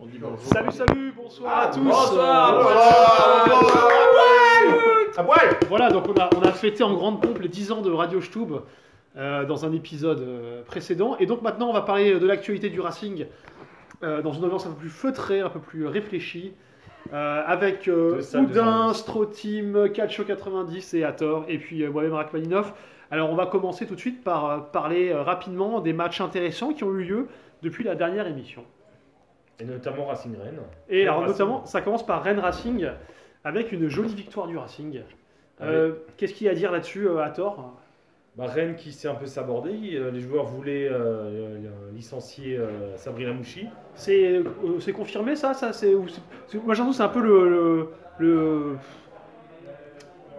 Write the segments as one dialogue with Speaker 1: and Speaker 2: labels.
Speaker 1: On dit bonjour. Ah,
Speaker 2: Salut, salut, bonsoir à tous.
Speaker 1: Bonsoir,
Speaker 2: Euh,
Speaker 1: bonsoir,
Speaker 2: bonsoir.
Speaker 1: bonsoir. Ah ouais
Speaker 2: Voilà, donc on a, on a fêté en grande pompe les 10 ans de Radio Stub dans un épisode euh, précédent. Et donc maintenant, on va parler de l'actualité du Racing euh, dans une ambiance un peu plus feutrée, un peu plus réfléchie. euh, avec euh,
Speaker 1: Deux salles, deux
Speaker 2: Oudin,
Speaker 1: ambiances.
Speaker 2: Strotim, Calcio 90 et Hathor, et puis euh, moi-même Rachmaninoff. Alors on va commencer tout de suite par euh, parler euh, rapidement des matchs intéressants qui ont eu lieu depuis la dernière émission.
Speaker 1: Et notamment Racing Rennes.
Speaker 2: Et
Speaker 1: Rennes
Speaker 2: alors
Speaker 1: Racing.
Speaker 2: notamment, ça commence par Rennes Racing avec une jolie victoire du Racing.
Speaker 1: Ah
Speaker 2: Euh, Qu'est-ce qu'il y a à dire là-dessus euh, à tort
Speaker 1: Bah, Rennes qui s'est un peu sabordé. euh, Les joueurs voulaient euh, euh, licencier euh, Sabrina Mouchi.
Speaker 2: C'est euh, c'est confirmé ça, ça c'est ou c'est- c'est- moi j'ai l'impression que c'est un peu le le, le-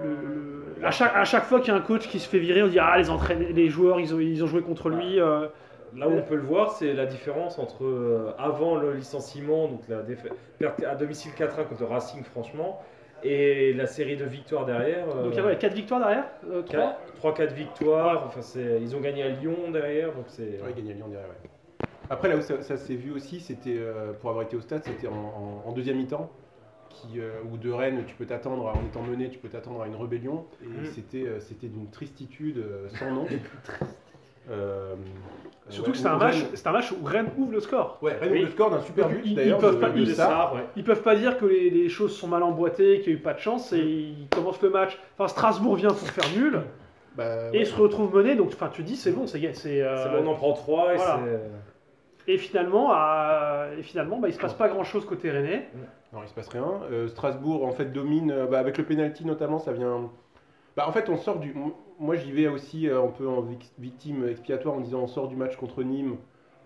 Speaker 2: le- le- à chaque à chaque fois qu'il y a un coach qui se fait virer, on dit ah les entraîne- les joueurs ils ont ils ont joué contre lui. euh.
Speaker 1: Là où on peut le voir, c'est la différence entre euh, avant le licenciement, donc la défa- perte à domicile 4-1 contre Racing, franchement, et la série de victoires derrière. euh,
Speaker 2: Donc il y a 4 victoires derrière, euh, 3
Speaker 1: 3-4 victoires. Enfin, c'est- ils ont gagné à Lyon derrière, donc c'est. euh,
Speaker 3: Ouais, gagner à Lyon derrière, ouais. Après, là où ça, ça s'est vu aussi, c'était euh, pour avoir été au stade, c'était en, en- en deuxième mi-temps, qui, euh, où de Rennes, tu peux t'attendre, à- en étant mené, tu peux t'attendre à une rébellion. Et
Speaker 1: Mhm.
Speaker 3: c'était, euh, c'était d'une tristitude euh, sans nom. Euh, ouais,
Speaker 2: Surtout que c'est un
Speaker 3: où
Speaker 2: match,
Speaker 3: Rennes-
Speaker 2: c'est un match où Rennes ouvre le score.
Speaker 3: Ouais, Rennes
Speaker 1: Oui.
Speaker 3: ouvre le score d'un super
Speaker 2: Ils-
Speaker 3: but
Speaker 2: ils
Speaker 3: d'ailleurs.
Speaker 2: peuvent
Speaker 3: de-
Speaker 2: pas-
Speaker 3: de
Speaker 2: ils
Speaker 1: le
Speaker 3: Sarr.
Speaker 1: Sarr, ouais.
Speaker 2: Ils peuvent pas dire que les, les choses sont mal emboîtées, qu'il n'y a eu pas de chance et ils commencent le match. Enfin Strasbourg vient pour faire nul.
Speaker 3: Bah,
Speaker 2: et
Speaker 3: ouais.
Speaker 2: se retrouve mené. Donc, enfin, tu dis, c'est bon, c'est ga- c'est. euh,
Speaker 1: C'est bon, on en prend 3 et
Speaker 2: voilà.
Speaker 1: c'est. euh,
Speaker 2: Et finalement, à- et finalement, bah, il se passe pas grand chose côté Rennais.
Speaker 3: Non, il se passe rien. Euh, Strasbourg, en fait, domine. euh, bah, avec le penalty notamment, ça vient. Bah, en fait, on sort du. Moi, j'y vais aussi euh, un peu en vic- victime expiatoire en disant on sort du match contre Nîmes,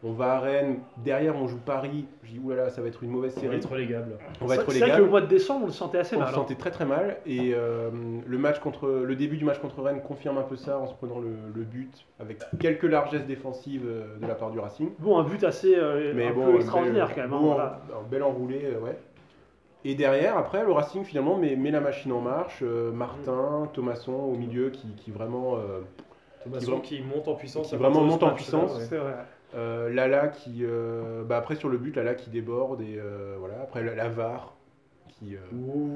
Speaker 3: on va à Rennes, derrière on joue Paris. Je dis oulala, ça va être une mauvaise
Speaker 1: C'est
Speaker 3: série.
Speaker 1: être légable.
Speaker 3: On va
Speaker 2: C'est-
Speaker 3: être les
Speaker 2: c'est vrai
Speaker 3: gars.
Speaker 2: que le mois de décembre, on le sentait assez
Speaker 3: On
Speaker 2: mal. hein.
Speaker 3: se sentait très très mal et euh, le match contre le début du match contre Rennes confirme un peu ça en se prenant le, le but avec quelques largesses défensives euh, de la part du Racing.
Speaker 2: hein. Bon, un but assez euh,
Speaker 3: Mais
Speaker 2: un
Speaker 3: bon,
Speaker 2: peu
Speaker 3: un
Speaker 2: extraordinaire
Speaker 3: bel-
Speaker 2: quand même. hein,
Speaker 3: bon,
Speaker 2: voilà.
Speaker 3: un bel enroulé, euh, ouais. Et derrière, après, le Racing finalement met, met la machine en marche. euh,
Speaker 2: Mm.
Speaker 3: Martin, Thomasson au milieu qui, qui vraiment. euh,
Speaker 1: Thomason qui monte en puissance.
Speaker 3: qui
Speaker 1: à
Speaker 3: vraiment
Speaker 1: partir de
Speaker 3: monte
Speaker 1: ce
Speaker 3: en
Speaker 1: match-là,
Speaker 3: puissance.
Speaker 1: ouais.
Speaker 2: C'est vrai.
Speaker 3: euh, Lala qui. euh, bah, après, sur le but, Lala qui déborde. Et euh, voilà, après, la, la VAR qui. euh,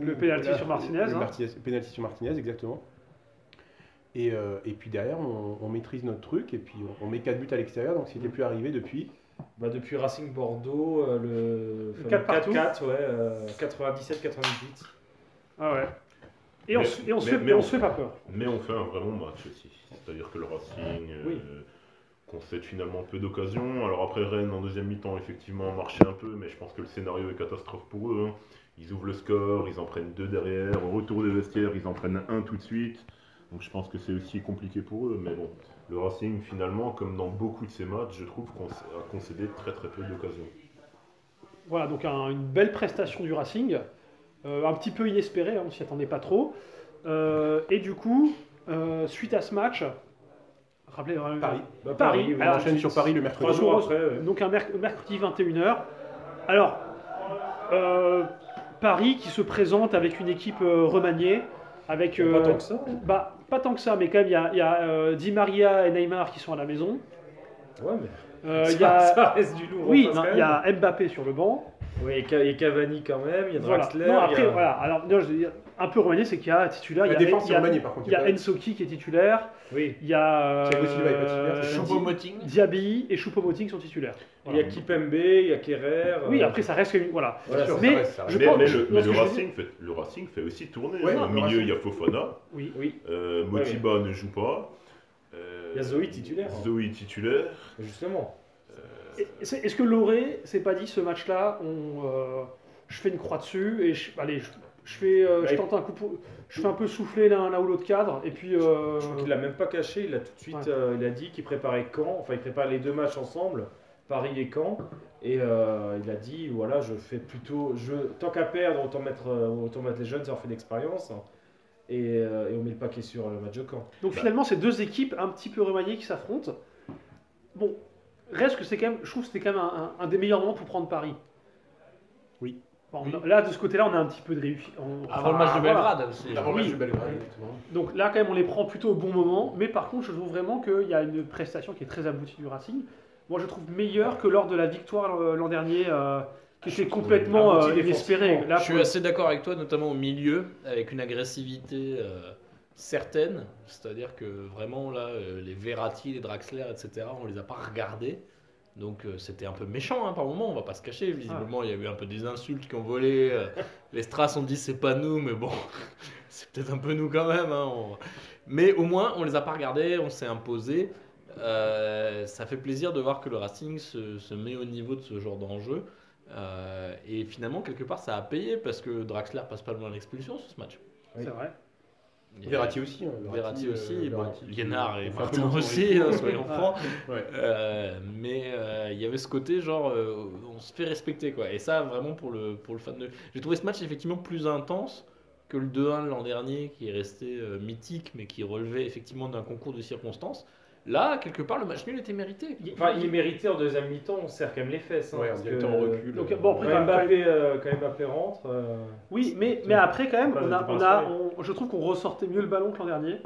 Speaker 2: Le penalty
Speaker 3: voilà,
Speaker 2: sur Martinez.
Speaker 3: le
Speaker 2: hein.
Speaker 3: Martinez- penalty sur Martinez, exactement. Et, euh, et puis derrière, on, on maîtrise notre truc et puis on, on met 4 buts à l'extérieur, donc ce qui
Speaker 2: Mm.
Speaker 3: n'était plus arrivé depuis.
Speaker 1: Bah, depuis Racing Bordeaux, euh, le,
Speaker 2: Le
Speaker 1: fameux
Speaker 2: 4 partout.
Speaker 1: 4-4, ouais, euh, 97-98.
Speaker 2: Ah ouais. Et on,
Speaker 4: Mais-
Speaker 2: se- et on se
Speaker 4: mais-
Speaker 2: fait,
Speaker 4: mais
Speaker 2: et on
Speaker 4: on-
Speaker 2: se fait pas peur.
Speaker 4: Mais on fait un vrai bon match aussi. C'est-à-dire que le Racing euh,
Speaker 1: Oui.
Speaker 4: concède finalement peu d'occasions. Alors après Rennes en deuxième mi-temps effectivement marchait un peu, mais je pense que le scénario est catastrophe pour eux. hein. Ils ouvrent le score, ils en prennent deux derrière. Au retour des vestiaires, ils en prennent un tout de suite. Donc je pense que c'est aussi compliqué pour eux. Mais bon, le Racing finalement, comme dans beaucoup de ces matchs, je trouve qu'on s- a concédé très très peu d'occasions.
Speaker 2: Voilà, donc un- une belle prestation du Racing. Euh, un petit peu inespérée, hein, on s'y attendait pas trop. Euh, et du coup, euh, suite à ce match, rappelez euh,
Speaker 3: Paris.
Speaker 1: Bah,
Speaker 2: Paris,
Speaker 1: ouais,
Speaker 2: alors,
Speaker 3: on enchaîne sur Paris le mercredi.
Speaker 1: Trois jours après, ouais.
Speaker 2: Donc un merc- mercredi 21h. Alors, euh, Paris qui se présente avec une équipe euh, remaniée, avec... euh,
Speaker 1: Pas tant que ça. hein.
Speaker 2: bah, pas tant que ça, mais quand même, il y a, il y a, euh, Di Maria et Neymar qui sont à la maison.
Speaker 1: Ouais, mais
Speaker 2: Euh, il
Speaker 1: ça,
Speaker 2: y a-
Speaker 1: ça reste du lourd.
Speaker 2: oui,
Speaker 1: en face,
Speaker 2: non,
Speaker 1: quand
Speaker 2: il y a Mbappé sur le banc.
Speaker 1: même. Ouais, et Ca- et Cavani quand même, il y a
Speaker 2: Voilà.
Speaker 1: Draxler.
Speaker 2: Non,
Speaker 1: il
Speaker 2: après,
Speaker 1: y a-
Speaker 2: voilà. Alors, non, je veux dire, un peu remanié, c'est qu'il y a titulaire, il y
Speaker 3: La
Speaker 2: a,
Speaker 3: défense
Speaker 2: il y
Speaker 3: est
Speaker 2: a-
Speaker 3: remaniée par contre.
Speaker 2: il y a
Speaker 3: pas-
Speaker 2: Ensoki qui est titulaire,
Speaker 1: Oui.
Speaker 2: il y a euh,
Speaker 3: Thiago Silva est pas titulaire, c'est
Speaker 2: Di-
Speaker 5: Choupo-Moting.
Speaker 2: Diaby et Choupo-Moting sont titulaires.
Speaker 1: Il y a Kipembe, il y a Kerrer.
Speaker 3: Ah,
Speaker 2: Oui,
Speaker 1: euh,
Speaker 2: après, ça reste... une- Voilà.
Speaker 1: voilà,
Speaker 3: Bien sûr,
Speaker 2: mais
Speaker 1: c'est-
Speaker 3: ça reste, ça reste.
Speaker 2: Je
Speaker 4: mais,
Speaker 2: pense-
Speaker 4: mais
Speaker 2: je-
Speaker 4: le,
Speaker 2: non,
Speaker 4: mais
Speaker 2: ce
Speaker 4: le
Speaker 2: que je
Speaker 4: Racing fait, le Racing fait aussi tourner.
Speaker 3: Ouais,
Speaker 4: hein. Au
Speaker 3: le
Speaker 4: milieu,
Speaker 3: Racing-
Speaker 4: il y a Fofana.
Speaker 2: Oui.
Speaker 1: Oui,
Speaker 4: Euh, Motiba ne joue pas. Euh,
Speaker 1: Il y a Zoé titulaire.
Speaker 2: hein.
Speaker 4: Zoé titulaire.
Speaker 1: justement.
Speaker 2: Et c'est- Est-ce que Loré s'est pas dit ce match-là, on, euh, je fais une croix dessus et je, allez, je, je fais, euh, je
Speaker 1: Ouais.
Speaker 2: tente un coup, pour- je fais un peu souffler l'un l'un ou l'autre cadre et puis euh,
Speaker 1: Je crois qu'il l'a même pas caché, il a tout de suite
Speaker 2: Ouais.
Speaker 1: euh, il a dit qu'il préparait Caen, enfin il prépare les deux matchs ensemble, Paris et Caen, et euh, il a dit voilà je fais plutôt, je, tant qu'à perdre autant mettre, euh, autant mettre les jeunes, ça leur fait de l'expérience, hein. et, euh, et on met le paquet sur le match de Caen.
Speaker 5: Bah.
Speaker 2: donc finalement c'est deux équipes un petit peu remaniées qui s'affrontent. Bon, reste que c'est quand même, je trouve que c'était quand même un, un- un des meilleurs moments pour prendre Paris.
Speaker 3: Oui.
Speaker 2: Bon,
Speaker 5: Oui.
Speaker 2: on a- là de ce côté-là on a un petit peu de réussite.
Speaker 5: Avant le
Speaker 2: Ah,
Speaker 5: match de Belgrade aussi. hein.
Speaker 3: Avant le
Speaker 2: Oui.
Speaker 3: match de Belgrade, exactement.
Speaker 2: Donc là, quand même, on les prend plutôt au bon moment. Mais par contre, je trouve vraiment qu'il y a une prestation qui est très aboutie du Racing. Moi, je trouve meilleure que lors de la victoire euh, l'an dernier euh, qui était complètement
Speaker 1: Ah,
Speaker 2: euh,
Speaker 1: défensivement.
Speaker 2: inespéré. Là,
Speaker 5: Je
Speaker 2: pour-
Speaker 5: suis assez d'accord avec toi, notamment au milieu, avec une agressivité euh, certaine. C'est-à-dire que vraiment, là, euh, les Verratti, les Draxler, etc., on les a pas regardés. Donc euh, c'était un peu méchant hein, par moment, on va pas se cacher. Visiblement,
Speaker 2: Ah.
Speaker 5: il y a eu un peu des insultes qui ont volé. euh, les Strass ont dit c'est pas nous, mais bon, c'est peut-être un peu nous quand même. hein, on- Mais au moins, on les a pas regardés, on s'est imposé. Euh, ça fait plaisir de voir que le Racing se, se met au niveau de ce genre d'enjeu. Euh, et finalement, quelque part, ça a payé parce que Draxler passe pas loin de l'expulsion sur ce match.
Speaker 2: C'est vrai.
Speaker 5: Il y a-
Speaker 3: Verratti aussi. hein,
Speaker 5: Verratti
Speaker 3: euh,
Speaker 5: aussi, bon,
Speaker 3: Verratti.
Speaker 5: Liénard et
Speaker 3: Enfin,
Speaker 5: Martin
Speaker 3: Martin
Speaker 5: aussi, hein, soyons francs.
Speaker 3: Ouais.
Speaker 5: Euh, mais euh, il y avait ce côté, genre, euh, on se fait respecter, quoi. Et ça, vraiment, pour le, pour le fan de. J'ai trouvé ce match effectivement plus intense que le 2-1 de l'an dernier, qui est resté euh, mythique, mais qui relevait effectivement d'un concours de circonstances. Là, quelque part, le match nul était mérité.
Speaker 1: Enfin, il méritait en deuxième mi-temps, on serre quand même les fesses. hein,
Speaker 3: Ouais,
Speaker 1: parce
Speaker 3: en directeur
Speaker 1: que-
Speaker 3: en recul.
Speaker 2: donc, bon, après,
Speaker 1: Quand Mbappé, euh, quand Mbappé rentre, euh,
Speaker 2: Oui, mais, mais après, quand même,
Speaker 1: Pas-
Speaker 2: on a,
Speaker 1: pas
Speaker 2: on a-
Speaker 1: inspiré.
Speaker 2: on- je trouve qu'on ressortait mieux le ballon que l'an dernier.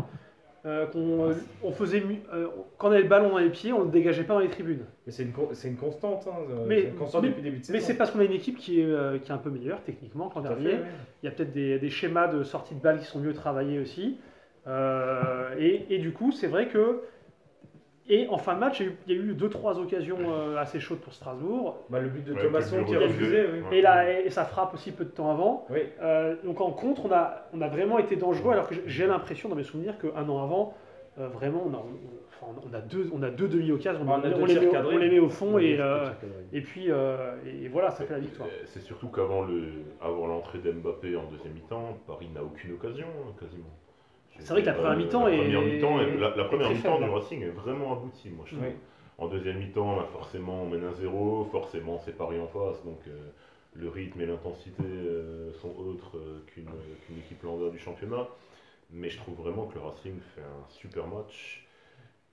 Speaker 2: Euh,
Speaker 1: Ah,
Speaker 2: qu'on on faisait mieux- euh, quand on avait le ballon dans les pieds, on ne le dégageait pas dans les tribunes.
Speaker 1: mais c'est une, con- c'est une constante. hein, euh,
Speaker 2: Mais-
Speaker 1: c'est une constante
Speaker 2: mais-
Speaker 1: depuis le début de
Speaker 2: Mais
Speaker 1: saison.
Speaker 2: c'est parce qu'on a une équipe qui est, euh, qui est un peu meilleure techniquement que l'an
Speaker 1: Tout à fait,
Speaker 2: dernier.
Speaker 1: ouais.
Speaker 2: Il y a peut-être des, des schémas de sortie de balle qui sont mieux travaillés aussi. Euh, et, et du coup, c'est vrai que. Et en fin de match, il y a eu- il y a eu deux trois occasions euh, assez chaudes pour Strasbourg.
Speaker 1: Bah, le but de
Speaker 4: Ouais,
Speaker 1: Thomasson
Speaker 4: quel
Speaker 1: qui est
Speaker 4: but
Speaker 1: refusé.
Speaker 4: refusé.
Speaker 1: oui.
Speaker 4: Ouais.
Speaker 2: Et, là, et, et ça frappe aussi peu de temps avant.
Speaker 1: Oui.
Speaker 2: Euh, donc en contre, on a, on a vraiment été dangereux, alors que j'ai l'impression dans mes souvenirs qu'un an avant, euh, vraiment, on a, on, enfin, on a deux, on a deux demi-occasions, on,
Speaker 1: Ah, on a deux
Speaker 2: les
Speaker 1: tirs
Speaker 2: met au-
Speaker 1: cadrés.
Speaker 2: on les met au fond, et, euh,
Speaker 1: Ouais,
Speaker 2: et puis euh, et voilà, ça fait la victoire.
Speaker 4: Euh, C'est surtout qu'avant le, avant l'entrée d'Mbappé en deuxième mi-temps, Paris n'a aucune occasion hein, quasiment. Je
Speaker 2: C'est vrai que la
Speaker 4: sais
Speaker 2: première
Speaker 4: pas,
Speaker 2: mi-temps
Speaker 4: la
Speaker 2: est-
Speaker 4: première mi-temps est- la, la
Speaker 2: est
Speaker 4: première
Speaker 2: très
Speaker 4: mi-temps
Speaker 2: faible,
Speaker 4: du
Speaker 2: hein.
Speaker 4: Racing est vraiment aboutie, moi je trouve.
Speaker 1: Oui.
Speaker 4: En deuxième mi-temps, là, forcément on mène un zéro, forcément c'est Paris en face, donc euh, le rythme et l'intensité euh, sont autres euh, qu'une qu'une équipe lambda du championnat. Mais je trouve vraiment que le Racing fait un super match.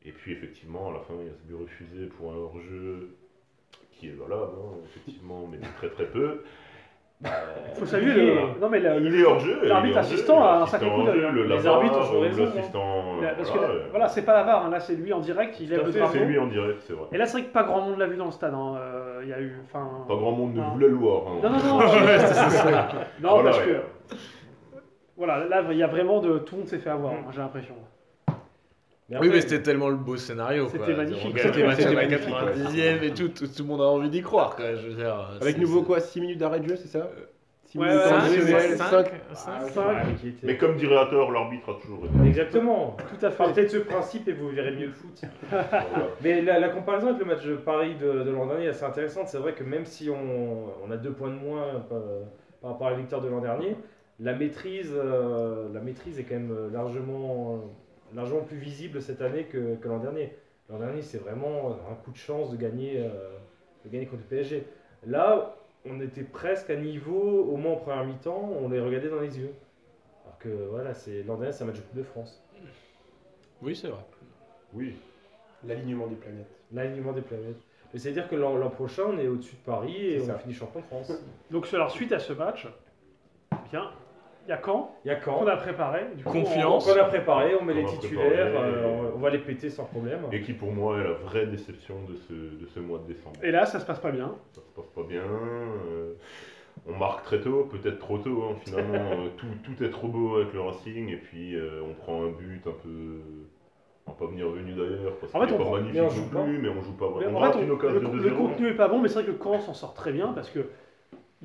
Speaker 4: Et puis effectivement, à la fin, il y a ce but refusé pour un hors-jeu qui est valable, hein, effectivement, mais de très très peu. Euh,
Speaker 2: Il faut saluer le. Non, mais la-
Speaker 4: Il est hors-jeu. il est
Speaker 2: Euh, l'arbitre
Speaker 4: hors-jeu,
Speaker 2: assistant
Speaker 4: il est
Speaker 2: a un
Speaker 4: assistant
Speaker 2: sacré coup
Speaker 4: hors-jeu,
Speaker 2: d'œil, hein.
Speaker 4: le
Speaker 2: Les
Speaker 4: Lazare,
Speaker 2: arbitres ont raison,
Speaker 4: L'assistant.
Speaker 2: la- parce que
Speaker 4: voilà,
Speaker 2: la-
Speaker 4: euh,
Speaker 2: voilà, c'est pas la VAR, hein, là c'est lui en direct, il
Speaker 4: tout à
Speaker 2: lève le
Speaker 4: fait,
Speaker 2: drapeau.
Speaker 4: C'est lui en direct, c'est vrai.
Speaker 2: Et là, c'est vrai que pas grand monde l'a vu dans le stade. hein. Euh, Il y a eu. Enfin...
Speaker 4: Pas grand monde ne
Speaker 2: Non.
Speaker 4: voulait le voir. hein.
Speaker 2: Non, non, non, non,
Speaker 4: Ah, Voilà,
Speaker 2: parce que.
Speaker 4: ouais.
Speaker 2: Voilà, là, il y a vraiment de. Tout le monde s'est fait
Speaker 4: Mm.
Speaker 2: avoir, hein, j'ai l'impression.
Speaker 5: Ah Oui, mais
Speaker 1: après-
Speaker 5: c'était tellement le beau scénario. quoi.
Speaker 2: C'était magnifique.
Speaker 5: On gagne le match
Speaker 3: C'était
Speaker 5: à la
Speaker 3: magnifique, ouais.
Speaker 5: 90e et tout, tout, tout le monde a envie d'y croire. Quoi, je veux dire,
Speaker 3: Avec
Speaker 5: c'est-
Speaker 3: nouveau
Speaker 5: c'est-
Speaker 3: quoi 6 minutes d'arrêt de jeu, c'est ça Six
Speaker 2: ouais,
Speaker 3: minutes
Speaker 5: Cinq,
Speaker 3: d'arrêt de jeu,
Speaker 5: ouais,
Speaker 3: ouais,
Speaker 5: cinq,
Speaker 3: cinq.
Speaker 1: bah,
Speaker 5: cinq.
Speaker 2: Enfin,
Speaker 1: ouais, qui était-
Speaker 4: Mais comme dirait Hathor, l'arbitre a toujours été.
Speaker 1: Exactement.
Speaker 2: tout à fait.
Speaker 1: Partez de ce principe et vous verrez mieux le foot.
Speaker 4: Voilà.
Speaker 1: Mais la, la comparaison avec le match de Paris de, de l'an dernier est assez intéressante. C'est vrai que même si on, on a deux points de moins euh, par rapport à la victoire de l'an dernier, la maîtrise, euh, la maîtrise est quand même euh, largement, euh, largement plus visible cette année que, que l'an dernier. L'an dernier, c'est vraiment euh, un coup de chance de gagner, euh, de gagner contre le PSG. Là, on était presque à niveau, au moins en première mi-temps, on les regardait dans les yeux. Alors que voilà, c'est l'an dernier, c'est un match de Coupe de France.
Speaker 5: Oui, c'est vrai.
Speaker 4: Oui,
Speaker 3: L'alignement des planètes.
Speaker 1: L'alignement des planètes. Mais c'est-à-dire que l'an l'an prochain, on est au-dessus de Paris et
Speaker 3: C'est
Speaker 1: on
Speaker 3: ça.
Speaker 1: finit champion de France.
Speaker 2: Donc, alors, suite à ce match, eh bien, il y a Caen,
Speaker 1: Il y a quand
Speaker 2: qu'on a préparé. Du coup,
Speaker 5: Confiance.
Speaker 1: on a préparé, on met
Speaker 4: On
Speaker 1: les
Speaker 4: a
Speaker 1: titulaires,
Speaker 4: préparé.
Speaker 1: euh, on va les péter sans problème.
Speaker 4: et qui pour moi est la vraie déception de ce, de ce mois de décembre.
Speaker 2: on- Et là, ça se passe pas bien.
Speaker 4: Ça se passe pas bien. euh, on marque très tôt, peut-être trop tôt. hein, finalement, Euh, tout, tout est trop beau avec le Racing et puis euh, on prend un but un peu. On pas venir venu d'ailleurs parce
Speaker 2: En
Speaker 4: qu'il
Speaker 2: fait,
Speaker 4: est
Speaker 2: on
Speaker 4: pas
Speaker 2: prend-
Speaker 4: magnifique
Speaker 1: mais on
Speaker 4: non
Speaker 1: joue
Speaker 4: plus,
Speaker 1: pas.
Speaker 4: mais on joue pas
Speaker 2: Mais
Speaker 4: vraiment.
Speaker 2: en
Speaker 4: On
Speaker 2: fait,
Speaker 4: rate
Speaker 2: on-
Speaker 4: une
Speaker 2: le,
Speaker 4: occasion de
Speaker 2: le
Speaker 4: 2-0.
Speaker 2: contenu est pas bon, mais c'est vrai que Caen s'en sort très bien parce que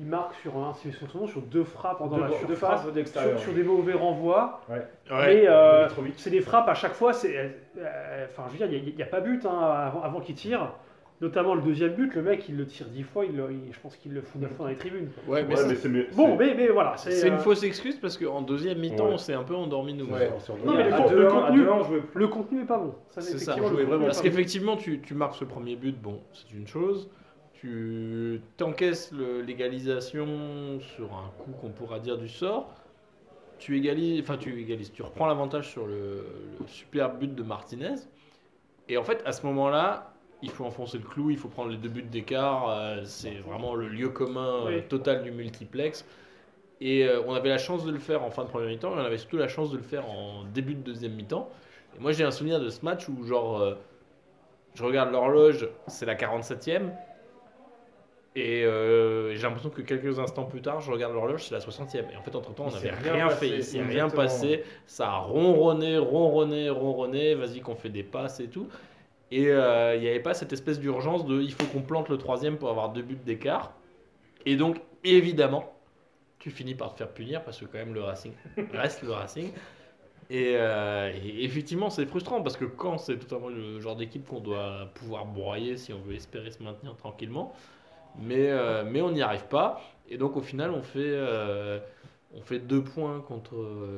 Speaker 2: il marque sur un, c'est sur, son nom, sur deux frappes dans
Speaker 1: Deux-
Speaker 2: la
Speaker 1: deux
Speaker 2: surface,
Speaker 1: phrases
Speaker 2: sur,
Speaker 1: d'extérieur.
Speaker 2: sur des mauvais renvois.
Speaker 5: Ouais.
Speaker 2: Mais, euh,
Speaker 1: Mitrovic.
Speaker 2: c'est des frappes à chaque fois. C'est, euh, enfin, je veux dire, il n'y a, pas but hein, avant, avant qu'il tire. Notamment le deuxième but, le mec, il le tire dix fois. Il, le- il- je pense qu'il le fout neuf fois dans les tribunes. quoi.
Speaker 5: Ouais, mais
Speaker 4: Ouais,
Speaker 5: c'est-
Speaker 4: mais c'est mieux-
Speaker 2: Bon,
Speaker 4: c'est-
Speaker 2: mais, mais voilà, c'est,
Speaker 5: c'est une
Speaker 2: euh,
Speaker 5: fausse excuse parce qu'en deuxième mi-temps,
Speaker 4: Ouais.
Speaker 5: on s'est un peu endormi nous.
Speaker 3: Ouais, on s'est
Speaker 1: Non, mais
Speaker 2: le
Speaker 1: à
Speaker 2: con-
Speaker 1: deux
Speaker 2: le
Speaker 1: ans- à
Speaker 2: contenu-
Speaker 1: deux ans, on jouait plus.
Speaker 2: le contenu est pas bon. Ça,
Speaker 5: C'est ça.
Speaker 2: effectivement, le
Speaker 3: Jouer
Speaker 2: contenu est
Speaker 3: vraiment.
Speaker 2: pas
Speaker 5: Parce
Speaker 2: bon.
Speaker 5: qu'effectivement, tu, tu marques ce premier but, bon, c'est une chose. Tu t'encaisses le- l'égalisation sur un coup qu'on pourra dire du sort. Tu égalises, enfin tu égalises, tu reprends l'avantage sur le, le superbe but de Martinez. Et en fait, à ce moment-là, il faut enfoncer le clou, il faut prendre les deux buts d'écart. euh, c'est vraiment le lieu commun euh,
Speaker 2: Oui.
Speaker 5: total du multiplex. Et euh, on avait la chance de le faire en fin de première mi-temps, et on avait surtout la chance de le faire en début de deuxième mi-temps. Et moi, j'ai un souvenir de ce match où, genre, euh, je regarde l'horloge, c'est la 47e. Et euh, j'ai l'impression que quelques instants plus tard, je regarde l'horloge, c'est la 60e. Et en fait, entre-temps, on
Speaker 1: Il
Speaker 5: n'avait
Speaker 1: s'est rien
Speaker 5: rien
Speaker 1: passé,
Speaker 5: fait. Il s'est
Speaker 1: exactement.
Speaker 5: rien passé. Ça a ronronné, ronronné, ronronné. Vas-y, qu'on fait des passes et tout. Et euh, il n'y avait pas cette espèce d'urgence de il faut qu'on plante le troisième pour avoir deux buts d'écart. Et donc, évidemment, tu finis par te faire punir parce que, quand même, le Racing reste le Racing. Et, euh, et effectivement, c'est frustrant parce que quand c'est totalement le genre d'équipe qu'on doit pouvoir broyer si on veut espérer se maintenir tranquillement, mais, euh, mais on n'y arrive pas. Et donc au final, on fait, euh, on fait deux points contre,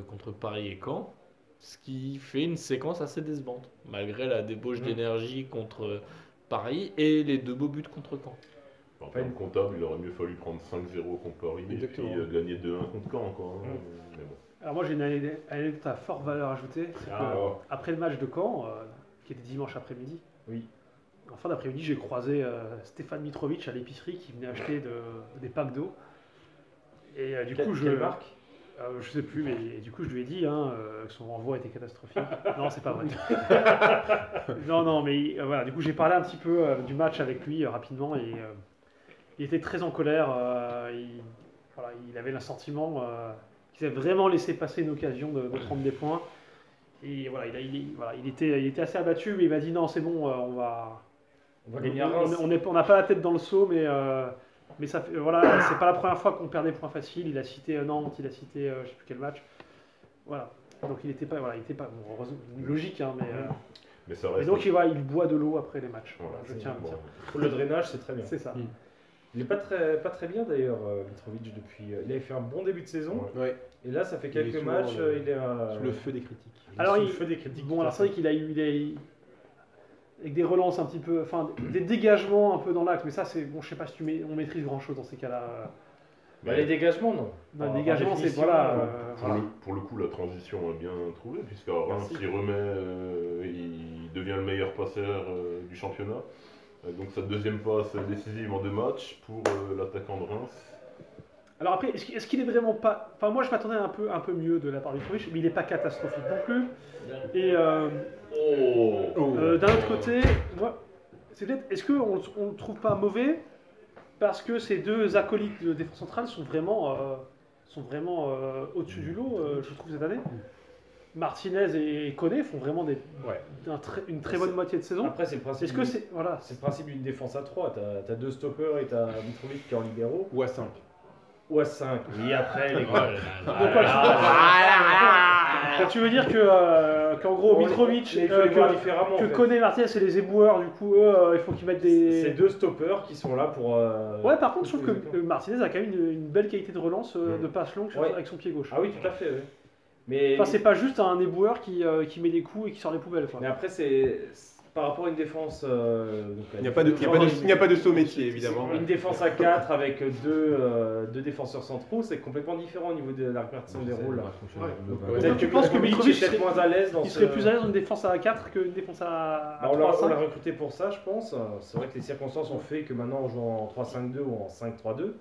Speaker 5: contre Paris et Caen, ce qui fait une séquence assez décevante, malgré la débauche
Speaker 1: Mhm.
Speaker 5: d'énergie contre Paris et les deux beaux buts contre Caen.
Speaker 4: En termes comptables, il aurait mieux fallu prendre 5-0 contre Paris et puis
Speaker 3: Exactement.
Speaker 4: euh, gagner 2-1 contre Caen. Quoi. hein.
Speaker 1: Mm.
Speaker 4: Mais bon.
Speaker 2: Alors moi j'ai une ané- anecdote à forte valeur ajoutée. c'est que
Speaker 4: Ah, ouais.
Speaker 2: Après le match de Caen, euh, qui était dimanche après-midi,
Speaker 1: Oui.
Speaker 2: en fin d'après-midi j'ai croisé euh, Stéphane Mitrovic à l'épicerie qui venait acheter de- des packs d'eau. Et euh, du coup je...
Speaker 1: marque
Speaker 2: Euh, je sais plus, mais et du coup, je lui ai dit hein, euh, que son renvoi était catastrophique. non, c'est pas vrai. non, non, mais euh, voilà, du coup, j'ai parlé un petit peu euh, du match avec lui euh, rapidement et euh, il était très en colère. euh, il, voilà, il avait le sentiment euh, qu'ils avaient vraiment laissé passer une occasion de, de prendre des points. Et voilà, il, a- il est- voilà, il était, il était assez abattu, mais il m'a dit non, c'est bon, euh, on va,
Speaker 1: On va
Speaker 2: on-
Speaker 1: gagner à
Speaker 2: on-
Speaker 1: Reims.
Speaker 2: on est- on n'a pas la tête dans le seau, mais, euh, mais ça, fait- voilà, c'est pas la première fois qu'on perd des points faciles. Il a cité euh, Nantes, il a cité euh, je sais plus quel match. Voilà. Donc il était pas, voilà, il était pas bon, heureusement, logique, hein, mais, euh,
Speaker 4: Mais ça
Speaker 2: et
Speaker 4: reste.
Speaker 2: donc il, va, il boit de l'eau après les matchs.
Speaker 4: Voilà,
Speaker 2: je
Speaker 1: c'est
Speaker 2: tiens à le
Speaker 4: bon.
Speaker 2: dire.
Speaker 1: Pour le drainage, c'est très bien.
Speaker 2: C'est ça.
Speaker 5: Mm.
Speaker 1: Il n'est pas très, pas très bien d'ailleurs, euh, Mitrovic, depuis. euh, Il avait fait un bon début de saison.
Speaker 4: Ouais.
Speaker 3: Ouais,
Speaker 1: Et là, ça
Speaker 3: Il
Speaker 1: fait
Speaker 3: est
Speaker 1: quelques
Speaker 3: souvent,
Speaker 1: matchs,
Speaker 3: euh,
Speaker 1: euh, il est. euh,
Speaker 3: sous le feu des critiques.
Speaker 1: il est
Speaker 2: Alors,
Speaker 1: sous le
Speaker 2: il-
Speaker 1: feu des critiques.
Speaker 2: Bon, alors c'est vrai qu'il a eu des. Avec des relances un petit peu. Enfin, des dégagements un peu dans l'axe, mais ça, c'est. Bon, je sais pas si tu ma- on maîtrise grand chose dans ces cas-là. euh,
Speaker 1: Bah, les dégagements, non.
Speaker 2: Dans les
Speaker 1: Par- par
Speaker 2: dégagements, c'est. Euh,
Speaker 1: définition,
Speaker 2: Voilà.
Speaker 1: euh,
Speaker 2: euh,
Speaker 4: Pour,
Speaker 2: voilà.
Speaker 4: le, pour le coup, la transition est bien trouvée, puisque Reims,
Speaker 1: Merci.
Speaker 4: il remet, euh, il devient le meilleur passeur euh, du championnat. Euh, donc sa deuxième passe décisive en deux matchs pour euh, l'attaquant de Reims.
Speaker 2: Alors après, est-ce qu'il- est-ce qu'il est vraiment pas... Enfin, moi, je m'attendais un peu, un peu mieux de la part du Froich, mais il n'est pas catastrophique non plus. Et euh,
Speaker 4: Oh,
Speaker 2: euh, d'un autre côté, moi, c'est peut-être... Est-ce qu'on le- on le trouve pas mauvais parce que ces deux acolytes de défense centrale sont vraiment, euh, sont vraiment euh, au-dessus du lot, euh, je trouve, cette année Martinez et Koné font vraiment des,
Speaker 1: Ouais.
Speaker 2: un très- une très bonne moitié de saison.
Speaker 1: Après, c'est le principe.
Speaker 2: Est-ce que
Speaker 1: du-
Speaker 2: c'est... Voilà.
Speaker 1: C'est le principe d'une défense à 3. T'as t'as deux stoppers et t'as Mitrovic qui est en libéraux.
Speaker 3: Ou à 5.
Speaker 1: Ou à 5. Oui, après, les
Speaker 5: Oh là
Speaker 1: gars.
Speaker 5: là là
Speaker 2: Donc,
Speaker 5: là
Speaker 2: voilà.
Speaker 5: là là.
Speaker 2: Tu veux dire que, euh, qu'en gros,
Speaker 1: Bon,
Speaker 2: Mitrovic...
Speaker 1: mais il faut
Speaker 2: euh,
Speaker 1: les voir
Speaker 2: que-
Speaker 1: différemment. en
Speaker 2: que
Speaker 1: fait.
Speaker 2: Koné Martinez c'est les éboueurs, du coup, eux, euh, il faut qu'ils mettent des.
Speaker 1: C'est deux stoppers qui sont là pour. euh,
Speaker 2: Ouais, par contre, je trouve que
Speaker 1: Exactement.
Speaker 2: euh, Martinez a quand même une, une belle qualité de relance euh,
Speaker 4: Mm.
Speaker 2: de passe longue sur-
Speaker 1: Hmm. Ouais.
Speaker 2: avec son pied gauche.
Speaker 1: Ah oui, tout à fait. ouais. Mais,
Speaker 2: Enfin, c'est pas juste un éboueur qui, euh, qui met des coups et qui sort les poubelles. Quoi.
Speaker 1: mais après, c'est c'est par rapport à une défense. euh, donc,
Speaker 3: Il n'y a pas de, il y a pas de- il n'y a pas de saut métier, évidemment.
Speaker 1: Une défense à 4 avec deux, euh, deux défenseurs centraux, c'est complètement différent au niveau de la répartition des rôles.
Speaker 3: Ouais.
Speaker 1: Peut-être
Speaker 2: tu penses que
Speaker 1: Mitrovic
Speaker 2: Mitrovic
Speaker 1: est peut-être moins à l'aise dans
Speaker 2: Il
Speaker 1: ce-
Speaker 2: serait plus à l'aise dans une défense à 4 qu'une défense à, à
Speaker 1: euh, Bah, on l'a-
Speaker 2: 3-5.
Speaker 1: on l'a recruté pour ça, je pense. C'est vrai que les circonstances ont fait que maintenant on joue en 3-5-2 ou en 5-3-2.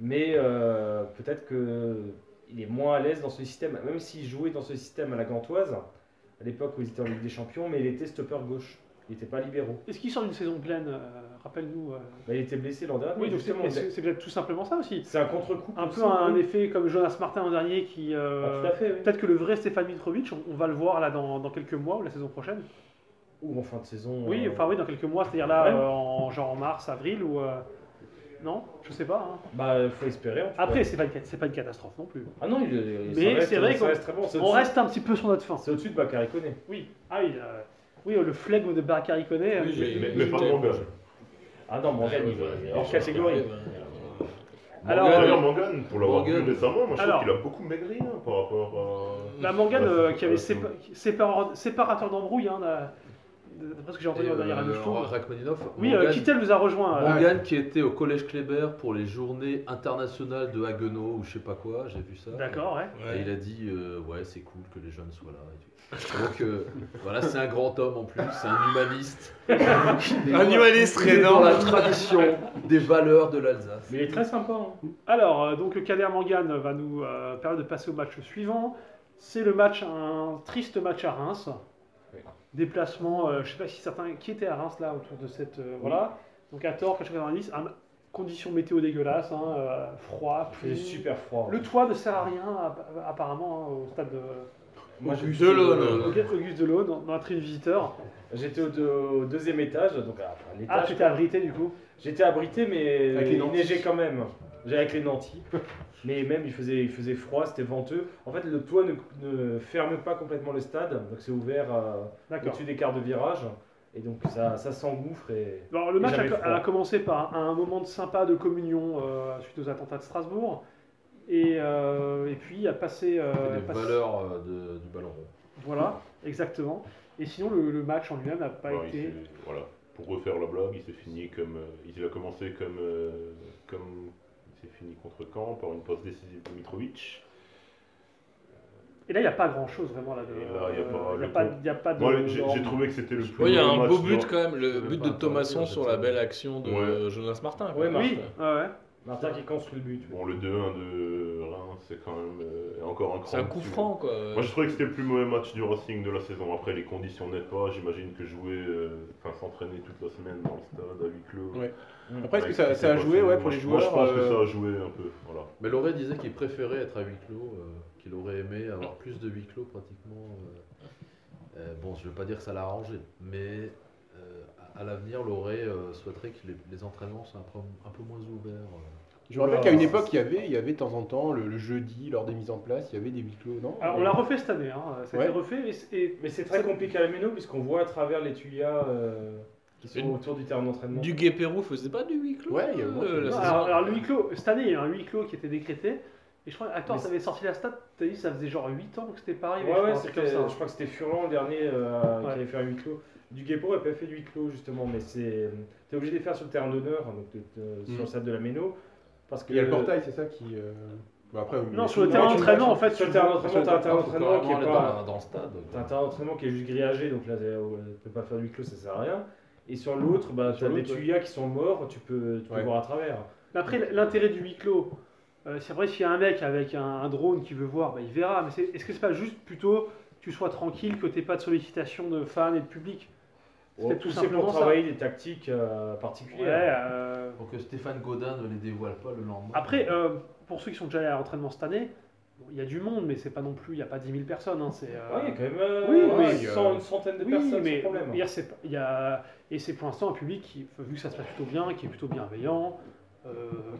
Speaker 1: Mais euh, peut-être qu'il est moins à l'aise dans ce système, même s'il jouait dans ce système à la Gantoise, à l'époque où il était en Ligue des Champions, mais il était stopper gauche. Il n'était pas libéraux.
Speaker 2: Est-ce qu'il sort d'une saison pleine euh, Rappelle-nous. euh.
Speaker 1: Bah, il était blessé l'an dernier.
Speaker 2: Oui, donc c'est
Speaker 1: justement.
Speaker 2: mais c'est- c'est peut-être tout simplement ça aussi.
Speaker 1: C'est un contre-coup.
Speaker 2: Un peu
Speaker 1: possible,
Speaker 2: un
Speaker 1: oui.
Speaker 2: effet comme Jonas Martin en dernier qui.
Speaker 1: Ah,
Speaker 2: euh,
Speaker 1: tout à fait, oui.
Speaker 2: Peut-être que le vrai Stéphane Mitrovic, on, on va le voir là dans, dans quelques mois ou la saison prochaine.
Speaker 1: Ou en fin de saison.
Speaker 2: Oui,
Speaker 1: euh,
Speaker 2: enfin oui, dans quelques mois, c'est-à-dire là,
Speaker 1: Ouais.
Speaker 2: euh, en, genre en mars, avril ou... euh, Non, je sais pas. hein.
Speaker 1: Bah, faut espérer. en tout cas.
Speaker 2: Après, c'est pas, une cat- c'est pas une catastrophe non plus.
Speaker 1: Ah non, il, il- ça
Speaker 2: Mais
Speaker 1: reste-
Speaker 2: c'est vrai
Speaker 1: ça
Speaker 2: qu'on-
Speaker 1: reste très bon. C'est
Speaker 2: On
Speaker 1: au-dessus-
Speaker 2: reste un petit peu sur notre fin.
Speaker 1: C'est au-dessus de Bakary Koné.
Speaker 2: Oui, ah oui, euh, oui euh, le flegme de Bakary Koné. euh,
Speaker 5: Oui, j'ai-
Speaker 4: Mais, mais pas de Mangan.
Speaker 1: Ah non,
Speaker 5: Ah,
Speaker 1: Morgan,
Speaker 5: oui,
Speaker 1: il
Speaker 5: voilà,
Speaker 1: est
Speaker 5: il
Speaker 1: hors
Speaker 5: est-
Speaker 1: catégorie.
Speaker 2: Alors, euh,
Speaker 4: Mangan, D'ailleurs, Mangan, pour l'avoir vu
Speaker 5: Mangan.
Speaker 4: récemment, moi je
Speaker 2: Alors.
Speaker 4: trouve qu'il a beaucoup maigri hein, par rapport à.
Speaker 2: La Morgane euh,
Speaker 4: Ouais,
Speaker 2: qui avait
Speaker 4: c'est-
Speaker 2: sépa- sépara- séparateur d'embrouille, hein, la- d'après ce que j'ai entendu
Speaker 5: Et,
Speaker 2: dans la dernière
Speaker 5: euh,
Speaker 2: émission.
Speaker 5: Rachmaninov,
Speaker 2: Oui, euh,
Speaker 5: Morgan,
Speaker 2: Kittel vous a rejoint. euh,
Speaker 5: Morgan qui était au collège Kléber pour les journées internationales de Haguenau ou je sais pas quoi, j'ai vu ça.
Speaker 2: D'accord, ouais.
Speaker 5: Et il a dit euh, ouais c'est cool que les jeunes soient là. et tout. Donc euh, voilà c'est un grand homme en plus, c'est un humaniste. un humaniste dans la tradition des valeurs de l'Alsace.
Speaker 1: Mais il est très sympa. hein.
Speaker 2: Alors, euh, donc Kader Mangan va nous euh, permettre de passer au match suivant. C'est le match, un triste match à Reims.
Speaker 1: Oui.
Speaker 2: Déplacement, euh, je sais pas si certains qui étaient à Reims là autour de cette. euh, Voilà. Donc à tort, 90. Un, Conditions météo dégueulasses, hein, euh, froid,
Speaker 1: Il
Speaker 2: pluie.
Speaker 1: est super froid.
Speaker 2: Le toit ne sert à rien, app- apparemment, hein, au stade de
Speaker 1: Moi, j'ai-
Speaker 5: De
Speaker 2: euh,
Speaker 5: l'eau.
Speaker 1: Euh,
Speaker 2: Auguste Delon, dans, dans la tribune visiteur.
Speaker 1: J'étais au, deux- au deuxième étage, donc à à l'étage.
Speaker 2: Ah, tu t'es abrité du coup
Speaker 1: J'étais abrité, mais
Speaker 3: Avec les
Speaker 1: il
Speaker 3: nantis.
Speaker 1: neigeait quand même. J'avais avec les nantis. mais même, il faisait, il faisait froid, c'était venteux. En fait, le toit ne, ne ferme pas complètement le stade, donc c'est ouvert euh,
Speaker 2: D'accord.
Speaker 1: au-dessus des quarts de virage. Et donc, ça, ça s'engouffre. Et...
Speaker 2: Alors, le match a,
Speaker 1: J'avais froid.
Speaker 2: a commencé par un, un moment de sympa de communion euh, suite aux attentats de Strasbourg. Et, euh, et puis a passé. euh,
Speaker 5: Des
Speaker 2: passe-
Speaker 5: valeurs euh, de- du ballon rond.
Speaker 2: Voilà, exactement. Et sinon, le, le match en lui-même n'a pas
Speaker 4: Bah, il
Speaker 2: été.
Speaker 4: s'est- voilà. Pour refaire la blague, il s'est fini comme. euh, il a commencé comme. euh, comme il s'est fini contre Caen par une passe décisive de Mitrovic.
Speaker 2: Et là, il n'y a pas grand-chose vraiment. là, de-
Speaker 4: Et là, il y a pas
Speaker 2: euh, il
Speaker 4: le
Speaker 2: n'y a, pas-
Speaker 4: coup.
Speaker 2: il y a pas de.
Speaker 4: Moi, j'ai j'ai trouvé que c'était le plus.
Speaker 5: Oui, il y a
Speaker 4: mauvais
Speaker 5: un
Speaker 4: match
Speaker 5: beau
Speaker 4: de-
Speaker 5: but quand même, le
Speaker 4: même
Speaker 5: but
Speaker 4: pas
Speaker 5: de
Speaker 4: un
Speaker 5: Thomasson
Speaker 4: sortir,
Speaker 5: sur
Speaker 4: c'est
Speaker 5: la
Speaker 4: ça.
Speaker 5: belle action de
Speaker 4: Ouais.
Speaker 5: euh, Jonas Martin.
Speaker 1: Ouais,
Speaker 5: quoi.
Speaker 1: Martin.
Speaker 2: Oui, ouais, ouais.
Speaker 1: Martin qui construit le but.
Speaker 4: Bon, le 2-1 de Reims, c'est quand même euh, encore un cran.
Speaker 5: C'est un coup
Speaker 4: au-dessus.
Speaker 5: franc euh. quoi.
Speaker 4: Moi, je trouvais que c'était le plus mauvais match du Racing de la saison. Après, les conditions n'aident pas. J'imagine que jouer, euh, enfin, s'entraîner toute la semaine dans le stade à huis clos.
Speaker 5: Ouais.
Speaker 3: Après, est-ce
Speaker 4: Ouais,
Speaker 3: que ça,
Speaker 4: c'était
Speaker 3: ça a
Speaker 4: pas
Speaker 3: joué
Speaker 4: fait.
Speaker 3: ouais, pour
Speaker 4: Moi,
Speaker 3: les
Speaker 4: je- moi,
Speaker 3: joueurs
Speaker 4: je pense
Speaker 3: euh,
Speaker 4: que ça a joué un peu. Voilà.
Speaker 6: Mais Loré disait qu'il préférait être à huis clos, euh, qu'il aurait aimé avoir plus de huis clos pratiquement. euh. Euh, bon, je ne veux pas dire que ça l'a arrangé, mais euh, à- à l'avenir, Loré euh, souhaiterait que les, les entraînements soient un peu, un peu moins ouverts. euh.
Speaker 3: Je me rappelle qu'à une époque, il y avait, il y avait de temps en temps, le, le jeudi, lors des mises en place, il y avait des huis clos, non
Speaker 2: Alors, on l'a refait cette année. Hein. Ça a
Speaker 3: Ouais.
Speaker 2: été refait. Et, c'est- et-
Speaker 1: Mais c'est très compliqué à la méno, puisqu'on voit à travers les tuyas euh, qui sont
Speaker 5: Une-
Speaker 1: autour du terrain d'entraînement.
Speaker 5: Du Guépérou faisait pas du huis clos
Speaker 3: Ouais, il y a-
Speaker 5: euh,
Speaker 3: moi, je-
Speaker 5: la
Speaker 2: Non,
Speaker 5: saison
Speaker 2: alors, alors, le huis clos, cette année, il y a eu un huis clos qui était décrété. Et je crois, attends,
Speaker 1: Mais
Speaker 2: ça avait sorti la stat, t'as dit, ça faisait genre 8 ans que c'était pas
Speaker 1: Ouais,
Speaker 2: arrivé.
Speaker 1: ouais,
Speaker 2: je crois, un truc
Speaker 1: c'était-
Speaker 2: comme
Speaker 1: je
Speaker 2: ça. hein.
Speaker 1: crois que c'était Furlan le dernier euh,
Speaker 2: Ouais.
Speaker 1: qui avait fait un huis clos. Du Guépo n'avait pas fait de huis clos justement, mais c'est euh, t'es obligé de les faire sur le terrain d'honneur, hein, donc de- de- sur
Speaker 3: Mhm.
Speaker 1: le stade de la Méno, parce que
Speaker 3: Il y a le portail, c'est ça qui. euh, bah, après,
Speaker 2: Non,
Speaker 3: mais-
Speaker 2: sur le
Speaker 1: Ouais,
Speaker 2: terrain
Speaker 1: tu-
Speaker 2: d'entraînement, en fait,
Speaker 1: sur le
Speaker 2: tu-
Speaker 1: terrain d'entraînement, t'as un terrain
Speaker 6: Faut
Speaker 1: d'entraînement qui
Speaker 6: carrément
Speaker 1: est
Speaker 6: aller
Speaker 1: pas
Speaker 6: dans, dans le stade.
Speaker 1: t'as un terrain d'entraînement qui est juste grillagé, donc là t'es- ouais, tu peux pas faire de huis clos, ça sert à rien. Et sur l'autre, bah,
Speaker 3: Sur
Speaker 1: t'as des
Speaker 3: l'autre, ouais.
Speaker 1: tuyas qui sont morts, tu peux, tu peux
Speaker 3: Ouais.
Speaker 1: voir à travers.
Speaker 2: Mais après, l'intérêt du huis clos, euh, c'est vrai, s'il y a un mec avec un, un drone qui veut voir, bah, il verra. Mais c'est- est-ce que c'est pas juste plutôt que tu sois tranquille, que t'aies pas de sollicitation de fans et de public C'est
Speaker 1: Ouais,
Speaker 2: tout
Speaker 1: c'est pour
Speaker 2: simplement ça.
Speaker 1: travailler des tactiques euh,
Speaker 2: Ouais,
Speaker 1: particulières.
Speaker 2: euh,
Speaker 6: Pour que Stéphane Godin ne les dévoile pas le lendemain.
Speaker 2: Après, euh, pour ceux qui sont déjà allés à l'entraînement cette année, bon, il y a du monde, mais c'est pas non plus, il n'y a pas 10 000 personnes. hein, c'est, euh,
Speaker 1: Ouais, il y a quand même euh,
Speaker 2: Oui,
Speaker 1: ouais,
Speaker 3: oui,
Speaker 1: cent-
Speaker 3: euh,
Speaker 1: une centaine de
Speaker 2: oui,
Speaker 1: personnes sans
Speaker 2: mais
Speaker 1: problème.
Speaker 2: hier, c'est pas- il y a, et c'est pour l'instant un public qui, vu que ça se passe plutôt bien, qui est plutôt bienveillant, euh,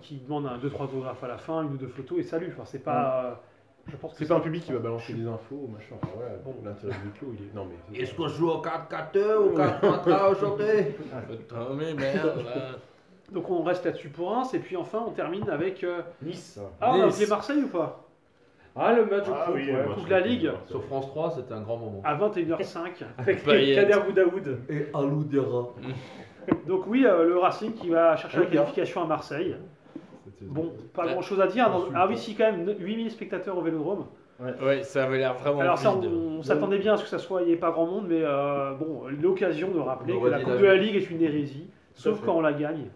Speaker 2: qui demande un, deux, trois autographes à la fin, une ou deux photos et salut. Enfin, c'est pas, euh, je pense que
Speaker 3: C'est pas un public qui va balancer des infos, machin. Enfin, voilà,
Speaker 2: Bon.
Speaker 3: l'intérêt du huis clos, il est. Non, mais.
Speaker 6: Est-ce qu'on joue au 4-4 ou 4-4 aujourd'hui
Speaker 5: Putain, mais bah, merde là.
Speaker 2: Donc on reste là-dessus pour Reims et puis enfin on termine avec. euh,
Speaker 1: Nice.
Speaker 2: Ah, on a
Speaker 5: Nice.
Speaker 2: oublié Marseille ou pas
Speaker 1: Ah, le match
Speaker 4: Ah
Speaker 1: au
Speaker 4: oui,
Speaker 1: coupe, ouais.
Speaker 4: le match
Speaker 2: Coupe de la
Speaker 4: contre
Speaker 2: Ligue.
Speaker 4: Marseille.
Speaker 6: Sur France 3, c'était un grand
Speaker 1: Ah.
Speaker 6: moment.
Speaker 2: À 21h05.
Speaker 1: avec
Speaker 5: Payet.
Speaker 1: Kader Boudaoud.
Speaker 6: Et Alou Dera.
Speaker 2: Donc oui, euh, le Racing qui va chercher la
Speaker 3: Oui, hein.
Speaker 2: qualification à Marseille. Bon, pas
Speaker 5: Ouais.
Speaker 2: grand-chose à dire. dans- Ah oui, si quand même 8000 spectateurs au Vélodrome.
Speaker 5: Ouais, ça avait l'air vraiment
Speaker 2: Alors ça,
Speaker 5: vide.
Speaker 2: on, on s'attendait bien à ce que ça soit, il n'y ait pas grand monde, mais euh, bon, l'occasion de rappeler
Speaker 6: On
Speaker 2: que la
Speaker 6: aurait dit
Speaker 2: Coupe
Speaker 6: la
Speaker 2: de la
Speaker 6: vie.
Speaker 2: Ligue est une hérésie, sauf
Speaker 1: fait.
Speaker 2: quand on la gagne.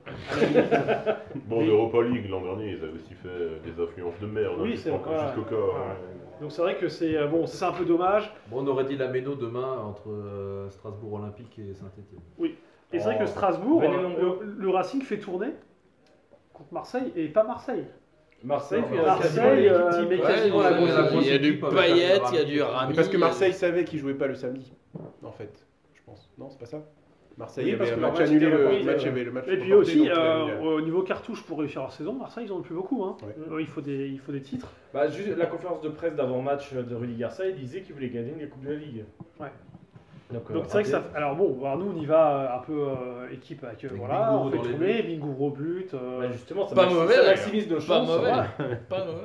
Speaker 4: Bon,
Speaker 2: Mais-
Speaker 4: l'Europa League l'an dernier, ils avaient aussi fait euh, des affluences de merde.
Speaker 2: Oui,
Speaker 4: hein,
Speaker 2: c'est
Speaker 4: jusqu'en-
Speaker 2: vrai.
Speaker 4: Jusqu'au cas.
Speaker 2: Ouais.
Speaker 4: hein.
Speaker 2: Donc c'est vrai que c'est euh, bon, c'est un peu dommage.
Speaker 6: Bon, on aurait dit la méno demain entre euh, Strasbourg Olympique et Saint-Etienne.
Speaker 2: Et c'est vrai
Speaker 1: Oh.
Speaker 2: que Strasbourg,
Speaker 1: Venez
Speaker 2: euh,
Speaker 1: nombreux.
Speaker 2: le, le Racing fait tourner contre Marseille et pas Marseille.
Speaker 1: Marseille,
Speaker 6: Non,
Speaker 1: puis
Speaker 2: Marseille,
Speaker 1: quasiment
Speaker 2: euh,
Speaker 1: l'équipe
Speaker 2: mais
Speaker 1: type.
Speaker 5: Ouais,
Speaker 2: quasiment la
Speaker 5: il y a-
Speaker 2: grosse équipe.
Speaker 5: Il y a du
Speaker 6: équipe avec un
Speaker 5: Payet, euh, il y a
Speaker 6: Rami.
Speaker 5: du Rami.
Speaker 3: Ah, Mais parce que Marseille savait qu'ils jouaient pas le samedi, en fait, je pense. Non, c'est pas ça Marseille
Speaker 1: Oui,
Speaker 3: avait
Speaker 1: parce que
Speaker 3: un
Speaker 1: leur
Speaker 3: match
Speaker 1: match
Speaker 3: annulé,
Speaker 1: était
Speaker 3: le
Speaker 1: repris,
Speaker 3: match
Speaker 1: ouais.
Speaker 3: avait le match.
Speaker 2: Et puis
Speaker 3: reporté,
Speaker 2: aussi,
Speaker 3: donc, il a
Speaker 2: euh,
Speaker 3: annulé la-
Speaker 2: au niveau cartouche pour réussir leur saison, Marseille, ils en ont plus beaucoup. Hein.
Speaker 3: Ouais.
Speaker 2: Euh, Il, faut des, il faut des titres.
Speaker 1: Bah, juste la conférence de presse d'avant-match de Rudy Garcia, il disait qu'il voulait gagner la Coupe de la Ligue.
Speaker 2: Ouais.
Speaker 1: Donc, euh,
Speaker 2: Donc c'est vrai que ça. Alors bon, alors nous on y va euh, un peu euh, équipe avec, euh,
Speaker 6: Avec
Speaker 2: voilà,
Speaker 6: Bingourou
Speaker 2: on fait
Speaker 6: dans les
Speaker 2: tourner, Bingourou au but. euh,
Speaker 1: Bah, justement, ça,
Speaker 5: Pas
Speaker 1: maxi-
Speaker 5: mauvais,
Speaker 1: ça
Speaker 5: d'ailleurs.
Speaker 1: maximise nos
Speaker 5: euh, Pas
Speaker 1: chances.
Speaker 5: mauvais.
Speaker 1: voilà.
Speaker 5: Pas mauvais.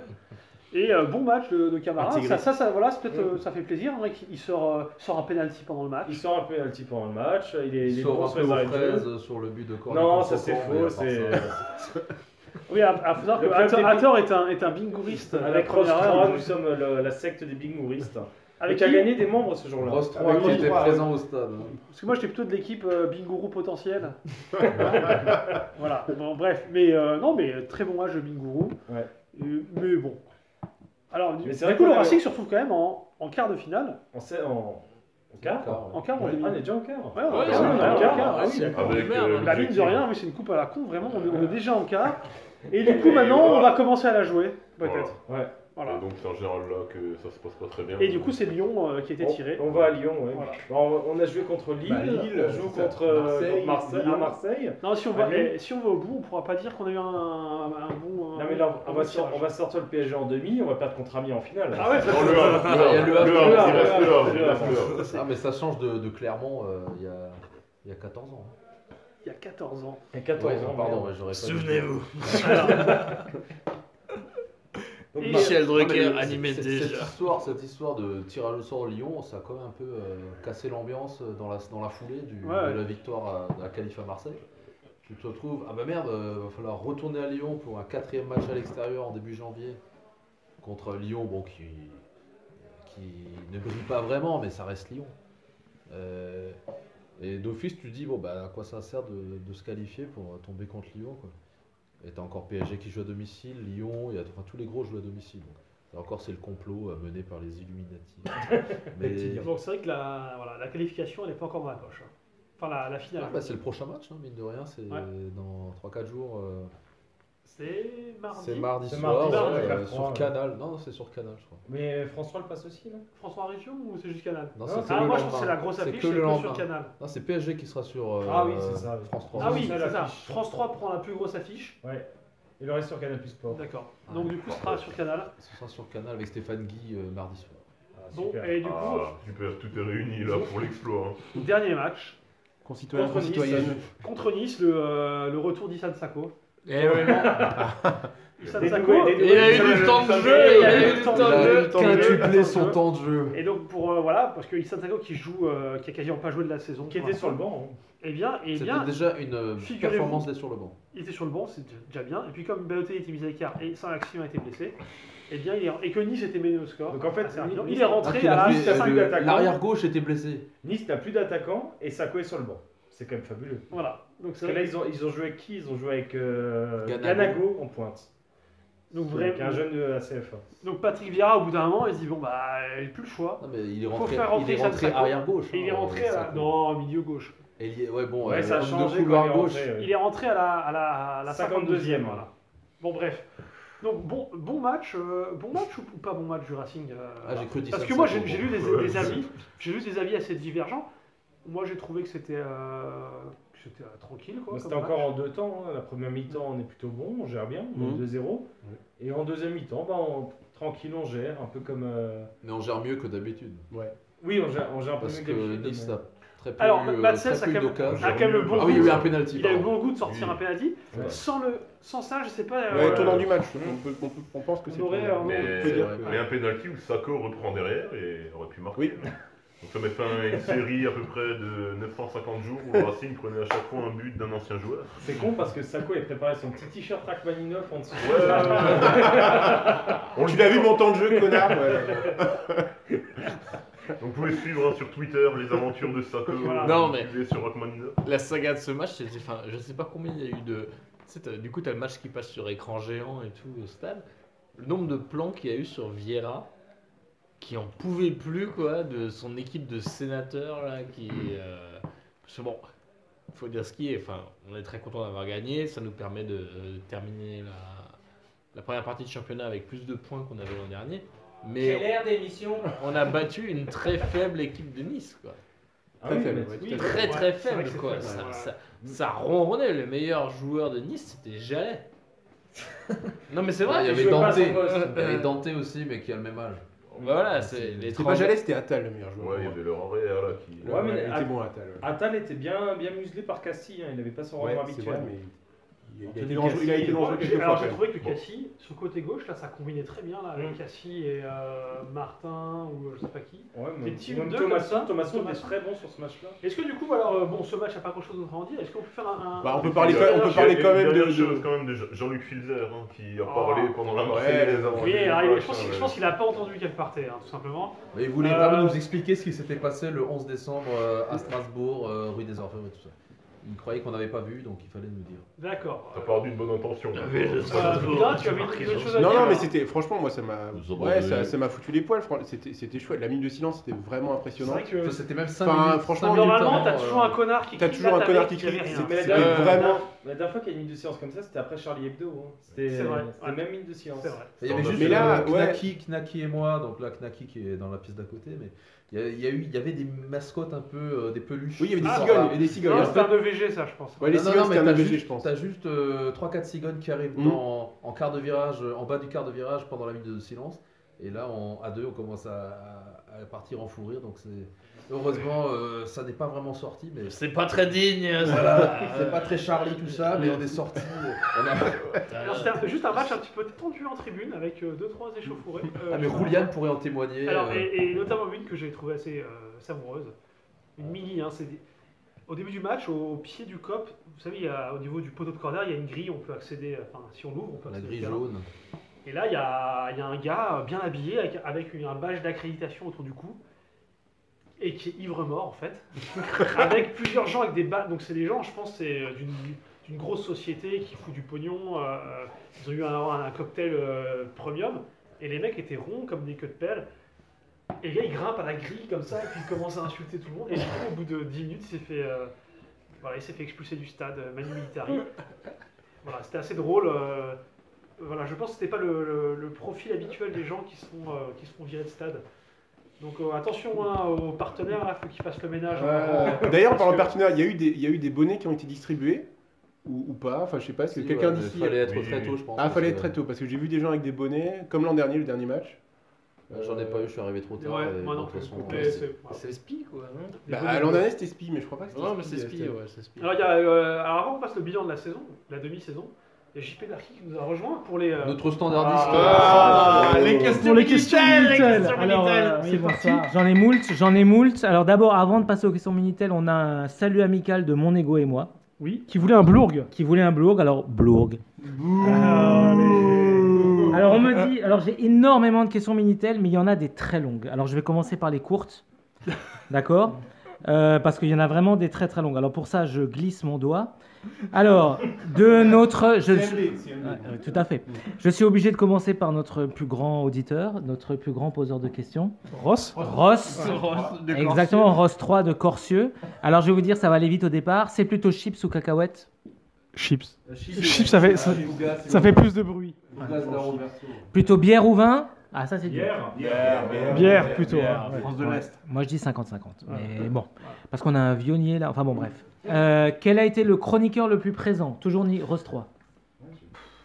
Speaker 2: Et euh, bon match de, de Camara.
Speaker 3: Intégré.
Speaker 2: Ça, ça, ça, voilà, c'est peut-être, euh, ça fait plaisir. hein, qu'il- il sort, euh, sort un penalty pendant le
Speaker 1: Il
Speaker 2: match.
Speaker 1: sort un penalty pendant le match, il est,
Speaker 6: Il
Speaker 1: il est bon
Speaker 6: sort un
Speaker 1: sur
Speaker 6: peu
Speaker 1: les arrêts
Speaker 6: aux
Speaker 1: de jeu.
Speaker 6: fraises euh, sur le but de Corne.
Speaker 1: Non,
Speaker 6: contre
Speaker 1: ça c'est
Speaker 6: Caen, mais à
Speaker 1: faux,
Speaker 6: part
Speaker 1: c'est
Speaker 6: ça,
Speaker 2: Oui, à, à faut savoir que
Speaker 1: Le club
Speaker 2: Hathor
Speaker 1: des
Speaker 2: Hathor est un, est un bingouriste. à la
Speaker 1: avec Ross
Speaker 2: première heure.
Speaker 1: Croix, nous sommes le- la secte des Big Mouristes.
Speaker 2: Avec
Speaker 1: qui a
Speaker 2: qui
Speaker 1: gagné des membres ce jour-là.
Speaker 6: Ross 3
Speaker 1: Avec
Speaker 6: qui
Speaker 1: Ross
Speaker 6: était
Speaker 1: Croix,
Speaker 6: présent au stade. hein.
Speaker 2: Parce que moi j'étais plutôt de l'équipe euh, bingourou potentiel. voilà, bon, bref. Mais euh, non, mais euh, très bon match de bingourou.
Speaker 1: Ouais.
Speaker 2: Euh, mais bon. Alors, du,
Speaker 1: Mais c'est
Speaker 2: du
Speaker 1: vrai
Speaker 2: coup,
Speaker 1: qu'on
Speaker 2: le
Speaker 1: avait-
Speaker 2: Racing se retrouve quand même en, en quart de finale.
Speaker 1: On s'est- on- on Quart
Speaker 6: Quart, ouais.
Speaker 2: En quart, on
Speaker 1: Ah,
Speaker 2: est-
Speaker 1: on est déjà en quart
Speaker 2: Ouais, on est-
Speaker 5: Ouais,
Speaker 2: ouais,
Speaker 5: c'est
Speaker 2: on est
Speaker 5: vrai,
Speaker 2: en quart.
Speaker 1: quart,
Speaker 2: Ah
Speaker 1: ouais,
Speaker 2: oui,
Speaker 1: c'est-
Speaker 2: d'accord.
Speaker 5: Ah, mais
Speaker 4: Avec
Speaker 5: merde,
Speaker 4: euh,
Speaker 2: Bah, mine de
Speaker 4: l'objectif-
Speaker 2: rien, oui, c'est une coupe à la con, vraiment, on est, on est déjà en quart. Et du coup, maintenant, on va commencer à la jouer, peut-être.
Speaker 1: Ouais.
Speaker 2: Voilà.
Speaker 4: Et donc c'est en général là que ça se passe pas très bien.
Speaker 2: Et du coup, c'est Lyon euh, qui a été tiré.
Speaker 1: On, on va à Lyon, ouais.
Speaker 2: Voilà.
Speaker 1: Bon, on a joué contre Lille,
Speaker 3: Bah, Lille,
Speaker 1: on joue
Speaker 3: c'est ça.
Speaker 1: contre
Speaker 3: Marseille,
Speaker 1: euh, contre Marseille,
Speaker 3: Lyon.
Speaker 1: à Marseille.
Speaker 2: Non, si on va,
Speaker 1: À Lyon.
Speaker 2: eh, si on va au bout, on pourra pas dire qu'on a eu un, un bon.
Speaker 1: Non mais là, on va,
Speaker 2: sortir.
Speaker 1: sor- on va sortir le PSG en demi, on va perdre contre Amiens en finale.
Speaker 2: Ah ouais, ça,
Speaker 4: Non, le Havre,
Speaker 6: Ah, il y a
Speaker 4: le
Speaker 6: le
Speaker 4: Havre,
Speaker 6: Havre,
Speaker 4: le
Speaker 1: le
Speaker 4: Havre, il
Speaker 1: Havre,
Speaker 4: reste le Havre,
Speaker 1: le
Speaker 4: il reste
Speaker 1: Havre.
Speaker 4: le Havre.
Speaker 6: Ah, mais ça change de, de Clermont euh, il y, a, il y a 14 ans. hein.
Speaker 2: il y a 14 ans.
Speaker 1: Il y a 14
Speaker 6: Ouais,
Speaker 1: ans,
Speaker 6: pardon,
Speaker 1: merde.
Speaker 6: ouais, j'aurais pas dit.
Speaker 5: Souvenez-vous,
Speaker 1: Donc,
Speaker 2: Et-
Speaker 1: Marseille-
Speaker 5: Michel Drucker
Speaker 6: C'est-
Speaker 5: animait
Speaker 6: c'est-
Speaker 5: euh, déjà.
Speaker 6: Cette histoire, cette histoire de tirage au sort Lyon, ça a quand même un peu euh, cassé l'ambiance dans la, dans la foulée du-
Speaker 2: Ouais.
Speaker 6: de la victoire à, à Calife à Marseille. Tu te retrouves, ah bah merde, euh, va falloir retourner à Lyon pour un quatrième match à l'extérieur en début janvier contre Lyon, bon, qui, qui ne brille pas vraiment, mais ça reste Lyon. Euh, et d'office, tu dis, bon, bah, à quoi ça sert de, de se qualifier pour euh, tomber contre Lyon quoi. Et t'as encore PSG qui joue à domicile, Lyon, et enfin, tous les gros jouent à domicile. donc. Là encore, c'est le complot euh, mené par les Illuminati. Mais...
Speaker 2: euh, Donc c'est vrai que la, voilà, la qualification, elle n'est pas encore dans la poche. hein. Enfin, la, la finale.
Speaker 6: Ah, bah, c'est le prochain match, hein, mine de rien, c'est
Speaker 2: Ouais.
Speaker 6: dans 3-4 jours. euh,
Speaker 2: C'est mardi.
Speaker 6: C'est mardi
Speaker 1: C'est
Speaker 6: soir
Speaker 1: mardi
Speaker 2: soir,
Speaker 6: ouais,
Speaker 1: avec la
Speaker 6: euh, sur
Speaker 1: Croix, ouais.
Speaker 6: Canal. Non, c'est sur Canal, je crois.
Speaker 1: Mais François le passe aussi, non
Speaker 2: François Région ou c'est juste Canal
Speaker 6: Non,
Speaker 1: Ah,
Speaker 6: c'est que
Speaker 2: Ah,
Speaker 6: le
Speaker 2: moi je
Speaker 6: lendemain.
Speaker 2: pense que c'est la grosse
Speaker 6: C'est
Speaker 2: affiche,
Speaker 6: que
Speaker 2: c'est
Speaker 6: le
Speaker 2: que sur
Speaker 6: lendemain.
Speaker 2: Canal.
Speaker 6: Non, c'est PSG qui sera sur euh,
Speaker 1: Ah oui, c'est ça, oui.
Speaker 6: France 3.
Speaker 2: Ah oui,
Speaker 1: ça,
Speaker 2: c'est ça.
Speaker 1: l'affiche.
Speaker 2: France 3 prend la plus grosse affiche.
Speaker 1: Ouais. Et le reste sur Canal Plus Sport.
Speaker 2: D'accord.
Speaker 6: Ah,
Speaker 2: Donc du coup, ce sera sur Canal.
Speaker 6: Ce sera sur Canal avec Stéphane Guy euh, mardi soir.
Speaker 1: Ah,
Speaker 2: Bon,
Speaker 1: super.
Speaker 2: et du coup,
Speaker 4: Ah, super, tout est réuni là pour l'exploit. hein.
Speaker 2: dernier match
Speaker 3: Concitoyen,
Speaker 1: Contre Nice,
Speaker 3: concitoyenne.
Speaker 2: contre Nice, le, euh, le retour d'Issan Sako.
Speaker 5: Eh ouais, non.
Speaker 2: Issane
Speaker 1: Des
Speaker 2: Sako.
Speaker 1: nouveaux- des
Speaker 5: Il a eu du temps de jeu, il a eu du temps
Speaker 6: Il
Speaker 5: de
Speaker 6: a
Speaker 5: jeu.
Speaker 6: quintuplé son
Speaker 2: jeu.
Speaker 6: temps de jeu.
Speaker 2: Et donc pour euh, voilà, parce que Issane Sako qui joue, euh, qui a quasiment pas joué de la saison.
Speaker 1: Qui était sur le banc. hein.
Speaker 2: Eh bien, eh bien,
Speaker 6: C'était déjà une euh,
Speaker 2: figurez-vous-
Speaker 6: performance d'être sur le banc.
Speaker 2: il était sur le banc, c'est déjà bien. Et puis comme Balotelli était mis à l'écart et Saint-Maxime a été blessé, eh bien, il est... et que Nice était mené au score.
Speaker 1: Donc, en fait,
Speaker 2: assez rapidement,
Speaker 1: Nice-
Speaker 2: il est rentré
Speaker 6: Ah, qu'il
Speaker 2: à
Speaker 6: a
Speaker 2: la
Speaker 6: fait,
Speaker 2: 5
Speaker 6: euh, le-
Speaker 2: d'attaquant.
Speaker 6: L'arrière gauche était blessé.
Speaker 1: Nice n'a plus d'attaquant et Sako est sur le banc. C'est quand même fabuleux.
Speaker 2: Voilà. Donc c'est
Speaker 1: Parce que là, ils ont, ils ont joué avec qui Ils ont joué avec euh,
Speaker 6: Ganago.
Speaker 1: Ganago en pointe.
Speaker 2: Donc,
Speaker 1: Avec
Speaker 2: vraiment-
Speaker 1: un jeune de la CFA.
Speaker 2: Donc Patrick Vieira, au bout d'un moment, il se dit bon bah, il n'a plus le choix.
Speaker 6: Non, mais il est
Speaker 2: Faut
Speaker 6: rentré,
Speaker 2: faire rentrer
Speaker 6: il est rentré hein, euh,
Speaker 2: Isaac Sako.
Speaker 6: arrière gauche.
Speaker 2: Et
Speaker 1: Oh,
Speaker 2: il est rentré à la... non milieu gauche.
Speaker 6: ouais, bon,
Speaker 1: Ouais,
Speaker 6: euh,
Speaker 1: ça a
Speaker 6: homme de
Speaker 1: changé
Speaker 6: couloir
Speaker 1: quand il est
Speaker 6: gauche.
Speaker 1: rentré, ouais.
Speaker 2: Il est rentré euh. à la, à la, à la
Speaker 1: 52e,
Speaker 2: voilà. Bon bref. Donc bon, bon match, euh, bon match ou ou pas bon match du Racing. euh,
Speaker 6: Ah, j'ai cru
Speaker 2: Parce
Speaker 6: Isaac
Speaker 2: que moi,
Speaker 6: Sako,
Speaker 2: j'ai j'ai
Speaker 6: bon.
Speaker 2: lu des,
Speaker 4: Ouais,
Speaker 2: des
Speaker 4: c'est-
Speaker 2: avis, j'ai lu des avis assez divergents. Moi, j'ai trouvé que c'était euh, que c'était, euh, tranquille. quoi, comme
Speaker 1: Bah, C'était encore
Speaker 2: match.
Speaker 1: en deux temps. hein. La première mi-temps, on est plutôt bon, on gère bien, on
Speaker 3: Mhm.
Speaker 1: est 2-0. Et en deuxième mi-temps, bah, on... tranquille, on gère, un peu comme. euh,
Speaker 6: Mais on gère mieux que d'habitude.
Speaker 1: Oui, on gère, on gère un peu
Speaker 6: Parce
Speaker 1: mieux
Speaker 6: que
Speaker 1: d'habitude,
Speaker 6: Nice
Speaker 1: mais-
Speaker 6: a très peu
Speaker 2: Alors,
Speaker 6: eu, euh,
Speaker 2: Madsen,
Speaker 6: très
Speaker 2: ça
Speaker 6: peu
Speaker 2: a quand
Speaker 6: eu
Speaker 2: même-
Speaker 6: d'occasion.
Speaker 2: a quand même le bon
Speaker 6: Ah oui, il y a eu un
Speaker 2: goût.
Speaker 6: penalty.
Speaker 2: Il a eu le
Speaker 6: pardon.
Speaker 2: bon goût de sortir
Speaker 4: Oui.
Speaker 2: un penalty.
Speaker 1: Ouais.
Speaker 2: Sans le, sans ça, je sais pas.
Speaker 3: Ouais,
Speaker 2: euh,
Speaker 3: tournant du match. On, peut- on peut- on pense que
Speaker 2: On
Speaker 3: c'est.
Speaker 2: aurait,
Speaker 3: tournant.
Speaker 2: euh,
Speaker 4: Mais,
Speaker 3: On peut dire que-
Speaker 4: mais un penalty où Sako reprend derrière et aurait pu marquer.
Speaker 3: Oui.
Speaker 4: Donc ça met fin à une série à peu près de 950 jours où le Racing prenait à chaque fois un but d'un ancien joueur.
Speaker 1: C'est con parce que Sako a préparé son petit t-shirt Rachmaninoff en dessous. Ah
Speaker 4: On
Speaker 3: Tu
Speaker 4: le
Speaker 3: l'as vu mon temps de jeu, connard ouais.
Speaker 4: Donc vous pouvez suivre hein, sur Twitter les aventures de Sako.
Speaker 2: Voilà.
Speaker 4: euh,
Speaker 5: Non, mais- Bah
Speaker 4: publiées sur Rachmaninoff.
Speaker 5: La saga de ce match, c'est, enfin, je sais pas combien il y a eu de. tu sais, t'as- du coup, t'as le match qui passe sur écran géant et tout au stade. Le nombre de plans qu'il y a eu sur Vieira, qui en pouvait plus, quoi, de son équipe de sénateurs, là, qui. euh, parce que bon, faut dire ce qui est. Enfin, on est très content d'avoir gagné. Ça nous permet de euh, terminer la, la première partie de championnat avec plus de points qu'on avait l'an dernier.
Speaker 7: J'ai
Speaker 5: Mais
Speaker 7: l'air d'émission.
Speaker 5: on a battu une très faible équipe de Nice, quoi
Speaker 1: Ah
Speaker 3: Très
Speaker 1: oui,
Speaker 3: faible,
Speaker 1: mais-
Speaker 3: ouais,
Speaker 1: oui.
Speaker 3: tout à fait.
Speaker 2: Ouais,
Speaker 5: très
Speaker 2: c'est
Speaker 5: très
Speaker 2: vrai
Speaker 5: faible
Speaker 2: que c'est
Speaker 5: quoi.
Speaker 2: faible,
Speaker 5: ça,
Speaker 2: ouais.
Speaker 5: ça- ça ronronnait. Le meilleur joueur de Nice c'était Jallet. non mais c'est vrai. Bah,
Speaker 6: Il y avait
Speaker 7: je veux pas
Speaker 6: Dante.
Speaker 7: son poste.
Speaker 6: Il y avait Dante aussi, mais qui a le même âge.
Speaker 5: Voilà, Ah, c'est les
Speaker 3: C'était
Speaker 5: 30
Speaker 3: pas Jalais, c'était Attal le meilleur joueur.
Speaker 4: Ouais, il y avait leur arrière là qui.
Speaker 1: Ouais, mais-
Speaker 3: il était bon Attal. ouais.
Speaker 1: Attal était bien, bien muselé par Cassie, hein, il n'avait pas son
Speaker 3: Ouais,
Speaker 1: rendement
Speaker 3: c'est
Speaker 1: habituel.
Speaker 3: vrai, mais il, il a
Speaker 1: Anthony
Speaker 3: été dangereux, il a été
Speaker 1: Cassie,
Speaker 3: dangereux quelques
Speaker 2: Alors
Speaker 3: fois.
Speaker 2: j'ai
Speaker 3: quand même.
Speaker 2: trouvé que Cassie, sur le côté gauche, là ça combinait très bien là, avec
Speaker 1: Mm.
Speaker 2: Cassie et euh, Martin ou euh, je sais pas qui.
Speaker 1: Ouais, mais
Speaker 2: Des petits
Speaker 1: même
Speaker 2: deux
Speaker 1: Thomas-
Speaker 2: comme ça,
Speaker 1: Thomasson
Speaker 2: Thomasson.
Speaker 1: était très bon sur ce match-là.
Speaker 2: Est-ce que du coup, alors euh, bon, ce match a pas grand chose d'autre à en dire. Est-ce qu'on peut faire un. un-
Speaker 3: Bah, on peut
Speaker 4: Et
Speaker 3: parler,
Speaker 4: puis,
Speaker 3: on peut
Speaker 4: Il y
Speaker 3: parler
Speaker 4: avait
Speaker 3: quand
Speaker 4: une
Speaker 3: même de.
Speaker 4: dernière chose,
Speaker 3: de-
Speaker 4: quand même de Jean- Jean-Luc Filzer hein, qui a
Speaker 2: Ah.
Speaker 4: parlé pendant la
Speaker 3: Ouais.
Speaker 4: Marseillaise avant
Speaker 2: Oui,
Speaker 4: les
Speaker 2: alors, il- je
Speaker 4: matchs,
Speaker 2: pense,
Speaker 4: hein,
Speaker 2: je pense qu'il a pas entendu qu'elle partait, hein, tout simplement.
Speaker 6: Mais il voulait
Speaker 2: Euh,
Speaker 6: vraiment nous expliquer ce qui s'était passé le 11 décembre euh, à Strasbourg, euh, rue des Orfèvres et tout ça. Il croyait qu'on n'avait pas vu, donc il fallait nous dire.
Speaker 2: D'accord.
Speaker 4: Ça part d'une bonne intention. hein.
Speaker 2: Euh, Bouddha, tu avais une autre chose à dire
Speaker 3: Non, non, mais c'était franchement, moi ça m'a.
Speaker 6: Vous
Speaker 3: Ouais,
Speaker 6: aurez-
Speaker 3: ça ça m'a foutu les poils. fran- C'était c'était chouette. La minute de silence, c'était vraiment
Speaker 2: C'est
Speaker 3: impressionnant.
Speaker 2: vrai que
Speaker 6: Ça, C'était même 5
Speaker 3: Enfin,
Speaker 6: minutes.
Speaker 3: franchement,
Speaker 6: cinq minutes
Speaker 2: normalement,
Speaker 6: avant,
Speaker 2: t'as toujours
Speaker 6: euh,
Speaker 2: un connard qui
Speaker 3: t'as
Speaker 2: crie,
Speaker 3: toujours
Speaker 2: là,
Speaker 3: un
Speaker 2: t'as
Speaker 3: connard
Speaker 2: mec
Speaker 3: qui
Speaker 2: avait
Speaker 3: crie,
Speaker 2: rien. hein.
Speaker 1: Mais la
Speaker 3: C'est
Speaker 1: dernière,
Speaker 3: vraiment-
Speaker 1: la dernière- la dernière fois qu'il y a une minute de silence comme ça, c'était après Charlie Hebdo. hein. C'était
Speaker 2: C'est vrai.
Speaker 1: c'était la même minute de
Speaker 3: hein.
Speaker 1: silence.
Speaker 2: C'est vrai.
Speaker 6: Il y avait juste
Speaker 3: Mais là,
Speaker 6: euh,
Speaker 3: ouais.
Speaker 6: Knaki, Knaki et moi, donc là Knaki qui est dans la pièce d'à côté, mais il y, a- il y a eu, il y avait des mascottes un peu, euh, des peluches.
Speaker 3: Oui, il y avait des
Speaker 2: Ah,
Speaker 3: cigognes.
Speaker 6: voilà.
Speaker 3: Et des cigognes.
Speaker 2: Non,
Speaker 3: en
Speaker 2: c'est
Speaker 3: fait.
Speaker 2: un EVG, ça, je pense.
Speaker 3: Ouais, les
Speaker 6: Non, non,
Speaker 3: cigognes,
Speaker 6: non, mais
Speaker 3: c'était un
Speaker 6: t'as
Speaker 3: objet,
Speaker 6: juste-
Speaker 3: je pense.
Speaker 6: T'as juste 3-4 cigognes qui arrivent
Speaker 3: Mhm.
Speaker 6: dans- en quart de virage, euh, en bas du quart de virage pendant la minute de silence. Et là, on- à deux, on commence à, à- à partir en fou rire. Donc c'est heureusement, euh, ça n'est pas vraiment sorti, mais
Speaker 5: C'est pas très digne. ça.
Speaker 3: Ah,
Speaker 6: voilà, c'est pas très Charlie tout ça, mais on est sorti. euh, on a-
Speaker 2: Alors, C'était un- juste un match un petit peu tendu en tribune avec 2-3 échauffourés. Euh,
Speaker 6: Ah, mais Rouliane pourrait en témoigner.
Speaker 2: Alors,
Speaker 6: euh,
Speaker 2: et, et notamment une que j'ai trouvée assez euh, savoureuse. Une mini, hein, c'est des- Au début du match, au pied du cop, vous savez, il y a, au niveau du poteau de corner, il y a une grille, on peut accéder, euh, enfin, si on l'ouvre, on peut
Speaker 6: la
Speaker 2: accéder. au
Speaker 6: grille
Speaker 2: terrain.
Speaker 6: jaune.
Speaker 2: Et là, il y a, il y a un gars euh, bien habillé avec, avec une- un badge d'accréditation autour du cou et qui est ivre-mort en fait. avec plusieurs gens avec des balles. Donc, c'est des gens, je pense, c'est euh, d'une d'une grosse société qui fout du pognon. euh, euh, ils ont eu un, un cocktail euh, premium et les mecs étaient ronds comme des queues de pelle. Et le gars, il grimpe à la grille comme ça et puis il commence à insulter tout le monde. Et du coup, au bout de 10 minutes, il s'est fait, euh, voilà, il s'est fait expulser du stade, euh, Manu Militari. Voilà, c'était assez drôle. euh, voilà, je pense que c'était pas le, le- le profil habituel des gens qui se font, euh, qui se font virer de stade. Donc euh, attention hein, aux partenaires, il faut qu'ils fassent le ménage. hein.
Speaker 3: D'ailleurs, par le
Speaker 2: Parce que-
Speaker 3: partenaire, il y, a eu des- il y a eu des bonnets qui ont été distribués ou, ou pas. Enfin, je sais pas. Est-ce que
Speaker 6: Si,
Speaker 3: quelqu'un
Speaker 6: ouais, mais
Speaker 3: d'ici.
Speaker 6: Fallait être
Speaker 4: Oui,
Speaker 6: très
Speaker 4: oui.
Speaker 6: tôt, je pense.
Speaker 3: Ah,
Speaker 6: parce
Speaker 3: fallait
Speaker 6: que-
Speaker 3: être très tôt parce que j'ai vu des gens avec des bonnets, comme l'an dernier, le dernier match.
Speaker 6: Euh, J'en ai pas eu, je suis arrivé trop tard.
Speaker 2: Ouais,
Speaker 6: et
Speaker 2: moi non
Speaker 6: de toute
Speaker 2: plus.
Speaker 6: façon,
Speaker 2: Mais
Speaker 6: euh,
Speaker 2: c'est- voilà.
Speaker 5: C'est Spi quoi. hein
Speaker 2: Les
Speaker 3: Bah,
Speaker 2: bonnets-
Speaker 3: l'an dernier, c'était Spi, mais je crois pas que c'était
Speaker 5: Non, mais c'est
Speaker 3: Spi, euh,
Speaker 5: Spi,
Speaker 3: c'était-
Speaker 5: ouais, c'est Spi.
Speaker 2: Alors, il y a, euh, alors, avant qu'on fasse le bilan de la saison, la demi-saison, il y a JP Darky qui nous a rejoint pour les. euh,
Speaker 6: Notre standardiste.
Speaker 3: Ah,
Speaker 6: euh,
Speaker 3: les
Speaker 6: euh,
Speaker 3: questions
Speaker 7: Pour les questions Minitel. Alors, euh, oui,
Speaker 2: c'est parti.
Speaker 7: bonsoir. J'en ai moult, j'en ai moult. Alors d'abord, avant de passer aux questions Minitel, on a un salut amical de mon ego et moi,
Speaker 2: Oui, qui voulait un blourg.
Speaker 7: qui voulait un Blourg. Alors Blourg.
Speaker 2: Ah,
Speaker 7: Alors euh, on me dit, alors j'ai énormément de questions Minitel, mais il y en a des très longues. Alors je vais commencer par les courtes, d'accord Euh, Parce qu'il y en a vraiment des très très longues. Alors pour ça, je glisse mon doigt. Alors, de notre... Je,
Speaker 3: CMD, CMD.
Speaker 7: Ouais, euh, tout à fait. Je suis obligé de commencer par notre plus grand auditeur, notre plus grand poseur de questions.
Speaker 2: Ross.
Speaker 7: Ross. Exactement, Ross 3 de Corsieux. Alors je vais vous dire, ça va aller vite au départ. C'est plutôt chips ou cacahuètes
Speaker 2: Chips.
Speaker 3: Chips,
Speaker 2: Chips,
Speaker 5: euh,
Speaker 2: ça fait- ça- Ça fait plus de bruit.
Speaker 7: Plutôt bière ou vin Ah, ça c'est dur.
Speaker 1: Hier,
Speaker 2: Bière plutôt. hein, ouais.
Speaker 3: France de l'Est.
Speaker 7: Moi je dis 50-50. Mais bon, parce qu'on a un vionnier là. Enfin bon, bref. Euh, quel a été le chroniqueur le plus présent Toujours ni Ross 3.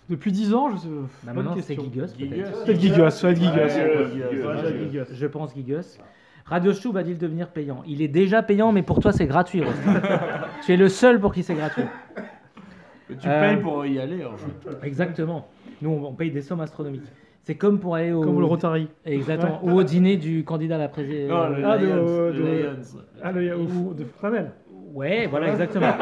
Speaker 2: Depuis 10 ans, je sais. euh,
Speaker 7: Bah,
Speaker 2: Bonne
Speaker 7: maintenant c'est
Speaker 2: question.
Speaker 7: Gigus. peut-être.
Speaker 2: Peut-être Gigas, ça va être Gigas.
Speaker 7: Je pense Gigus. Radio Chou va-t-il devenir payant Il est déjà payant, mais pour toi c'est gratuit. Ross. tu es le seul pour qui c'est gratuit.
Speaker 8: Tu
Speaker 7: Euh,
Speaker 8: payes pour y aller. en fait.
Speaker 2: euh,
Speaker 7: Exactement. Nous, on on paye des sommes astronomiques. C'est comme pour aller au,
Speaker 2: Comme le Rotary.
Speaker 7: Exactement, ou au dîner du candidat à la
Speaker 8: Non,
Speaker 7: présidence.
Speaker 8: le
Speaker 2: Ah, de-
Speaker 8: Lions,
Speaker 2: de-
Speaker 8: le Lions.
Speaker 2: Ah, le ou de Flamel.
Speaker 7: Ouais, voilà, exactement.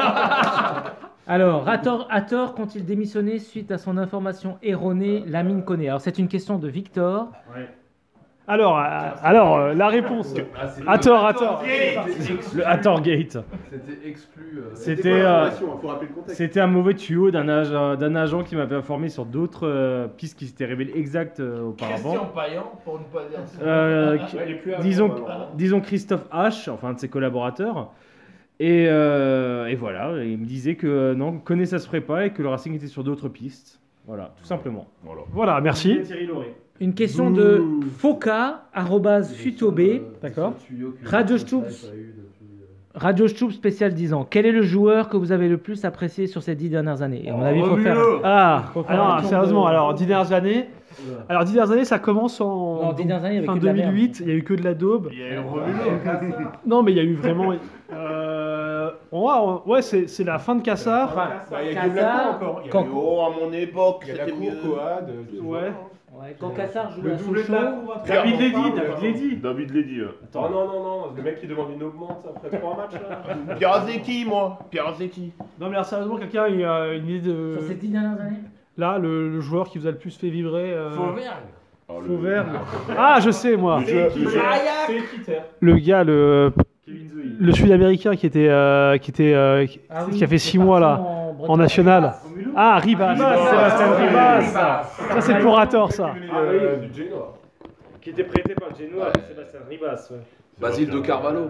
Speaker 7: Alors, Hathor, Hathor quand il démissionnait suite à son information erronée, Lamine connaît. Alors, c'est une question de Victor.
Speaker 2: Alors, euh, alors euh, la réponse.
Speaker 6: Ah, c'est-
Speaker 2: À tort, à tort.
Speaker 8: Le Hathorgate.
Speaker 6: C'était exclu. euh,
Speaker 8: C'est-
Speaker 3: quoi
Speaker 8: C'était, euh,
Speaker 3: l'information, hein, faut rappeler le contexte.
Speaker 8: C'était un mauvais tuyau d'un age- d'un agent qui m'avait informé sur d'autres euh, pistes qui s'étaient révélées exactes euh,
Speaker 5: Christian
Speaker 8: auparavant.
Speaker 5: Payan, pour ne pas dire ça.
Speaker 8: Euh,
Speaker 3: Ouais, elle Ah, est plus à
Speaker 8: disons,
Speaker 3: jour, alors.
Speaker 8: disons Christophe H, enfin un de ses collaborateurs. Et, euh, et voilà, il me disait que euh, non, connaît ça se ferait pas et que le Racing était sur d'autres pistes. Voilà, tout simplement.
Speaker 4: Voilà.
Speaker 2: Voilà, merci.
Speaker 8: Thierry Lauré.
Speaker 7: Une question de Foca, arrobase Futobé,
Speaker 2: D'accord.
Speaker 6: c'est le tuyau que-
Speaker 7: Radio
Speaker 6: que Sky
Speaker 7: Stoops.
Speaker 6: a eu depuis, euh,
Speaker 7: Radio Stoup spécial disant Quel est le joueur que vous avez le plus apprécié sur ces dix dernières années Et à mon avis, il faut faire.
Speaker 2: Ah,
Speaker 7: Faut faire un
Speaker 2: alors,
Speaker 7: tour
Speaker 2: sérieusement,
Speaker 7: de-
Speaker 2: alors, dix dernières années.
Speaker 7: Oula.
Speaker 2: Alors, dix dernières années, ça commence en.
Speaker 7: Non, dix dernières années, il y avait
Speaker 2: fin
Speaker 7: que de la
Speaker 2: 2008, il y a eu que de la daube.
Speaker 4: Il y a eu Romulo.
Speaker 2: Non, mais il y a eu vraiment. euh, on va- on- ouais, c'est c'est la fin de Kassar.
Speaker 3: Bah, il y a Guillaume
Speaker 7: Casa,
Speaker 3: Lacour encore. Il y a
Speaker 7: quand-
Speaker 3: eu-
Speaker 8: Oh, à mon époque,
Speaker 3: il y a la cour, Coad. euh, tout ce
Speaker 2: Ouais.
Speaker 3: genre.
Speaker 7: Ouais, quand Kassar joue
Speaker 8: Bah,
Speaker 7: à
Speaker 3: doublé de
Speaker 7: Sochaux,
Speaker 3: Lacour, après,
Speaker 8: David
Speaker 3: on
Speaker 8: Lédy,
Speaker 3: parle,
Speaker 8: David
Speaker 3: euh,
Speaker 8: Lédy.
Speaker 4: David Lady. euh.
Speaker 3: Attends, non, non, non, le mec qui demande une augmente après trois matchs là.
Speaker 8: Pierre moi. Pierre
Speaker 2: Non, mais alors, sérieusement, quelqu'un a une- une idée de.
Speaker 7: sur ces dix dernières années
Speaker 2: Là, le, le joueur qui vous a le plus fait vibrer. euh,
Speaker 5: Fauvergue.
Speaker 4: Ah, le-
Speaker 2: Fauvert. Ah, je sais, moi.
Speaker 4: Le jeu- le jeu-
Speaker 2: Le gars, le
Speaker 1: Kevin The Hill.
Speaker 2: le Sud-Américain qui était, euh, qui était, euh, qui-
Speaker 7: Ah
Speaker 2: qui
Speaker 7: oui,
Speaker 2: a fait
Speaker 7: c'est
Speaker 2: 6 mois là,
Speaker 7: parti
Speaker 2: en,
Speaker 7: Bretagne.
Speaker 2: national. Ah, Ribas,
Speaker 1: Ribas,
Speaker 2: Sébastien
Speaker 1: Ribas.
Speaker 2: Ribas. Ça c'est pour Hathor ça.
Speaker 1: Ah
Speaker 4: Euh,
Speaker 1: oui,
Speaker 4: du Genoa.
Speaker 1: qui était prêté par le Genoa avec Sébastien Ribas. ouais.
Speaker 5: Basile de Carvalho.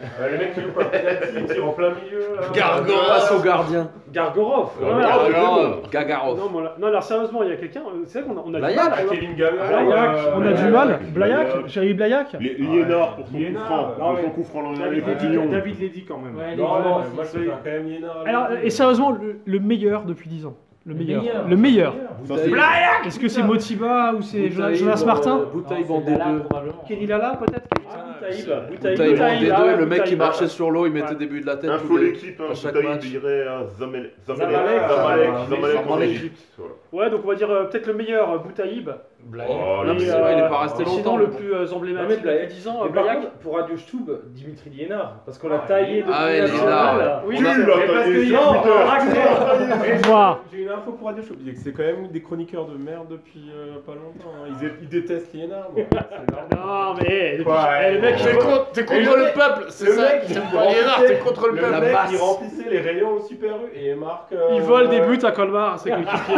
Speaker 4: Ouais, le mec qui joue pas penalty, il tire en plein milieu. là.
Speaker 5: Gargoras au gardien.
Speaker 1: hein. Gargorov.
Speaker 5: Euh,
Speaker 1: voilà.
Speaker 5: Gargoras, Gagarov.
Speaker 9: Non, mais on l'a- non, alors sérieusement, il y a quelqu'un. euh, C'est vrai qu'on a, on a du
Speaker 5: Blayak,
Speaker 9: mal.
Speaker 4: Ah,
Speaker 9: on a-
Speaker 4: Kevin Gallagher,
Speaker 9: Blayak,
Speaker 4: euh,
Speaker 2: On a du mal. Blayak,
Speaker 4: Blayak.
Speaker 2: Jérémy Blayak.
Speaker 4: Les- Liénard pour son coup
Speaker 1: Liénard,
Speaker 4: franc.
Speaker 1: non,
Speaker 4: Pour
Speaker 1: mais-
Speaker 4: son coup franc, l'année
Speaker 1: David
Speaker 4: dernière,
Speaker 1: Ledy-
Speaker 4: Lyon.
Speaker 1: David Ledy quand même.
Speaker 7: Ouais, les
Speaker 4: Non,
Speaker 7: Blancs
Speaker 4: ouais,
Speaker 7: aussi,
Speaker 4: moi, je
Speaker 7: c'est-
Speaker 4: préfère quand même Liénard.
Speaker 2: Alors, euh, et sérieusement, le, le meilleur depuis 10 ans. Le
Speaker 7: Le
Speaker 2: meilleur.
Speaker 7: meilleur.
Speaker 2: Le meilleur.
Speaker 1: Ah,
Speaker 4: Ça, c'est-
Speaker 2: Est-ce que c'est Motiba ou c'est Jonas
Speaker 6: euh,
Speaker 2: Jonas Martin
Speaker 6: Bouteille
Speaker 7: Non,
Speaker 6: bandée
Speaker 7: c'est Lala,
Speaker 6: 2.
Speaker 7: probablement.
Speaker 9: Kenny Lala, peut-être qui-
Speaker 1: Ah, Boutaïb.
Speaker 6: Bouteille bandée 2,
Speaker 1: ah ouais,
Speaker 6: le mec qui
Speaker 1: Boutaïb.
Speaker 6: marchait sur l'eau, il mettait
Speaker 1: Ouais.
Speaker 6: des buts de la tête. tous
Speaker 4: Info
Speaker 6: les-
Speaker 4: l'équipe, hein,
Speaker 6: à chaque
Speaker 4: Boutaïb
Speaker 6: match.
Speaker 4: irait à Zamalek.
Speaker 1: Zamalek,
Speaker 4: Zamalek,
Speaker 1: Zamalek,
Speaker 4: Zamalek en
Speaker 6: Zamalek.
Speaker 4: Égypte. Voilà.
Speaker 9: Ouais, donc on va dire euh, peut-être le meilleur, euh, Boutaïb.
Speaker 5: Blague.
Speaker 4: Oh,
Speaker 6: Non,
Speaker 4: les-
Speaker 6: Ah, mais c'est
Speaker 9: euh,
Speaker 6: vrai, il est pas resté
Speaker 9: Et
Speaker 6: longtemps.
Speaker 9: sinon, le plus euh, emblématique
Speaker 1: Non, mais
Speaker 9: depuis
Speaker 1: Blayak.
Speaker 9: 10 ans, euh,
Speaker 1: Et par
Speaker 9: Blayak.
Speaker 1: contre, pour Radio Stube, Dimitri Liénard, parce qu'on l'a taillé de
Speaker 5: Ah ouais,
Speaker 1: manière
Speaker 5: Liénard,
Speaker 1: générale.
Speaker 4: Oui,
Speaker 1: On a-
Speaker 4: là,
Speaker 1: mais
Speaker 4: t'as
Speaker 1: parce
Speaker 4: des
Speaker 1: que
Speaker 4: gens,
Speaker 1: Liénard,
Speaker 4: putain.
Speaker 6: Ah,
Speaker 1: Ragnar-
Speaker 2: Au revoir.
Speaker 3: J'ai une info pour Radio Show, c'est que c'est quand même des chroniqueurs de merde depuis euh, pas longtemps. hein. Ils, ils détestent Liénard. donc c'est normal.
Speaker 9: Non, Ah, mais. depuis-
Speaker 4: Ouais.
Speaker 9: eh, le mec,
Speaker 5: T'es contre, t'es contre le, peuple, c'est
Speaker 3: le
Speaker 5: ça.
Speaker 3: mec,
Speaker 5: T'es
Speaker 3: il
Speaker 5: pas Liénard, t'es contre le,
Speaker 3: Le
Speaker 5: peuple.
Speaker 3: mec,
Speaker 5: La basse.
Speaker 3: il remplissait les rayons au Super U et il marque. euh,
Speaker 9: il vole des buts à Colmar, c'est coéquipier.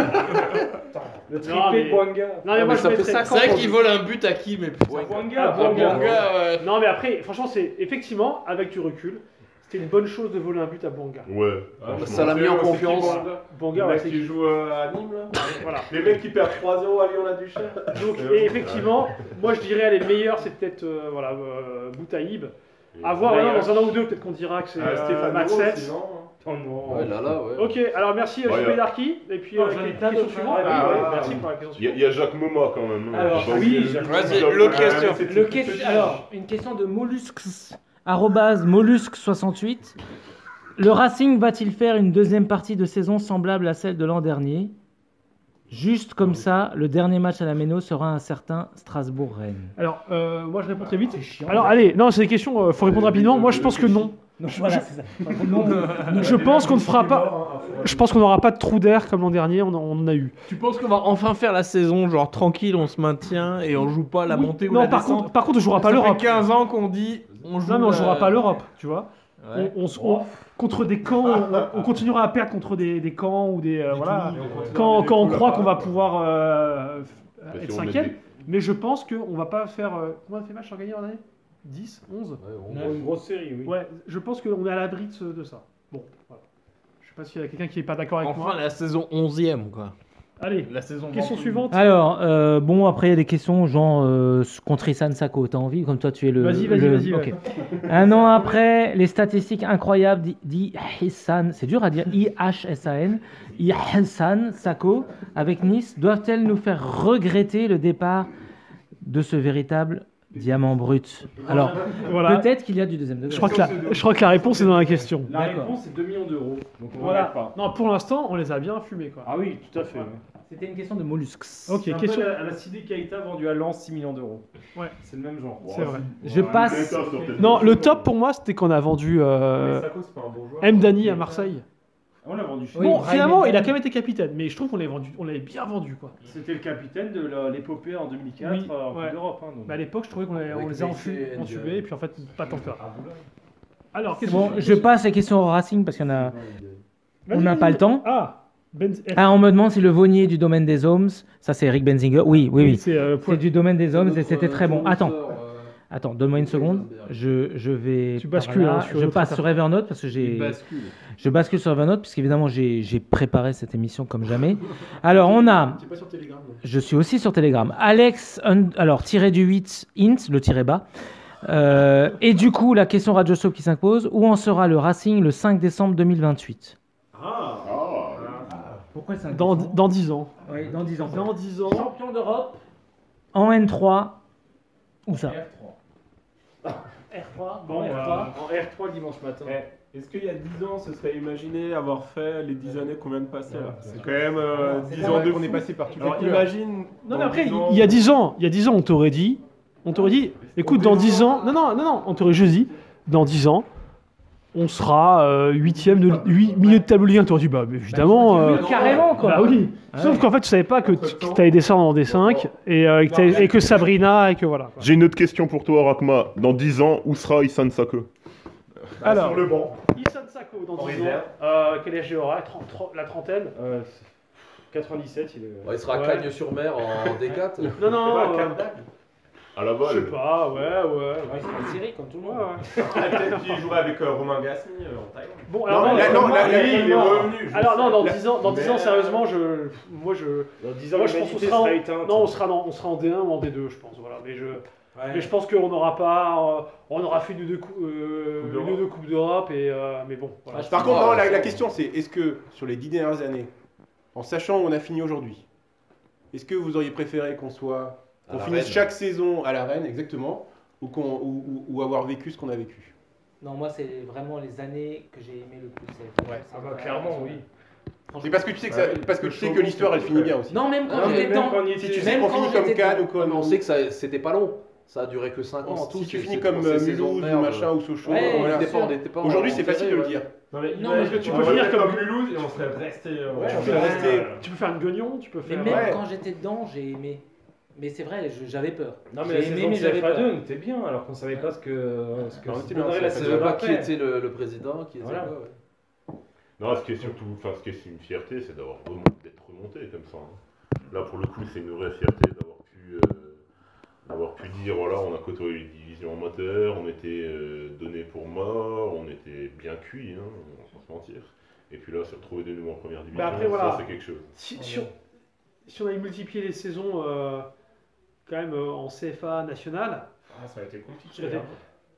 Speaker 1: Le
Speaker 9: Non,
Speaker 1: triplé
Speaker 9: mais-
Speaker 1: de Boanga.
Speaker 9: Non, mais
Speaker 6: Ah,
Speaker 9: moi,
Speaker 6: mais
Speaker 9: je
Speaker 6: ça fait
Speaker 9: mettrais-
Speaker 6: cinq
Speaker 5: C'est vrai qu'il vole un but à qui, mais putain.
Speaker 1: Boanga,
Speaker 5: Ah,
Speaker 1: Boanga.
Speaker 5: Bonga, ouais.
Speaker 9: Non, mais après, franchement, c'est effectivement, avec du recul, c'était une bonne chose de voler un but à Bonga.
Speaker 4: Ouais.
Speaker 6: Ah,
Speaker 4: franchement.
Speaker 6: Ça l'a mis en confiance.
Speaker 9: Bonga,
Speaker 3: Le
Speaker 9: ouais,
Speaker 3: mec
Speaker 9: c'est
Speaker 3: qui joue euh, à Nîmes là.
Speaker 9: Voilà.
Speaker 3: Les mecs qui perdent 3-0 à Lyon-la-Duchère.
Speaker 9: Donc, et effectivement, moi je dirais, allez, le meilleur, c'est peut-être euh, voilà, euh, Boutaïb. À voir,
Speaker 1: Blayak.
Speaker 9: hein, dans un an ou deux, peut-être qu'on dira que c'est
Speaker 3: Euh,
Speaker 9: euh,
Speaker 3: Stéphane
Speaker 9: match
Speaker 3: Moreau,
Speaker 9: set.
Speaker 3: sinon, hein.
Speaker 1: Oh non.
Speaker 6: Ouais, Lala, ouais.
Speaker 9: Ok, alors merci, euh,
Speaker 4: Ouais,
Speaker 9: Super
Speaker 4: ouais.
Speaker 9: Darky. Et puis,
Speaker 1: Non,
Speaker 9: euh,
Speaker 1: j'en ai
Speaker 9: que-
Speaker 1: plein
Speaker 9: question
Speaker 1: d'autres,
Speaker 9: suivante.
Speaker 1: hein.
Speaker 9: Ah,
Speaker 4: Ah,
Speaker 9: oui,
Speaker 4: ouais.
Speaker 9: Merci pour la question
Speaker 4: Il y a-
Speaker 9: suivante.
Speaker 4: il y a Jacques Moma quand même. hein.
Speaker 1: Alors,
Speaker 4: Je pense
Speaker 1: oui,
Speaker 4: que-
Speaker 1: Jacques-
Speaker 5: Vas-y, le
Speaker 4: Ouais,
Speaker 3: Ah,
Speaker 5: question.
Speaker 4: c'est-
Speaker 7: Le question- alors, une question de mollusques. Arrobase mollusque68. Le Racing va-t-il faire une deuxième partie de saison semblable à celle de l'an dernier Juste comme ça, le dernier match à la Méno sera un certain Strasbourg-Rennes.
Speaker 2: Alors, euh, moi je réponds très vite.
Speaker 7: chiant.
Speaker 2: Alors, allez, non, c'est des questions, euh, faut répondre rapidement. Moi je pense que non.
Speaker 7: non, voilà, c'est ça.
Speaker 2: Je pense qu'on ne fera pas. Je pense qu'on n'aura pas de trou d'air comme l'an dernier, on en, on en a eu.
Speaker 5: Tu penses qu'on va enfin faire la saison, genre tranquille, on se maintient et on joue pas la montée ou
Speaker 2: non,
Speaker 5: la
Speaker 2: par
Speaker 5: descente
Speaker 2: contre, par contre, on jouera pas
Speaker 5: Ça fait
Speaker 2: l'Europe.
Speaker 5: 15 ans qu'on dit on joue.
Speaker 2: Non, mais on
Speaker 5: la-
Speaker 2: jouera pas l'Europe, tu vois.
Speaker 5: Ouais.
Speaker 2: On, on s- on- contre des camps, on, on continuera à perdre contre des, des camps ou des. euh, voilà. Quand, quand on croit qu'on va pouvoir euh,
Speaker 4: Parce
Speaker 2: être
Speaker 4: qu'on met
Speaker 2: cinquième.
Speaker 4: des-
Speaker 2: Mais je pense qu'on va pas faire. euh, combien de fait match sans gagner en année 10 11
Speaker 6: Ouais, on-
Speaker 1: Une grosse série, oui.
Speaker 2: Ouais, je pense qu'on est à l'abri de, ce- de ça. Bon, voilà. Je sais pas s'il y a quelqu'un qui est pas d'accord avec
Speaker 5: Enfin
Speaker 2: moi.
Speaker 5: la saison 11ème quoi.
Speaker 2: Allez,
Speaker 5: La saison
Speaker 2: question
Speaker 5: ventouse.
Speaker 2: suivante.
Speaker 7: Alors, euh, bon, après, il y a des questions, genre, euh, contre Issan Sako, t'as envie Comme toi, tu es le...
Speaker 2: Vas-y, vas-y,
Speaker 7: le-
Speaker 2: vas-y, ouais.
Speaker 7: ok. Un an après, les statistiques incroyables d'I- d'Ihsan, c'est dur à dire, I-H-S-A-N, Ihsan Sako, avec Nice, doivent-elles nous faire regretter le départ de ce véritable diamant brut Alors,
Speaker 2: Voilà.
Speaker 7: peut-être qu'il y a du deuxième degré.
Speaker 2: Je crois, que la, je crois que la réponse est dans la question.
Speaker 1: La
Speaker 7: D'accord.
Speaker 1: réponse est 2 millions d'euros. Donc on
Speaker 2: Voilà.
Speaker 1: regarde pas.
Speaker 2: Non, pour l'instant, on les a bien fumés, quoi.
Speaker 1: Ah oui, tout à fait.
Speaker 2: Ouais.
Speaker 1: ouais.
Speaker 7: C'était une question de mollusques.
Speaker 2: Ok,
Speaker 1: C'est un
Speaker 2: question.
Speaker 1: peu la, la CD Keita vendue à Lens 6 millions d'euros.
Speaker 2: Ouais.
Speaker 1: C'est le même genre.
Speaker 2: C'est vrai.
Speaker 7: Je passe...
Speaker 4: Keita, sur tes-
Speaker 2: Non, le top pour moi, c'était qu'on a vendu euh,
Speaker 3: Mais Sacco, c'est pas un bon joueur.
Speaker 2: M. Dani à Marseille.
Speaker 1: On l'a vendu chez
Speaker 7: Oui,
Speaker 1: nous.
Speaker 2: bon,
Speaker 7: Ryan
Speaker 2: finalement, il a
Speaker 7: Mendonça.
Speaker 2: quand même été capitaine, mais je trouve qu'on l'avait vendu, on l'avait bien vendu, quoi.
Speaker 1: C'était le capitaine de la- l'épopée en 2004
Speaker 2: Oui,
Speaker 1: euh, en Coupe
Speaker 2: ouais.
Speaker 1: d'Europe. hein, donc.
Speaker 2: Mais Bah, à l'époque, je trouvais qu'on les- on
Speaker 6: Avec
Speaker 2: les a
Speaker 6: Messi
Speaker 2: enfu-
Speaker 6: et
Speaker 2: entubés,
Speaker 6: Ndiaye.
Speaker 2: et Ah. puis en fait, pas tant que ça. Alors, qu'est-ce
Speaker 7: Bon,
Speaker 2: que
Speaker 7: je passe la question au Racing, parce qu'on a...
Speaker 2: Vas-y,
Speaker 7: on n'a
Speaker 2: vas-y.
Speaker 7: pas le temps.
Speaker 2: Ah, Ben.
Speaker 7: Ah, on me demande si le Vaunier du domaine des hommes, ça c'est Eric Benzinger. Oui, oui, oui.
Speaker 2: C'est euh,
Speaker 7: C'est
Speaker 2: point-
Speaker 7: du domaine des hommes et
Speaker 6: Notre,
Speaker 7: c'était très
Speaker 6: euh,
Speaker 7: bon. Attends,
Speaker 6: fournisseur, euh,
Speaker 7: attends, donne-moi une seconde. Je, je vais.
Speaker 2: Tu
Speaker 7: par
Speaker 2: bascules,
Speaker 7: là.
Speaker 2: hein, sur
Speaker 7: je
Speaker 2: autre
Speaker 7: passe
Speaker 2: affaire.
Speaker 7: sur Evernote parce que j'ai.
Speaker 6: Il bascule.
Speaker 7: Je bascule sur Evernote puisqu'évidemment j'ai j'ai préparé cette émission comme jamais. Alors on a.
Speaker 3: T'es pas sur Telegram. donc.
Speaker 7: Je suis aussi sur Telegram. Alex, un- alors tiré du 8, int, le tiré bas. Euh, et du coup, la question Radio Soap qui s'impose où en sera le Racing le 5 décembre 2028
Speaker 4: Ah,
Speaker 7: Pourquoi 5
Speaker 2: dans, dans 10 ans.
Speaker 7: Dans 10 ans.
Speaker 2: Dans 10 ans.
Speaker 7: Champion d'Europe en N3. Où ça
Speaker 3: Ah,
Speaker 1: R3,
Speaker 2: Bon,
Speaker 1: en R3,
Speaker 2: bah.
Speaker 1: euh, en R3 dimanche matin.
Speaker 3: Eh, Est-ce qu'il y a 10 ans, ce serait imaginé avoir fait les 10 années qu'on vient de passer là C'est quand même euh, 10 ans de. On est passé par toutes Alors imagine.
Speaker 2: Non, mais après, il y a 10 ans, Ah, il y a 10 ans, on t'aurait dit, on t'aurait dit, écoute, dans 10 ans, non, non, non, non, on t'aurait juste dit, dans 10 ans, on sera euh, huitième de, huit- milieu de tableau Ligue 1. T'aurais dit, bah, mais évidemment. euh,
Speaker 7: Carrément quoi
Speaker 2: bah oui. Sauf qu'en fait, tu savais pas que tu allais descendre en D5 et, euh, que t'allais- et que Sabrina et que voilà. quoi.
Speaker 4: J'ai une autre question pour toi, Rakma. Dans 10 ans, où sera Issan Sake
Speaker 5: Alors,
Speaker 1: Sur le banc.
Speaker 2: Issan Sako dans
Speaker 1: En
Speaker 2: 10 ans.
Speaker 1: réserve.
Speaker 2: Euh, quel âge il aura Tren- tren- La trentaine
Speaker 1: Euh, 97, il est.
Speaker 6: Bon, il sera
Speaker 2: Ouais.
Speaker 6: à Cagnes-sur-Mer en D4.
Speaker 2: Non, non,
Speaker 3: Bah,
Speaker 1: Ouais,
Speaker 2: euh,
Speaker 4: À la
Speaker 2: je sais
Speaker 4: balle.
Speaker 2: pas, ouais, ouais.
Speaker 1: Ouais, c'est une série comme tout le
Speaker 2: ouais,
Speaker 1: monde.
Speaker 2: ouais.
Speaker 3: Ah, Peut-être qu'il jouerait avec euh, Romain Gasmi en Thaïlande.
Speaker 2: Bon,
Speaker 3: Non,
Speaker 2: alors,
Speaker 3: mais là, non, là, là,
Speaker 2: oui,
Speaker 3: il est
Speaker 2: non.
Speaker 3: revenu. je
Speaker 2: Alors,
Speaker 3: sais.
Speaker 2: non, dans
Speaker 3: Là-
Speaker 2: 10 ans, dans 10 ans
Speaker 3: Mais- euh,
Speaker 2: sérieusement, je. Moi, je.
Speaker 1: Dans 10 ans,
Speaker 2: Moi, je pense qu'on
Speaker 1: l'humanité
Speaker 2: sera en-
Speaker 1: sera éteinte.
Speaker 2: Non, on sera, dans- on sera en D1 ou en D2, je pense. Voilà. Mais, je,
Speaker 1: Ouais.
Speaker 2: mais je pense qu'on n'aura pas. euh, on aura fait une ou deux, cou- euh,
Speaker 3: Coupe
Speaker 2: une ou
Speaker 3: d'Europe.
Speaker 2: deux Coupes d'Europe, et, euh, mais bon. Voilà.
Speaker 3: Par contre, non, la, la question c'est est-ce que sur les dix dernières années, en sachant où on a fini aujourd'hui, est-ce que vous auriez préféré qu'on soit,
Speaker 6: À
Speaker 3: qu'on
Speaker 6: la
Speaker 3: finisse
Speaker 6: Reine.
Speaker 3: chaque saison à la reine, exactement, ou, qu'on, ou, ou- ou avoir vécu ce qu'on a vécu
Speaker 7: Non, moi, c'est vraiment les années que j'ai aimé le plus. c'est-
Speaker 1: Ouais,
Speaker 7: c'est
Speaker 1: ah bah,
Speaker 7: vrai,
Speaker 1: clairement,
Speaker 7: franchement.
Speaker 1: oui.
Speaker 7: Franchement.
Speaker 3: C'est parce que tu sais que, ça-
Speaker 4: Ouais,
Speaker 3: parce que,
Speaker 4: le
Speaker 3: tu sais que
Speaker 4: chaudron,
Speaker 3: l'histoire elle
Speaker 4: c'est-
Speaker 3: finit bien aussi.
Speaker 7: Non, même quand
Speaker 1: Non, mais
Speaker 7: j'étais
Speaker 1: même
Speaker 7: dedans.
Speaker 1: quand on y était-
Speaker 3: Si tu sais
Speaker 7: même
Speaker 3: qu'on
Speaker 7: quand
Speaker 3: finit
Speaker 7: j'étais
Speaker 3: comme
Speaker 7: dedans.
Speaker 3: Cannes ou comme.
Speaker 6: on sait que ça- c'était pas long. Ça a duré que 5 ans.
Speaker 3: si
Speaker 6: tous
Speaker 3: tu
Speaker 6: ces-
Speaker 3: finis
Speaker 6: ces-
Speaker 3: comme
Speaker 6: ces
Speaker 3: euh,
Speaker 6: saisons de
Speaker 3: Mulhouse ou
Speaker 6: merde.
Speaker 3: machin ou Sochaux,
Speaker 7: Ouais,
Speaker 3: voilà.
Speaker 6: On était pas en- on était pas en-
Speaker 3: Aujourd'hui c'est
Speaker 6: enterré,
Speaker 3: facile de le
Speaker 6: ouais.
Speaker 3: dire.
Speaker 1: Non, mais,
Speaker 7: Non, mais
Speaker 1: est-ce que tu
Speaker 2: on
Speaker 1: peux
Speaker 2: va
Speaker 1: finir
Speaker 2: faire
Speaker 1: comme
Speaker 2: comme
Speaker 1: Mulhouse et on serait resté. euh,
Speaker 3: Ouais,
Speaker 1: tu
Speaker 3: on
Speaker 1: peux
Speaker 3: serait
Speaker 1: rester.
Speaker 3: resté.
Speaker 2: Tu peux faire une guignon, tu peux
Speaker 7: Mais
Speaker 2: faire. euh,
Speaker 7: même
Speaker 3: Ouais.
Speaker 7: quand j'étais dedans, j'ai aimé. Mais c'est vrai, je- j'avais peur.
Speaker 1: Non, mais
Speaker 7: J'ai
Speaker 1: la
Speaker 7: aimé,
Speaker 1: saison de
Speaker 7: mais j'avais
Speaker 1: CFA
Speaker 7: peur.
Speaker 1: 2, on était bien, alors qu'on savait pas ce que. euh, Ce que
Speaker 3: Non, on était bien,
Speaker 1: on aurait
Speaker 3: on
Speaker 1: la
Speaker 6: On
Speaker 3: savait
Speaker 1: saison
Speaker 6: savait pas qui
Speaker 1: d'après.
Speaker 6: était le, le président, qui était
Speaker 1: Voilà.
Speaker 6: quoi, ouais.
Speaker 4: Non, ce qui est surtout, enfin, ce qui est une fierté, c'est d'avoir remon- d'être remonté comme ça. hein. Là, pour le coup, c'est une vraie fierté d'avoir pu, euh, d'avoir pu dire voilà, on a côtoyé les divisions amateurs, on était euh, donné pour mort, on était bien cuit, hein, on va pas se mentir. Et puis là, se retrouver de nouveau en première division,
Speaker 2: après, voilà.
Speaker 4: ça c'est quelque chose.
Speaker 2: Si,
Speaker 1: Oh
Speaker 2: si on, si on avait multiplié les saisons euh, quand même euh, en CFA national,
Speaker 1: Ah, ça a été compliqué.
Speaker 2: Ça a été-
Speaker 1: hein.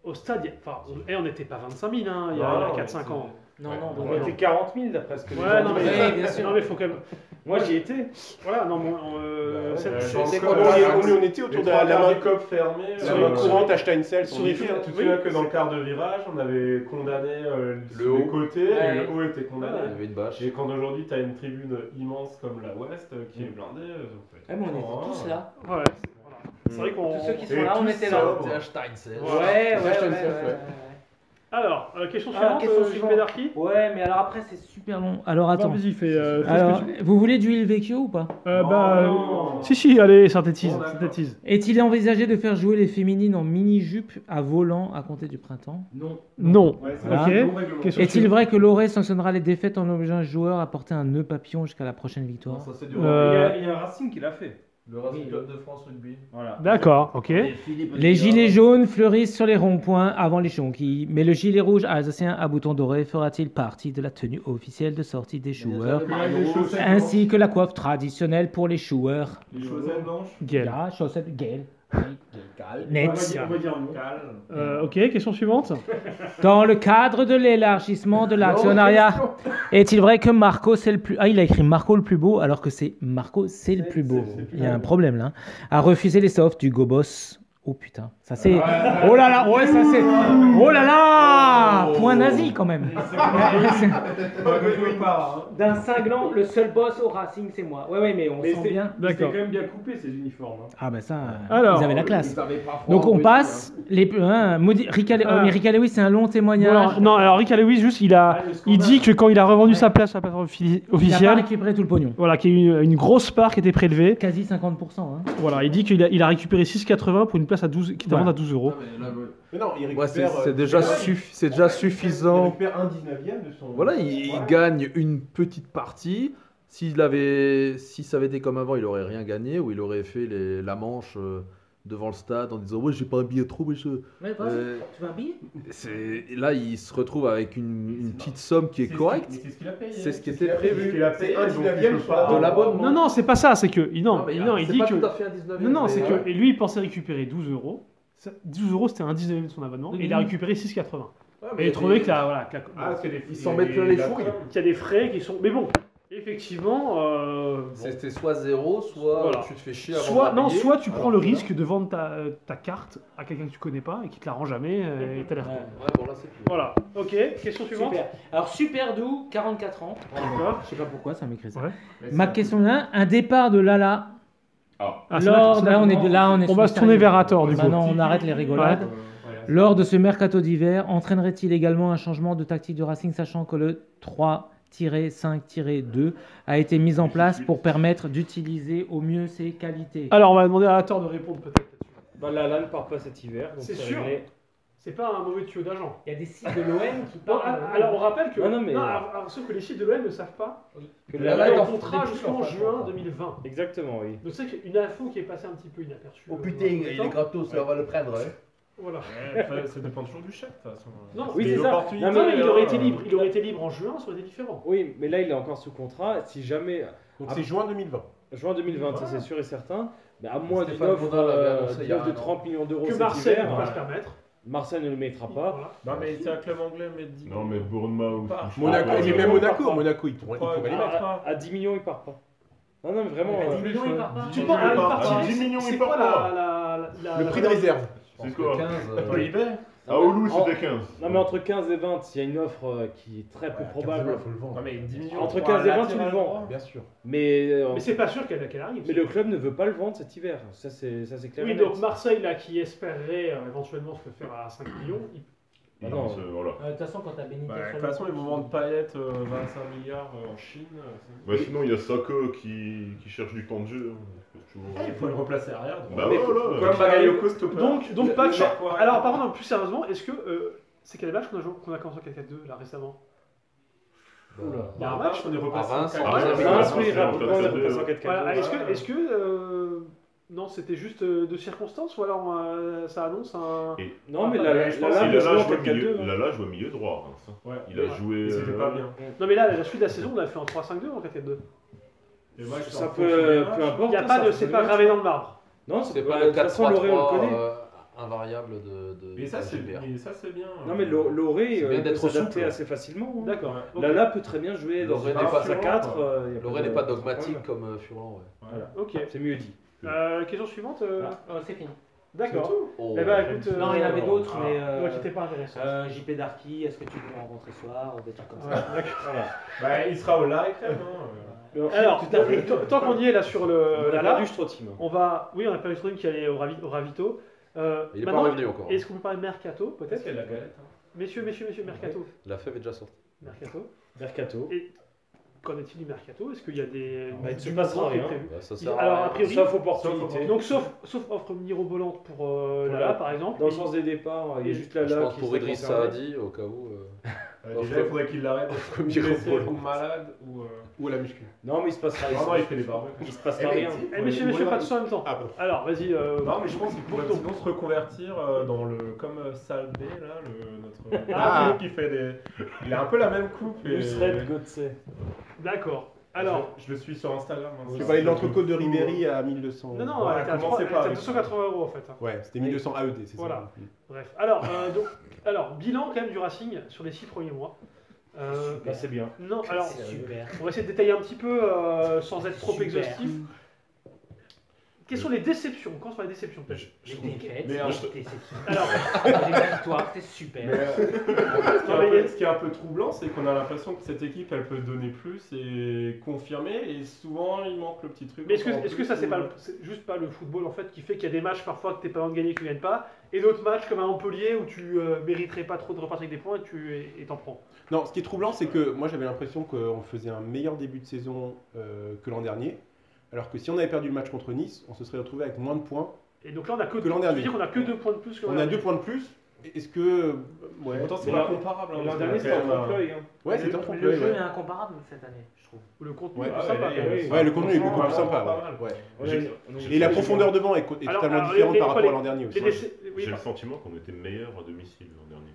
Speaker 2: au stade, y a- enfin, on- eh, on n'était pas 25 000 hein, il y
Speaker 1: Non,
Speaker 2: a,
Speaker 1: non,
Speaker 2: 4-5
Speaker 1: mais
Speaker 2: ans.
Speaker 7: Non,
Speaker 1: Ouais,
Speaker 7: non,
Speaker 1: on
Speaker 7: non.
Speaker 1: était 40 000 d'après ce que j'ai
Speaker 2: Ouais, non,
Speaker 1: entendu.
Speaker 2: mais,
Speaker 7: Ouais, bien sûr.
Speaker 2: non, mais faut quand même.
Speaker 1: Moi, j'y étais.
Speaker 2: Voilà, non, mais on, euh,
Speaker 1: Bah ouais,
Speaker 2: cette-
Speaker 1: ouais,
Speaker 2: cette-
Speaker 1: ouais.
Speaker 3: C'est
Speaker 1: Encore,
Speaker 3: quoi,
Speaker 1: là,
Speaker 3: on, est-
Speaker 1: là,
Speaker 3: on est- on était autour de la, la main
Speaker 4: cop fermé.
Speaker 3: sur une courante à Steinsel.
Speaker 1: Sur les fers, tu te souviens que dans le
Speaker 4: quart de virage, on avait condamné
Speaker 6: le haut.
Speaker 4: côté,
Speaker 7: et le
Speaker 4: haut était
Speaker 6: Il y avait une bâche.
Speaker 4: Et quand aujourd'hui tu as une tribune immense comme la Ouest euh, qui est blindée, euh, vous faites
Speaker 7: Ouais, mais on
Speaker 4: Oh.
Speaker 7: était tous là.
Speaker 2: voilà. C'est vrai qu'on.
Speaker 7: Tous ceux qui sont
Speaker 4: Et
Speaker 7: là, on
Speaker 4: tous
Speaker 7: était là.
Speaker 4: ça.
Speaker 6: C'était à Steinzel.
Speaker 7: Ouais, ouais, ouais,
Speaker 3: Hashtag
Speaker 7: ouais,
Speaker 3: self,
Speaker 7: ouais,
Speaker 3: ouais.
Speaker 7: ouais.
Speaker 2: Alors, euh, question
Speaker 7: Ah,
Speaker 2: suivante,
Speaker 7: question
Speaker 2: euh, Gilles
Speaker 7: suivante.
Speaker 2: Bédarqui
Speaker 7: Ouais, mais alors après, c'est super long. Alors
Speaker 5: Bah,
Speaker 7: attends.
Speaker 5: vas-y, fais. euh, fais ce que
Speaker 7: Alors,
Speaker 5: tu-
Speaker 7: vous voulez du Il Vecchio ou pas
Speaker 5: Euh, bah, euh, Si, si, allez, synthétise.
Speaker 1: Bon, d'accord.
Speaker 5: synthétise.
Speaker 7: Est-il envisagé de faire jouer les féminines en mini-jupe à volant à compter du printemps
Speaker 5: Non.
Speaker 7: Voilà.
Speaker 5: Ok. Question
Speaker 7: Est-il
Speaker 5: suivante.
Speaker 7: vrai que Loré sanctionnera les défaites en obligeant un joueur à porter un nœud papillon jusqu'à la prochaine victoire
Speaker 6: Ça, c'est du
Speaker 5: Euh,
Speaker 1: Il y a- Il y a un Racing qui l'a fait.
Speaker 6: Le Racing Club de France Rugby.
Speaker 1: Voilà.
Speaker 7: Bah,
Speaker 5: D'accord, ok.
Speaker 7: Les gilets jaunes fleurissent sur les ronds-points avant les jonquilles, mais le gilet rouge alsacien à boutons dorés fera-t-il partie de la tenue officielle de sortie des joueurs ainsi que la coiffe traditionnelle pour les joueurs
Speaker 6: Les chaussettes blanches.
Speaker 5: Gaël.
Speaker 7: La chaussette gale,
Speaker 1: On va
Speaker 7: nets.
Speaker 1: dire- on va dire non.
Speaker 5: Euh, ok, question suivante.
Speaker 7: Dans le cadre de l'élargissement de l'actionnariat, est-il vrai que Marco c'est le plus ah il a écrit Marco le plus beau alors que c'est Marco c'est le plus beau. Il y a un problème là. hein. A refusé les softs du Gobos. Oh putain, ça c'est. Oh là là, ouais ça c'est. Oh là là, point nazi quand même.
Speaker 1: hein.
Speaker 7: D'un cinglant, le seul boss au Racing c'est moi. Ouais ouais mais on
Speaker 1: Mais c'est- C'était
Speaker 5: D'accord.
Speaker 1: quand même bien coupé ces uniformes. hein.
Speaker 7: Ah ben ça,
Speaker 5: Alors,
Speaker 7: ils avaient la classe. Donc on passe les hein, Maudit- Rica- oh,
Speaker 5: Ah.
Speaker 7: mais Rica Lewis, c'est un long
Speaker 5: Bon,
Speaker 7: témoignage.
Speaker 5: alors, non, alors Rick Lewis, juste, il a,
Speaker 1: Ah, le
Speaker 5: il
Speaker 1: scandale.
Speaker 5: dit que quand il a revendu
Speaker 7: Ouais.
Speaker 5: sa place à la plateforme offi-
Speaker 7: il a pas
Speaker 5: officielle,
Speaker 7: récupéré tout le pognon.
Speaker 5: voilà, qu'il y a eu une, une grosse part qui était prélevée.
Speaker 7: Quasi 50%. Hein.
Speaker 5: Voilà, il dit qu'il a, il a récupéré 6,80 pour une place à 12, qui était à vendre à 12 euros.
Speaker 3: Mais non, il
Speaker 6: Ouais, c'est
Speaker 3: récupère.
Speaker 6: c'est
Speaker 3: euh,
Speaker 6: déjà,
Speaker 3: il
Speaker 6: suffi- c'est déjà
Speaker 3: récupère- Il
Speaker 6: suffisant.
Speaker 3: récupère un 19ème de son.
Speaker 6: Voilà, il, il gagne une petite partie. S'il avait, si ça avait été comme avant, il aurait rien gagné ou il aurait fait les- la manche euh, devant le stade en disant ouais j'ai pas un billet trop mais je. Euh,
Speaker 7: Tu veux un billet
Speaker 6: c'est- et là il se retrouve avec une, une petite somme qui est correcte.
Speaker 4: C'est ce qu'il a payé.
Speaker 6: C'est ce qui était prévu.
Speaker 4: Il a payé
Speaker 3: un 19e sur la
Speaker 6: De l'abonnement.
Speaker 5: Non, non, c'est pas ça, c'est que. il- Non,
Speaker 6: mais
Speaker 5: il- non, il
Speaker 6: c'est
Speaker 5: dit
Speaker 6: pas
Speaker 5: que.
Speaker 6: tout à fait un 19e,
Speaker 5: Non, non,
Speaker 6: mais,
Speaker 5: c'est
Speaker 6: euh,
Speaker 5: que. Et lui, il pensait récupérer 12 euros. Ça- 12 euros, c'était un 19 de son abonnement. Et il a récupéré 6,80.
Speaker 6: ouais,
Speaker 5: Et
Speaker 6: mais
Speaker 5: il trouvait
Speaker 6: des-
Speaker 5: que la. Voilà, que la-
Speaker 4: Ah, c'est des
Speaker 6: Ils s'en mettent plein les fouilles.
Speaker 2: Il y a des frais qui sont. Mais bon, effectivement. euh, bon.
Speaker 6: C'était soit zéro, soit
Speaker 2: Voilà.
Speaker 6: tu te fais chier. avant
Speaker 5: Soit,
Speaker 6: de
Speaker 5: non,
Speaker 6: payer.
Speaker 5: soit tu prends
Speaker 6: Alors
Speaker 5: le
Speaker 6: que là-
Speaker 5: risque de vendre ta, euh, ta carte à quelqu'un que tu connais pas et qui te la rend jamais euh, et t'as l'air con.
Speaker 6: Ouais, bon, là, c'est plus-
Speaker 2: Voilà. Ok, question suivante.
Speaker 7: Super. Alors, Super Doux, 44 ans. Je sais pas pourquoi ça m'écrit ça.
Speaker 5: Ouais.
Speaker 7: Ma question 1, un départ de Lala.
Speaker 5: Ah, c'est vrai que
Speaker 7: lors,
Speaker 5: c'est
Speaker 7: là, on est de, là, on est
Speaker 5: On va
Speaker 7: sur
Speaker 5: se
Speaker 7: le
Speaker 5: tourner
Speaker 7: sérieux.
Speaker 5: vers Hathor, du coup.
Speaker 7: Maintenant, on arrête les rigolades.
Speaker 5: Ouais.
Speaker 7: Lors de ce mercato d'hiver, entraînerait-il également un changement de tactique du Racing, sachant que le 3-5-2 a été mis en place pour permettre d'utiliser au mieux ses qualités
Speaker 5: Alors, on va demander à Hathor de répondre peut-être.
Speaker 1: Bah, Lala ne part pas cet hiver. donc
Speaker 2: C'est sûr.
Speaker 1: réglé.
Speaker 2: C'est pas un mauvais tuyau d'agent.
Speaker 7: Il y a des sites de l'OM qui
Speaker 2: Non,
Speaker 7: parlent.
Speaker 2: ah, alors on rappelle que.
Speaker 1: Ah non, mais-
Speaker 2: alors, alors, sauf que les chiffres de l'OM ne savent pas.
Speaker 1: Que
Speaker 2: Il y
Speaker 1: la-
Speaker 2: a
Speaker 6: là,
Speaker 2: un
Speaker 6: dans-
Speaker 2: contrat
Speaker 6: des plus,
Speaker 2: jusqu'en
Speaker 6: en fait.
Speaker 2: juin 2020.
Speaker 1: Exactement, oui.
Speaker 2: Donc c'est une info qui est passée un petit peu inaperçue.
Speaker 6: Oh
Speaker 2: euh,
Speaker 6: putain,
Speaker 2: dans le
Speaker 6: il est
Speaker 2: temps.
Speaker 6: gratos, on va le prendre. hein.
Speaker 2: Voilà.
Speaker 4: Eh,
Speaker 5: ça dépend toujours du chef, de toute façon.
Speaker 2: Non,
Speaker 1: Oui,
Speaker 5: C'est
Speaker 1: c'est ça.
Speaker 5: l'opportunité.
Speaker 2: Non,
Speaker 1: Non,
Speaker 2: mais il aurait été
Speaker 5: euh,
Speaker 2: libre. Il aurait été libre en juin, ça aurait été différent.
Speaker 1: Oui, mais là, il est encore sous contrat. Si jamais.
Speaker 3: Donc
Speaker 1: Ah.
Speaker 3: c'est juin 2020.
Speaker 1: Juin 2020, ça c'est sûr et certain. Mais à moins d'une
Speaker 6: Stéphane
Speaker 1: offre,
Speaker 6: Bourdin l'avait
Speaker 1: euh,
Speaker 6: annoncé
Speaker 1: d'une
Speaker 6: il y a
Speaker 1: offre de
Speaker 6: un an.
Speaker 1: 30 millions d'euros
Speaker 2: Que
Speaker 1: cet
Speaker 2: Marseille ne
Speaker 1: hiver,
Speaker 2: peut pas se
Speaker 1: euh,
Speaker 2: permettre.
Speaker 1: Marseille ne le mettra pas.
Speaker 2: Voilà.
Speaker 5: Non, mais c'est un club anglais, mais dis.
Speaker 4: Non, mais Bournemouth.
Speaker 5: Pas.
Speaker 4: franchement,
Speaker 3: Monaco,
Speaker 4: euh,
Speaker 3: mais même Monaco, Monaco, ils pourraient
Speaker 5: Ouais,
Speaker 3: ils pourraient les
Speaker 5: ouais.
Speaker 3: mettre.
Speaker 2: hein.
Speaker 1: À, à 10 millions, il part pas. Non, non, mais vraiment.
Speaker 5: Mais
Speaker 1: euh,
Speaker 5: dis-le, je-
Speaker 2: Tu
Speaker 5: dis-le,
Speaker 2: penses
Speaker 5: je
Speaker 2: à une
Speaker 5: pars.
Speaker 2: partie
Speaker 5: Ah,
Speaker 4: dix millions,
Speaker 2: c'est
Speaker 4: il
Speaker 2: quoi
Speaker 4: part
Speaker 2: la,
Speaker 4: pas.
Speaker 2: la, la-
Speaker 3: Le
Speaker 2: la-
Speaker 3: prix de réserve.
Speaker 6: Je
Speaker 4: C'est
Speaker 6: pense
Speaker 4: quoi
Speaker 6: que 15. euh,
Speaker 5: Pas Libé
Speaker 4: À Oulu,
Speaker 1: en-
Speaker 4: c'était 15.
Speaker 1: Non, mais entre 15 et 20, il y a une offre euh, qui est très peu
Speaker 6: 15,
Speaker 1: probable.
Speaker 6: il faut le vendre.
Speaker 5: Non, mais 10 millions.
Speaker 1: Entre
Speaker 5: pour un
Speaker 1: 15 et 20, tu
Speaker 5: latéral
Speaker 1: le vends.
Speaker 5: droit.
Speaker 6: Bien sûr.
Speaker 1: Mais, euh,
Speaker 2: Mais c'est pas sûr qu'elle qu'elle arrive.
Speaker 1: mais le club ne veut pas le vendre cet hiver. Ça, c'est ça, c'est clair. et
Speaker 2: Oui,
Speaker 1: net.
Speaker 2: donc Marseille, là, qui espérerait euh, éventuellement se le faire à 5 millions, il-
Speaker 1: Bah
Speaker 4: Ah Non,
Speaker 1: non.
Speaker 4: c'est- voilà.
Speaker 7: Euh, De toute façon, quand t'as Benitez
Speaker 5: Bah,
Speaker 7: sur
Speaker 5: De
Speaker 7: le
Speaker 5: toute façon, ils
Speaker 7: banc,
Speaker 5: vont vendre Payet euh, 25 milliards euh, en Chine. euh, c'est-
Speaker 4: Bah, sinon, il y a Saka qui, qui cherche du temps de jeu. hein. C'est toujours-
Speaker 5: Ah, il faut le replacer arrière. donc.
Speaker 4: Bah
Speaker 1: Mais-
Speaker 4: voilà.
Speaker 5: Comme Bagayoko,
Speaker 2: Donc, donc
Speaker 5: Le-
Speaker 2: pas
Speaker 5: le-
Speaker 2: cher.
Speaker 5: le-
Speaker 2: Alors, par contre, plus sérieusement, est-ce que euh, c'est quel match qu'on a, joué- qu'on a commencé en 4-4-2 là récemment
Speaker 6: Bah,
Speaker 2: Il y a un match.
Speaker 5: on est repassé.
Speaker 6: à Reims,
Speaker 5: en
Speaker 6: à
Speaker 5: quatre-
Speaker 4: Reims,
Speaker 5: Ouais,
Speaker 4: à
Speaker 1: Reims,
Speaker 5: Reims,
Speaker 1: oui,
Speaker 4: c'est en
Speaker 1: rapidement, il
Speaker 4: 4-4-2,
Speaker 1: repasse en
Speaker 4: ouais.
Speaker 1: 4-4-2.
Speaker 2: Voilà,
Speaker 5: Ouais,
Speaker 2: est-ce que,
Speaker 5: ouais.
Speaker 2: est-ce que euh, non, c'était juste euh, de circonstances ou alors euh, ça annonce un.
Speaker 4: Et-
Speaker 1: Non, mais la,
Speaker 5: Ouais,
Speaker 1: la,
Speaker 5: je
Speaker 1: la,
Speaker 5: pense
Speaker 1: la,
Speaker 4: Il a
Speaker 1: le
Speaker 4: là
Speaker 1: joueur
Speaker 4: joué au milieu-
Speaker 1: 4-4-2. hein.
Speaker 4: Lala joue au milieu droit. hein, ça.
Speaker 5: Ouais.
Speaker 4: Il a joué.
Speaker 5: Il s'est fait
Speaker 4: euh,
Speaker 5: pas bien.
Speaker 2: Non, mais là, la suite de la saison, on l'a fait en 3-5-2 ou en 4-4-2.
Speaker 5: Et moi, je suis
Speaker 1: Ça
Speaker 5: en
Speaker 1: peut,
Speaker 5: fonction des
Speaker 1: peu
Speaker 5: matchs.
Speaker 1: importe.
Speaker 2: Il n'y a
Speaker 1: ça,
Speaker 2: pas de,
Speaker 1: ça
Speaker 2: c'est
Speaker 1: peut
Speaker 2: pas
Speaker 1: être-
Speaker 2: gravé dans le marbre.
Speaker 1: Non,
Speaker 6: C'est
Speaker 1: c'est
Speaker 6: pas
Speaker 1: pas.
Speaker 6: le
Speaker 1: De toute façon, Loré, on le
Speaker 6: 4-3-3
Speaker 1: connaît.
Speaker 6: euh, invariable de. de
Speaker 5: Mais ça,
Speaker 6: de
Speaker 5: c'est
Speaker 6: GBR.
Speaker 5: mais ça, c'est bien. hein.
Speaker 1: Non, mais Lo- Loré,
Speaker 6: C'est
Speaker 1: euh,
Speaker 6: bien
Speaker 1: il peut
Speaker 6: d'être
Speaker 1: s'adapter
Speaker 6: souple.
Speaker 1: assez facilement. hein.
Speaker 2: D'accord.
Speaker 5: Ouais.
Speaker 2: Ok.
Speaker 1: Lala peut très bien jouer dans
Speaker 6: Loré
Speaker 1: une
Speaker 6: n'est pas
Speaker 1: défense à
Speaker 5: furent,
Speaker 1: 4.
Speaker 5: quoi.
Speaker 1: euh, il y a pas
Speaker 6: Loré
Speaker 1: de-
Speaker 6: n'est pas
Speaker 1: de problème.
Speaker 6: dogmatique comme euh, Furlan. ouais.
Speaker 2: Ok.
Speaker 1: C'est mieux dit.
Speaker 2: Euh, question suivante. euh,
Speaker 1: Ah.
Speaker 7: euh, c'est fini.
Speaker 2: D'accord.
Speaker 6: Oh,
Speaker 2: Eh ben, écoute.
Speaker 7: Non, il y en avait
Speaker 2: euh,
Speaker 7: d'autres,
Speaker 5: Ah.
Speaker 7: mais. euh,
Speaker 2: Ouais, qui n'étaient pas intéressants.
Speaker 7: euh, JP Darky, est-ce que tu peux rencontrer ce soir ou des trucs comme ça
Speaker 5: Bah, il sera au live, quand même. hein.
Speaker 2: Alors,
Speaker 5: Tout à fait.
Speaker 2: tant- tant qu'on y est là sur le.
Speaker 1: On a
Speaker 2: Lala,
Speaker 1: perdu Strotim.
Speaker 2: On va, oui, on a perdu Strootman qui allait au, ravi- au Ravito. Euh,
Speaker 6: Il est pas
Speaker 2: maintenant,
Speaker 6: revenu encore.
Speaker 2: Est-ce qu'on peut parler de Mercato,
Speaker 5: Peut-être
Speaker 2: peut-être
Speaker 5: qu'il y a de la galette. hein.
Speaker 2: Messieurs, messieurs, messieurs, Mercato.
Speaker 6: La fève est déjà sortie.
Speaker 2: Mercato.
Speaker 1: Mercato.
Speaker 2: Qu'en est-il du Mercato Est-ce qu'il y a des.
Speaker 1: Bah, il se
Speaker 2: du mouvement
Speaker 1: passera
Speaker 2: qui est
Speaker 1: rien.
Speaker 2: prévu
Speaker 6: Bah, ça
Speaker 2: Il-
Speaker 6: sert à
Speaker 2: alors,
Speaker 6: rien.
Speaker 2: a priori-
Speaker 1: Sauf opportunité.
Speaker 5: opportunité.
Speaker 2: Donc, sauf, sauf offre mirobolante pour euh,
Speaker 1: Voilà.
Speaker 2: Lala, par exemple.
Speaker 1: Dans le
Speaker 2: Et-
Speaker 1: sens des départs, il y a juste
Speaker 6: Je
Speaker 1: Lala
Speaker 6: pense
Speaker 1: qui
Speaker 6: pour
Speaker 1: serait
Speaker 6: Idriss
Speaker 1: concerné.
Speaker 6: Saadi, au cas où. euh,
Speaker 5: Euh,
Speaker 6: Offre-
Speaker 5: Déjà, il faudrait qu'il l'arrête.
Speaker 6: offre
Speaker 5: Ou
Speaker 6: micro
Speaker 5: blessé,
Speaker 6: volant.
Speaker 5: ou malade, ou. euh,
Speaker 3: Ou à la muscu.
Speaker 1: Non, mais il se passera
Speaker 5: Vraiment, il fait les barbes.
Speaker 1: Il se passera rien.
Speaker 2: Eh, messieurs, messieurs, pas de soi en même temps.
Speaker 3: Ah bon.
Speaker 2: Alors, vas-y. euh,
Speaker 5: Non, mais je pense qu'il
Speaker 2: pour
Speaker 5: pourrait
Speaker 2: ton-
Speaker 5: sinon se reconvertir euh, dans le. comme euh, Salbé, là, le, notre.
Speaker 2: Ah.
Speaker 5: Ah. qui fait des. Il a un peu la même coupe. Et...
Speaker 1: Nusret Gotse.
Speaker 2: D'accord. Alors.
Speaker 5: je, je le suis sur Instagram. hein.
Speaker 3: Tu parlais de l'entrecôte de Ribéry à 1200.
Speaker 2: Non, non,
Speaker 5: Ouais,
Speaker 2: elle était à
Speaker 5: commencez
Speaker 2: trois- elle était
Speaker 5: pas
Speaker 2: à
Speaker 5: avec ça.
Speaker 2: 280 euros en fait. hein.
Speaker 3: Ouais, c'était 1200 AED, E c'est
Speaker 2: Voilà.
Speaker 3: ça.
Speaker 2: Bref. Alors, euh, donc, alors, bilan quand même du Racing sur les 6 premiers mois. Euh,
Speaker 1: Bah, c'est bien.
Speaker 2: non, alors,
Speaker 7: C'est super.
Speaker 2: On va essayer de détailler un petit peu euh, sans être trop
Speaker 7: Super.
Speaker 2: exhaustif. Quelles sont les déceptions Quand sont les déceptions peut-être
Speaker 7: Les défaites,
Speaker 5: Mais, euh,
Speaker 7: les déceptions,
Speaker 2: Alors,
Speaker 7: les victoires, c'est
Speaker 5: Mais,
Speaker 7: super.
Speaker 5: euh, ce, qui est un peu, ce qui est un peu troublant, c'est qu'on a l'impression que cette équipe, elle peut donner plus et confirmer, et souvent il manque le petit truc.
Speaker 2: mais est-ce que,
Speaker 5: encore en
Speaker 2: est-ce que
Speaker 5: plus
Speaker 2: ça c'est
Speaker 5: où-
Speaker 2: pas le- c'est juste pas le football en fait qui fait qu'il y a des matchs parfois que t'es pas loin de gagner et que tu gagnes pas et d'autres matchs comme à Montpellier où tu euh, mériterais pas trop de repartir avec des points et tu et- et t'en prends.
Speaker 3: Non, ce qui est troublant, c'est que moi j'avais l'impression qu'on faisait un meilleur début de saison euh, que l'an dernier. Alors que si on avait perdu le match contre Nice, on se serait retrouvé avec moins de points.
Speaker 2: Et donc là on a que,
Speaker 3: Que l'an
Speaker 2: tu
Speaker 3: dernier.
Speaker 2: veux dire qu'on a que deux points de plus que l'an
Speaker 3: On a
Speaker 2: dernier.
Speaker 3: deux points de plus. Est-ce que. Ouais.
Speaker 5: Pourtant, c'est
Speaker 3: Mais
Speaker 5: pas
Speaker 3: là-
Speaker 5: comparable. hein,
Speaker 1: L'an
Speaker 5: parce
Speaker 1: dernier,
Speaker 5: que
Speaker 1: c'était
Speaker 5: quand même,
Speaker 1: en
Speaker 5: euh,
Speaker 1: trompe-l'œil. hein.
Speaker 3: Ouais, c'était un
Speaker 7: Le
Speaker 3: trompe-l'œil,
Speaker 7: jeu
Speaker 3: ouais.
Speaker 7: est incomparable cette année, je trouve.
Speaker 2: Le contenu
Speaker 3: Ouais,
Speaker 2: est
Speaker 5: ah,
Speaker 2: plus sympa.
Speaker 5: ouais,
Speaker 2: quand même.
Speaker 5: ouais,
Speaker 3: Ouais, le contenu est
Speaker 5: Franchement,
Speaker 3: beaucoup plus
Speaker 5: vraiment
Speaker 3: sympa.
Speaker 5: pas
Speaker 3: ouais.
Speaker 5: mal.
Speaker 3: Ouais.
Speaker 1: On a- on a-
Speaker 3: Et la profondeur de banc est, co- est
Speaker 2: Alors,
Speaker 3: totalement
Speaker 2: alors,
Speaker 3: différente
Speaker 2: les-
Speaker 3: par
Speaker 2: les-
Speaker 3: rapport à l'an dernier aussi.
Speaker 2: Les déce- oui,
Speaker 4: J'ai le
Speaker 2: pardon.
Speaker 4: sentiment qu'on était meilleur à domicile l'an dernier.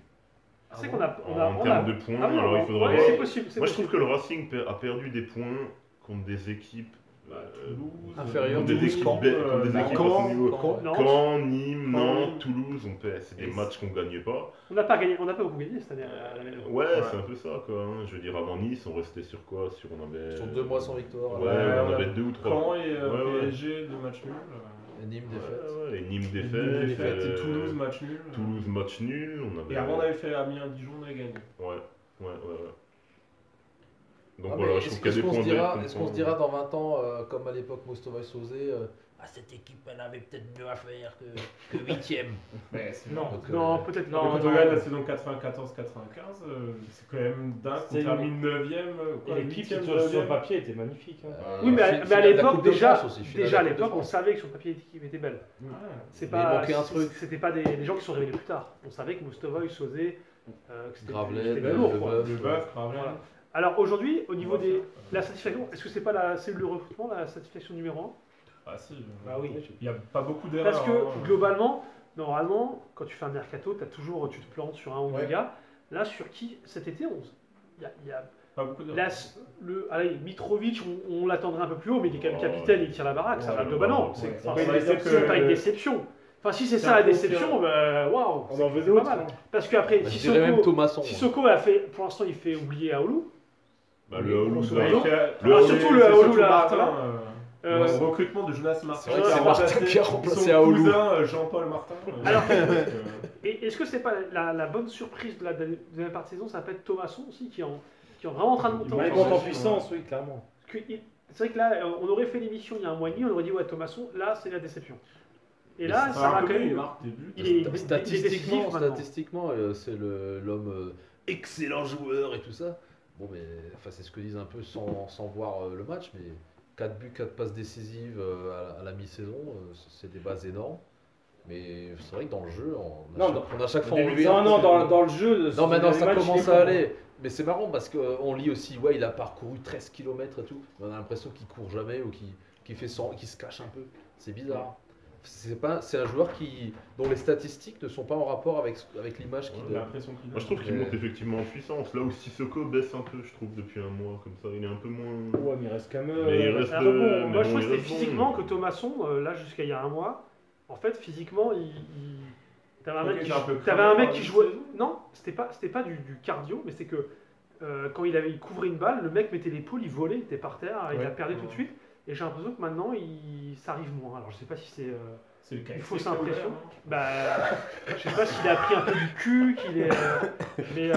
Speaker 2: c'est qu'on a on a
Speaker 4: Ah en
Speaker 2: on a-
Speaker 4: termes de points,
Speaker 2: Ah oui,
Speaker 4: alors
Speaker 2: on-
Speaker 4: il faudrait
Speaker 2: ouais,
Speaker 4: voir.
Speaker 2: c'est possible, c'est
Speaker 4: Moi, je
Speaker 2: possible.
Speaker 4: trouve que le Racing per- a perdu des points contre des équipes.
Speaker 5: Bah,
Speaker 4: euh,
Speaker 5: Toulouse,
Speaker 1: Bah,
Speaker 6: inférieur,
Speaker 5: euh,
Speaker 4: contre des
Speaker 5: Toulouse,
Speaker 4: équipes,
Speaker 5: Caen,
Speaker 4: belles- contre des
Speaker 5: euh,
Speaker 4: équipes
Speaker 5: Caen.
Speaker 4: à ce niveau.
Speaker 6: Quand-
Speaker 2: Nantes,
Speaker 4: Caen, Nîmes,
Speaker 5: Caen,
Speaker 4: Nantes,
Speaker 5: Nîmes.
Speaker 4: Toulouse, on perd. C'est des
Speaker 6: Et-
Speaker 4: matchs qu'on gagnait pas.
Speaker 2: on n'a pas gagné, on n'a pas beaucoup gagné cette année. à la Méno.
Speaker 4: Ouais,
Speaker 5: Ouais.
Speaker 4: c'est un peu ça, quoi. hein. Je veux dire, avant Nice, on restait sur quoi Sur on avait.
Speaker 6: Sur deux mois sans victoire.
Speaker 4: Ouais,
Speaker 5: Ouais,
Speaker 4: on
Speaker 5: ouais.
Speaker 4: avait deux ou trois.
Speaker 5: Caen et euh,
Speaker 4: Ouais, ouais.
Speaker 5: PSG, deux matchs nuls. euh,
Speaker 6: Et Nîmes défaite.
Speaker 4: Ouais, ouais, Et Nîmes défaite.
Speaker 5: Nîmes défaite et
Speaker 4: euh,
Speaker 5: Toulouse, match nul.
Speaker 4: Toulouse, match nul. On avait...
Speaker 5: Et avant, on avait fait Amiens-Dijon, on avait gagné.
Speaker 4: Ouais, ouais, ouais. ouais. Donc
Speaker 6: Ah, mais
Speaker 4: voilà, je
Speaker 6: Est-ce
Speaker 4: trouve qu'il y a
Speaker 6: est-ce
Speaker 4: des
Speaker 6: qu'on se
Speaker 4: points
Speaker 6: dira-
Speaker 4: d'être.
Speaker 6: est-ce qu'on se dira dans 20 ans, euh, comme à l'époque Mostovac Sauzé, euh,
Speaker 5: Ah, cette équipe, elle avait peut-être mieux à faire que, que 8ème.
Speaker 10: Non.
Speaker 6: donc, euh,
Speaker 2: Non, peut-être
Speaker 10: Non,
Speaker 2: non.
Speaker 10: quand on regarde la saison 94-95, euh, c'est quand même dingue qu'on
Speaker 1: C'est une-
Speaker 10: termine 9ème.
Speaker 1: Et l'équipe, sur, sur le papier, était magnifique. hein.
Speaker 6: euh,
Speaker 2: Oui, mais à,
Speaker 6: finale
Speaker 2: mais à
Speaker 6: de la
Speaker 2: l'époque,
Speaker 6: Coupe de
Speaker 2: déjà,
Speaker 6: France aussi, finale de
Speaker 2: déjà
Speaker 6: la
Speaker 2: à
Speaker 6: Coupe de
Speaker 2: l'époque, on
Speaker 6: France.
Speaker 2: savait que sur le papier, l'équipe était belle. C'est
Speaker 6: Mais
Speaker 2: pas,
Speaker 6: il manquait un
Speaker 2: c'est-
Speaker 6: truc.
Speaker 2: C'était pas des, des gens qui sont révélés plus tard. On savait que Moustovoy, Sauzé, euh, que c'était
Speaker 6: Gravelet, Ben
Speaker 2: c'était
Speaker 6: Le-
Speaker 2: lourd,
Speaker 6: Le
Speaker 2: quoi.
Speaker 6: Veuf.
Speaker 10: Le bœuf, voilà.
Speaker 2: Alors aujourd'hui, au niveau des la satisfaction, est-ce que c'est pas la cellule de recrutement la satisfaction numéro 1
Speaker 10: Ah si.
Speaker 2: Bah oui.
Speaker 10: Il n'y a pas beaucoup d'erreurs.
Speaker 2: Parce
Speaker 10: hein.
Speaker 1: euh,
Speaker 2: que globalement, normalement, quand tu fais un mercato, as toujours, tu te plantes sur un ou deux
Speaker 6: Ouais.
Speaker 2: gars. Là, sur qui cet été, on s- il y a- il y a
Speaker 10: Pas beaucoup d'erreurs.
Speaker 2: Là, c- le, allez, Mitrovic, on, on l'attendrait un peu plus haut, mais il est quand même
Speaker 4: Oh,
Speaker 2: capitaine, il tire la baraque, ça
Speaker 4: Ouais,
Speaker 2: va
Speaker 4: ouais,
Speaker 2: globalement.
Speaker 4: ouais.
Speaker 2: C'est
Speaker 4: Ouais.
Speaker 2: enfin,
Speaker 10: Ouais,
Speaker 2: c'est-
Speaker 10: mais c'est
Speaker 2: c'est
Speaker 10: que-
Speaker 2: pas une déception. Enfin, si c'est
Speaker 1: C'est
Speaker 2: ça
Speaker 1: un
Speaker 2: la
Speaker 1: confirme.
Speaker 2: déception, bah, waouh,
Speaker 1: On
Speaker 2: c'est-
Speaker 1: en faisait
Speaker 2: c'est pas
Speaker 1: autre.
Speaker 2: mal.
Speaker 1: hein.
Speaker 2: Parce qu'après,
Speaker 6: Bah, je dirais même
Speaker 2: Sissoko,
Speaker 6: Thomasson.
Speaker 2: Sissoko a fait, pour l'instant, il fait oublier Aoulou.
Speaker 4: Bah, le Haoulou,
Speaker 2: se
Speaker 4: là,
Speaker 2: voit.
Speaker 10: Et, euh,
Speaker 4: Le
Speaker 10: ah,
Speaker 4: Haoulou,
Speaker 10: surtout
Speaker 2: c'est
Speaker 10: le Haoulou,
Speaker 2: surtout
Speaker 10: là,
Speaker 2: Martin,
Speaker 10: voilà.
Speaker 2: Euh,
Speaker 10: Le recrutement de Jonas Martin.
Speaker 6: C'est vrai
Speaker 2: que c'est
Speaker 6: Martin qui a remplacé
Speaker 10: son
Speaker 6: Aoulou.
Speaker 10: cousin, euh, Jean-Paul Martin. euh,
Speaker 2: Alors-
Speaker 10: euh,
Speaker 2: Et est-ce que c'est pas la, la bonne surprise de la de la deuxième partie de saison Ça peut être Thomasson aussi, qui est, en, qui est vraiment en train de monter en
Speaker 1: Il
Speaker 10: Ouais,
Speaker 2: puissance.
Speaker 1: monte en puissance, oui, clairement.
Speaker 2: Que- il- C'est vrai que là, euh, on aurait fait l'émission il y a un mois et demi, on aurait dit, ouais, Thomasson, là, c'est la déception. Et là, ça va
Speaker 10: alors
Speaker 2: quand
Speaker 10: que lui, Ah, il
Speaker 2: même.
Speaker 10: marque des buts.
Speaker 2: Il est, il est décisif
Speaker 6: Statistiquement,
Speaker 2: maintenant.
Speaker 6: statistiquement, euh, c'est le- l'homme euh, excellent joueur et tout ça. Bon, mais enfin, c'est ce que disent un peu sans, sans voir euh, le match, mais 4 buts, 4 passes décisives euh, à la, à la mi-saison, euh, c'est- c'est des bases énormes. Mais c'est vrai que dans le jeu, on a,
Speaker 1: Non,
Speaker 6: chaque, on a chaque fois
Speaker 1: Début-
Speaker 6: enlevé
Speaker 1: Non,
Speaker 6: un
Speaker 1: non,
Speaker 6: peu.
Speaker 1: dans, dans le jeu.
Speaker 6: Non, maintenant
Speaker 1: dans les
Speaker 6: ça
Speaker 1: matchs,
Speaker 6: commence
Speaker 1: il est
Speaker 6: à
Speaker 1: bon.
Speaker 6: aller. Mais c'est marrant parce qu'on lit aussi, ouais, il a parcouru 13 km et tout. mais on a l'impression qu'il court jamais ou qu'il qu'il fait sans, qu'il se cache un peu. C'est bizarre. C'est pas, c'est un joueur qui, dont les statistiques ne sont pas en rapport avec, ce- avec l'image qu'il
Speaker 10: J'ai
Speaker 6: donne.
Speaker 10: l'impression qu'il
Speaker 4: Moi, je trouve qu'il
Speaker 6: Mais-
Speaker 4: monte effectivement en puissance. Là où Sissoko baisse un peu, je trouve, depuis un mois, comme ça, il est un peu moins.
Speaker 1: Ouais, mais il reste quand même.
Speaker 4: Mais il
Speaker 1: euh,
Speaker 4: reste,
Speaker 1: un
Speaker 2: Alors,
Speaker 1: peu
Speaker 2: bon,
Speaker 4: euh, mais
Speaker 2: moi, je
Speaker 4: bon,
Speaker 2: trouve que
Speaker 4: il
Speaker 2: c'était
Speaker 4: reste bon.
Speaker 2: physiquement que Thomasson, euh, là, jusqu'à il y a un mois, en fait, physiquement, il. il- T'avais un
Speaker 10: Ok,
Speaker 2: mec, qui,
Speaker 10: j'ai un peu
Speaker 2: t'avais
Speaker 10: cramé
Speaker 2: un mec
Speaker 10: par
Speaker 2: qui
Speaker 10: la
Speaker 2: jouait.
Speaker 10: saison.
Speaker 2: Non, c'était pas, c'était pas du, du cardio, mais c'est que euh, quand il avait il couvrait une balle, le mec mettait l'épaule, il volait, il était par terre, il
Speaker 10: Ouais.
Speaker 2: la perdait tout de suite. Et j'ai l'impression que maintenant, il ça arrive moins. Alors, je sais pas si c'est. euh,
Speaker 10: C'est le cas.
Speaker 2: une fausse impression. bah, je sais pas s'il a pris un peu du cul, qu'il est. euh, mais. euh,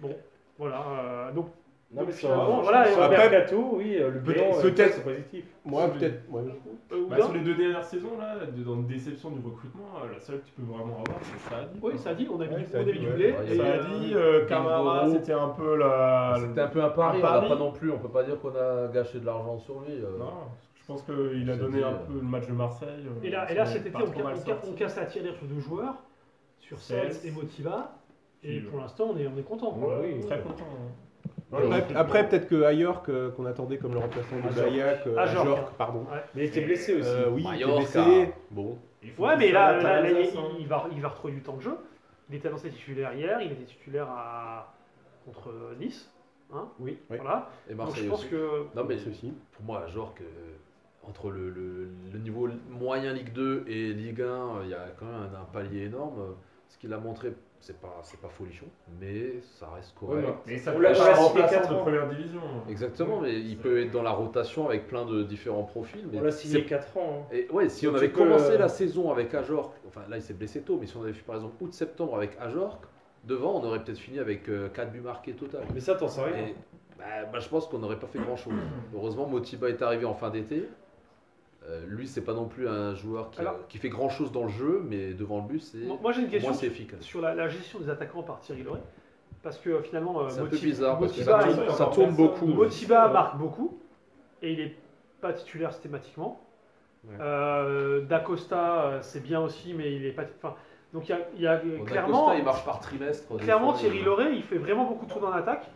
Speaker 2: bon, voilà. euh, donc,
Speaker 1: Non, mais
Speaker 2: Donc,
Speaker 1: sur,
Speaker 2: finalement, voilà,
Speaker 1: voilà, sur le
Speaker 2: après-
Speaker 1: mercato, oui, euh, le
Speaker 3: Peut-
Speaker 1: bilan, euh,
Speaker 3: peut-être-
Speaker 1: c'est positif.
Speaker 3: Moi, peut-être. ouais.
Speaker 2: euh,
Speaker 10: Bah,
Speaker 2: Oudin
Speaker 10: sur les deux dernières saisons, là, de- dans une déception du recrutement, euh, la seule que tu peux vraiment avoir, c'est Saadi.
Speaker 2: Oui, ça dit, on a mis
Speaker 10: Ouais,
Speaker 2: du
Speaker 10: ça a
Speaker 2: on a
Speaker 10: dit,
Speaker 2: mis du
Speaker 10: ouais.
Speaker 2: blé.
Speaker 6: Ouais,
Speaker 2: et,
Speaker 6: ça a
Speaker 2: euh,
Speaker 10: Saadi, euh, Camara,
Speaker 6: Bilbao. Ah,
Speaker 10: c'était un peu la.
Speaker 6: C'était un peu un pari,
Speaker 10: Un
Speaker 6: on
Speaker 10: pari.
Speaker 6: n'a pas non plus, on peut pas dire qu'on a gâché de l'argent sur lui. euh.
Speaker 10: Non, je pense qu'il a
Speaker 6: Ça
Speaker 10: donné
Speaker 6: dit,
Speaker 10: un
Speaker 6: euh,
Speaker 10: peu le match de Marseille. euh,
Speaker 2: et là, et
Speaker 10: ils
Speaker 2: là,
Speaker 10: sont
Speaker 2: cet été,
Speaker 10: pas
Speaker 2: on,
Speaker 10: trop mal
Speaker 2: on-
Speaker 10: sortis.
Speaker 2: on casse la tirelire sur deux joueurs, sur Sels
Speaker 10: Sels.
Speaker 2: et Motiva. Et
Speaker 10: Puis,
Speaker 2: pour l'instant, on est, on est content. quoi.
Speaker 10: Ouais, Très content. hein.
Speaker 3: Après, après, peut-être que Ayork, euh, qu'on attendait comme le remplaçant de
Speaker 1: Ajork.
Speaker 3: Bayak, euh,
Speaker 2: Ajork.
Speaker 3: Ajork, pardon.
Speaker 1: Mais il était blessé aussi.
Speaker 3: Euh, oui, il était
Speaker 6: Mallorca.
Speaker 3: blessé.
Speaker 6: Bon,
Speaker 10: Il faut
Speaker 2: Ouais,
Speaker 10: que
Speaker 2: mais
Speaker 10: ça
Speaker 2: là,
Speaker 10: reste
Speaker 2: là,
Speaker 10: à
Speaker 2: là, il,
Speaker 10: Alsace, hein.
Speaker 2: il va, il va retrouver du temps de jeu. Il était annoncé titulaire hier, il était titulaire à... contre Nice. Hein
Speaker 1: Oui.
Speaker 2: Voilà.
Speaker 6: et
Speaker 2: Donc
Speaker 6: Marseille
Speaker 2: je pense
Speaker 6: aussi.
Speaker 2: que.
Speaker 6: Non, mais
Speaker 3: Ceci.
Speaker 6: pour moi, genre que euh, entre le, le- le niveau moyen Ligue 2 et Ligue 1, euh, il y a quand même un, un palier énorme. Euh, Ce qu'il a montré, c'est pas, c'est pas folichon, mais ça reste correct.
Speaker 10: Mais ça
Speaker 1: On
Speaker 10: peut
Speaker 1: l'a-
Speaker 10: être
Speaker 1: on l'a
Speaker 10: un
Speaker 1: signé
Speaker 10: remplaçant
Speaker 1: quatre
Speaker 10: de
Speaker 1: ans.
Speaker 10: première division.
Speaker 6: Exactement, mais il peut être dans la rotation avec plein de différents profils. Mais
Speaker 1: On l'a signé
Speaker 6: c'est-
Speaker 1: 4 ans. hein.
Speaker 6: Et ouais, si on
Speaker 1: Donc
Speaker 6: avait
Speaker 1: tu peux,
Speaker 6: commencé
Speaker 1: euh,
Speaker 6: la saison avec Ajorc, enfin là il s'est blessé tôt, mais si on avait fait par exemple août-septembre avec Ajorc, devant on aurait peut-être fini avec 4 buts marqués total.
Speaker 1: Mais ça, t'en sais rien.
Speaker 6: Et, bah, bah, je pense qu'on n'aurait pas fait grand chose. Heureusement, Motiba est arrivé en fin d'été. Euh, lui, c'est pas non plus un joueur qui,
Speaker 2: Alors-
Speaker 6: qui fait grand chose dans le jeu, mais devant le but, c'est
Speaker 2: Moi, moi, j'ai une
Speaker 6: au moins
Speaker 2: question
Speaker 6: c'est efficace.
Speaker 2: sur la, la gestion des attaquants par Thierry Loret. Parce que euh, finalement, euh,
Speaker 6: C'est un peu
Speaker 2: Moti-
Speaker 6: bizarre parce que
Speaker 2: Motiba,
Speaker 6: ça
Speaker 2: il-
Speaker 6: tourne, ça tourne beaucoup.
Speaker 2: Motiba marque beaucoup et il est pas titulaire systématiquement.
Speaker 6: Ouais.
Speaker 2: Euh, Dacosta, euh, c'est bien aussi, mais il est pas. Enfin, donc il y a- il y a,
Speaker 6: Bon,
Speaker 2: clairement,
Speaker 6: Acosta, il marche par trimestre. des
Speaker 2: clairement
Speaker 6: fois,
Speaker 2: Thierry
Speaker 6: il-
Speaker 2: Loret, il fait vraiment beaucoup de trous dans l'attaque.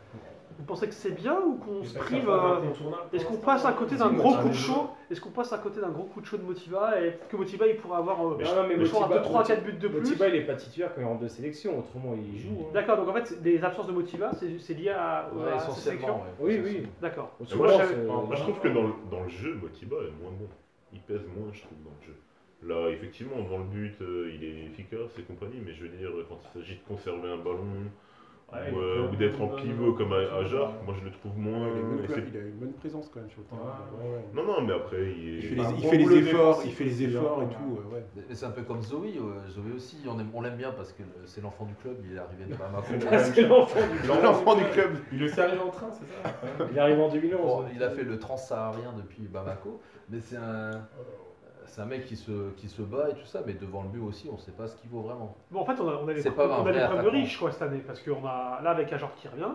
Speaker 2: Vous pensez que c'est bien ou qu'on
Speaker 10: Mais
Speaker 2: se
Speaker 10: ça, ça
Speaker 2: prive
Speaker 10: fait un
Speaker 2: euh,
Speaker 10: incontournable
Speaker 2: Est-ce qu'on
Speaker 10: pour
Speaker 2: passe à
Speaker 10: l'instant.
Speaker 2: côté d'un
Speaker 10: Si,
Speaker 2: gros
Speaker 10: Motiba,
Speaker 2: coup de
Speaker 10: il est
Speaker 2: chaud Est-ce qu'on passe à côté d'un gros coup de chaud de Motiva et que Motiva il pourrait avoir euh,
Speaker 1: Non, non, mais
Speaker 2: je crois,
Speaker 1: Motiba-
Speaker 2: deux, trois, quatre buts de plus
Speaker 1: Motiba, il est pas titulaire quand il rentre de sélection, autrement, il joue. hein.
Speaker 2: D'accord, donc en fait, les absences de Motiva, c'est c'est lié à,
Speaker 6: Ouais,
Speaker 2: à sa sélection
Speaker 6: essentiellement.
Speaker 1: Oui,
Speaker 6: ouais.
Speaker 1: oui.
Speaker 2: D'accord.
Speaker 1: Autrement,
Speaker 2: Moi,
Speaker 1: c'est-
Speaker 2: j'avais-
Speaker 4: Moi, je trouve que dans le, dans le jeu, Motiba est moins bon. Il pèse moins, je trouve, dans le jeu. Là, effectivement, devant le but, euh, il est efficace et compagnie, mais je veux dire, quand il s'agit de conserver un ballon
Speaker 10: Ouais,
Speaker 4: ou,
Speaker 10: il
Speaker 4: euh,
Speaker 10: peut-
Speaker 4: ou d'être en pivot comme à, à Jarque. Moi, je le trouve
Speaker 3: Il a
Speaker 4: moins.
Speaker 3: une bonne
Speaker 4: et
Speaker 3: pla-
Speaker 4: c'est-
Speaker 3: il a une bonne présence quand même sur le terrain.
Speaker 10: Ouais,
Speaker 3: Ouais, ouais.
Speaker 4: Non, non, mais après, il
Speaker 3: Il
Speaker 4: est-
Speaker 3: fait
Speaker 10: un
Speaker 3: les- il
Speaker 10: bon
Speaker 3: fait
Speaker 10: boulot
Speaker 3: les efforts, il
Speaker 10: défensif,
Speaker 3: fait les
Speaker 10: déjà.
Speaker 3: efforts et
Speaker 10: Ouais.
Speaker 3: tout. euh, ouais, ouais.
Speaker 6: Mais mais c'est un peu comme Zoé. euh, Zoé aussi, on aime- on l'aime bien parce que euh, c'est l'enfant du club. Il est arrivé de Bamako.
Speaker 1: C'est l'enfant du club.
Speaker 3: L'enfant du club.
Speaker 10: Il aussi arrive en train, c'est ça
Speaker 1: Il arrive en
Speaker 6: Bon,
Speaker 1: 2011.
Speaker 6: il a fait le transsaharien depuis Bamako, mais c'est un, c'est un mec qui se, qui se bat et tout ça, mais devant le but aussi, on ne sait pas ce qu'il vaut vraiment.
Speaker 2: Bon, en fait, on a, on a les,
Speaker 6: C'est pas un
Speaker 2: on a
Speaker 6: vrai hein,
Speaker 2: les problèmes de
Speaker 6: attaquant.
Speaker 2: riches quoi, cette année, parce qu'on a là avec Ajor qui revient,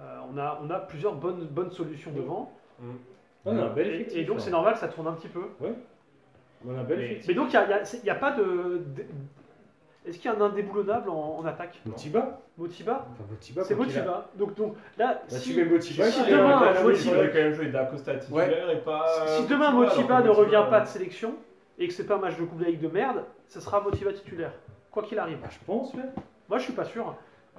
Speaker 2: euh, on, a, on a plusieurs bonnes, bonnes solutions devant.
Speaker 1: On a un bel
Speaker 2: Et,
Speaker 1: effectif.
Speaker 2: et donc,
Speaker 1: hein.
Speaker 2: c'est normal que ça tourne un petit peu.
Speaker 1: On a un bel
Speaker 2: Mais
Speaker 1: effectif.
Speaker 2: donc, il n'y a, c'est- y a pas de. d- Est-ce qu'il y a un indéboulonnable en, en attaque
Speaker 1: Motiba
Speaker 2: Motiba
Speaker 1: Enfin, Motiba,
Speaker 2: C'est
Speaker 1: quoi qu'il a-
Speaker 2: Motiba. Donc, donc là,
Speaker 1: Bah,
Speaker 2: si,
Speaker 1: tu mets Motiba,
Speaker 2: si
Speaker 1: il est
Speaker 2: demain,
Speaker 1: dans la
Speaker 10: Ah,
Speaker 1: tête,
Speaker 10: oui,
Speaker 2: Motiba-
Speaker 10: il faudrait quand même jouer d'Acosta titulaire et pas.
Speaker 1: Euh,
Speaker 2: si demain
Speaker 10: alors que
Speaker 2: Motiba ne revient pas de sélection et que c'est pas un match de Coupe de la Ligue de merde, ce sera Motiba titulaire. Quoi qu'il arrive.
Speaker 1: Ah, je pense, ouais.
Speaker 2: Moi, je suis pas sûr.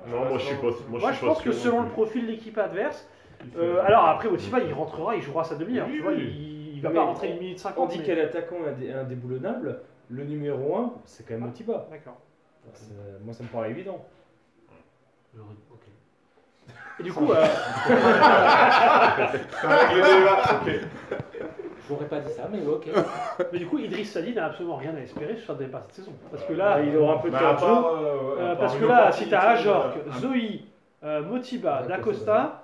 Speaker 4: Non, moi, je suis pas. Moi,
Speaker 2: Moi,
Speaker 4: je
Speaker 2: je
Speaker 4: suis pas
Speaker 2: pense que
Speaker 4: sûr non
Speaker 2: selon le
Speaker 4: plus.
Speaker 2: profil de l'équipe adverse. euh, alors après, Motiba, il rentrera, il jouera sa demi-heure.
Speaker 4: Oui,
Speaker 2: tu vois,
Speaker 4: oui.
Speaker 2: il, il va
Speaker 1: Mais
Speaker 2: pas
Speaker 1: on-
Speaker 2: rentrer une minute
Speaker 1: On
Speaker 2: cinquante.
Speaker 1: dit
Speaker 2: mais-
Speaker 1: quel attaquant est indé- indéboulonnable. Le numéro 1, c'est quand même Motiba.
Speaker 2: D'accord.
Speaker 1: Enfin, c'est- Moi, ça me paraît évident.
Speaker 2: Et du coup, euh,
Speaker 4: Ah,
Speaker 7: J'aurais pas dit ça, mais ok.
Speaker 2: mais du coup, Idriss Sali n'a absolument rien à espérer sur le départ de cette saison. Parce que
Speaker 1: Ah,
Speaker 2: là,
Speaker 1: il aura un peu de
Speaker 10: Bah,
Speaker 1: temps
Speaker 10: à
Speaker 1: de
Speaker 10: part,
Speaker 1: jeu.
Speaker 10: euh, ouais, à
Speaker 2: Euh,
Speaker 10: part
Speaker 2: parce que
Speaker 10: une
Speaker 2: là, si t'as
Speaker 10: opportunité,
Speaker 2: Ajork,
Speaker 10: euh,
Speaker 2: Zoe, euh, Motiba,
Speaker 6: Ouais,
Speaker 2: Dacosta.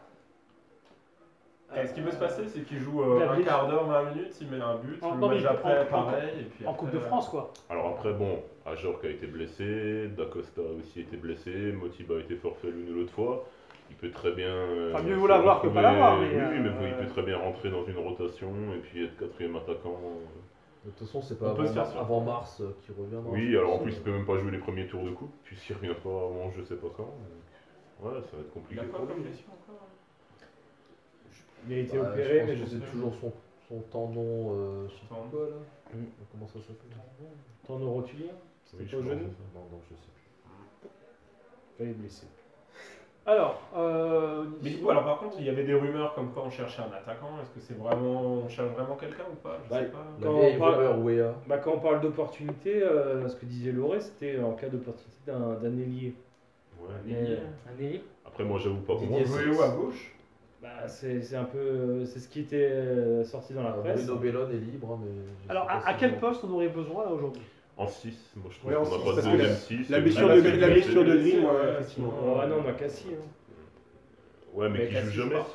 Speaker 1: Euh,
Speaker 10: Et ce qui peut se passer, c'est qu'il joue euh,
Speaker 2: La
Speaker 10: un
Speaker 2: ville.
Speaker 10: quart d'heure, 20 minutes, il met un but,
Speaker 2: En-
Speaker 10: le
Speaker 2: non, mais
Speaker 10: match
Speaker 2: en-
Speaker 10: après,
Speaker 2: en-
Speaker 10: pareil. Et puis
Speaker 2: En
Speaker 10: après,
Speaker 2: Coupe de
Speaker 10: euh,
Speaker 2: France, quoi.
Speaker 4: Alors après, bon, Ajork a été blessé, Dacosta a aussi été blessé, Motiba a été forfait l'une ou l'autre fois. Il peut très bien. euh,
Speaker 2: Enfin, mieux
Speaker 4: se
Speaker 2: vaut l'avoir que pas
Speaker 4: retrouver-
Speaker 2: l'avoir, mais,
Speaker 4: Oui, oui, mais
Speaker 2: euh,
Speaker 4: il peut très bien rentrer dans une rotation et puis être quatrième attaquant.
Speaker 6: De toute façon, c'est
Speaker 10: On
Speaker 6: pas
Speaker 10: peut
Speaker 6: avant,
Speaker 10: se faire ça.
Speaker 6: avant mars euh, qu'il revient. dans
Speaker 4: Oui,
Speaker 6: la
Speaker 4: alors en
Speaker 6: sélection.
Speaker 4: plus, il peut même pas jouer les premiers tours de coupe, puisqu'il revient pas avant je sais pas quand. Ouais, ça va être
Speaker 10: Il
Speaker 4: compliqué.
Speaker 10: a quoi
Speaker 4: pour lui.
Speaker 10: comme blessure encore
Speaker 1: Il a été
Speaker 6: Bah,
Speaker 1: opéré,
Speaker 6: je
Speaker 1: mais
Speaker 6: pense
Speaker 1: je
Speaker 6: que
Speaker 1: sais
Speaker 6: c'est
Speaker 1: plus.
Speaker 6: toujours son, son tendon. euh, je sais
Speaker 10: Tendon.
Speaker 6: plus quoi là
Speaker 1: Mm.
Speaker 6: Euh, Comment ça s'appelle
Speaker 1: Ton rotulien C'était
Speaker 4: Oui,
Speaker 1: pas au
Speaker 4: je pense.
Speaker 1: genou
Speaker 6: Non, non, je sais plus.
Speaker 1: Il est blessé.
Speaker 2: Alors, euh,
Speaker 10: Mais du coup, alors par contre, il y avait des rumeurs comme quoi on cherchait un attaquant. Est-ce que c'est vraiment. On cherche vraiment quelqu'un ou pas Je
Speaker 1: Bah,
Speaker 10: sais pas.
Speaker 6: La
Speaker 1: Quand
Speaker 6: vieille
Speaker 1: on parle-
Speaker 6: rumeur hein. Wea.
Speaker 1: Bah, quand on parle d'opportunité, euh, ce que disait Lauré, c'était en cas d'opportunité d'un d'un ailier. Euh,
Speaker 4: Ouais.
Speaker 1: Mais-
Speaker 7: Un ailier
Speaker 4: Après, moi, j'avoue pas comment.
Speaker 10: Didier Zoé à gauche
Speaker 1: Bah, c'est c'est un peu euh, c'est ce qui était euh, sorti dans la presse.
Speaker 6: Bruno Bellon est libre, hein, mais. je
Speaker 2: alors
Speaker 6: sais pas
Speaker 2: à, à
Speaker 6: si
Speaker 2: quel
Speaker 6: on-
Speaker 2: poste on aurait besoin là aujourd'hui
Speaker 4: En 6, moi je trouve
Speaker 3: Ouais, en
Speaker 4: qu'on
Speaker 3: six,
Speaker 4: n'a pas
Speaker 3: parce
Speaker 4: de
Speaker 3: que la-
Speaker 4: deuxième 6.
Speaker 3: La blessure de
Speaker 1: Ah,
Speaker 3: la blessure de Green, ouais, effectivement.
Speaker 1: Oh, ah non, on a Cassie. hein.
Speaker 4: Ouais, mais,
Speaker 10: Mais
Speaker 4: qui joue
Speaker 10: Cassis
Speaker 4: jamais hein,
Speaker 10: part.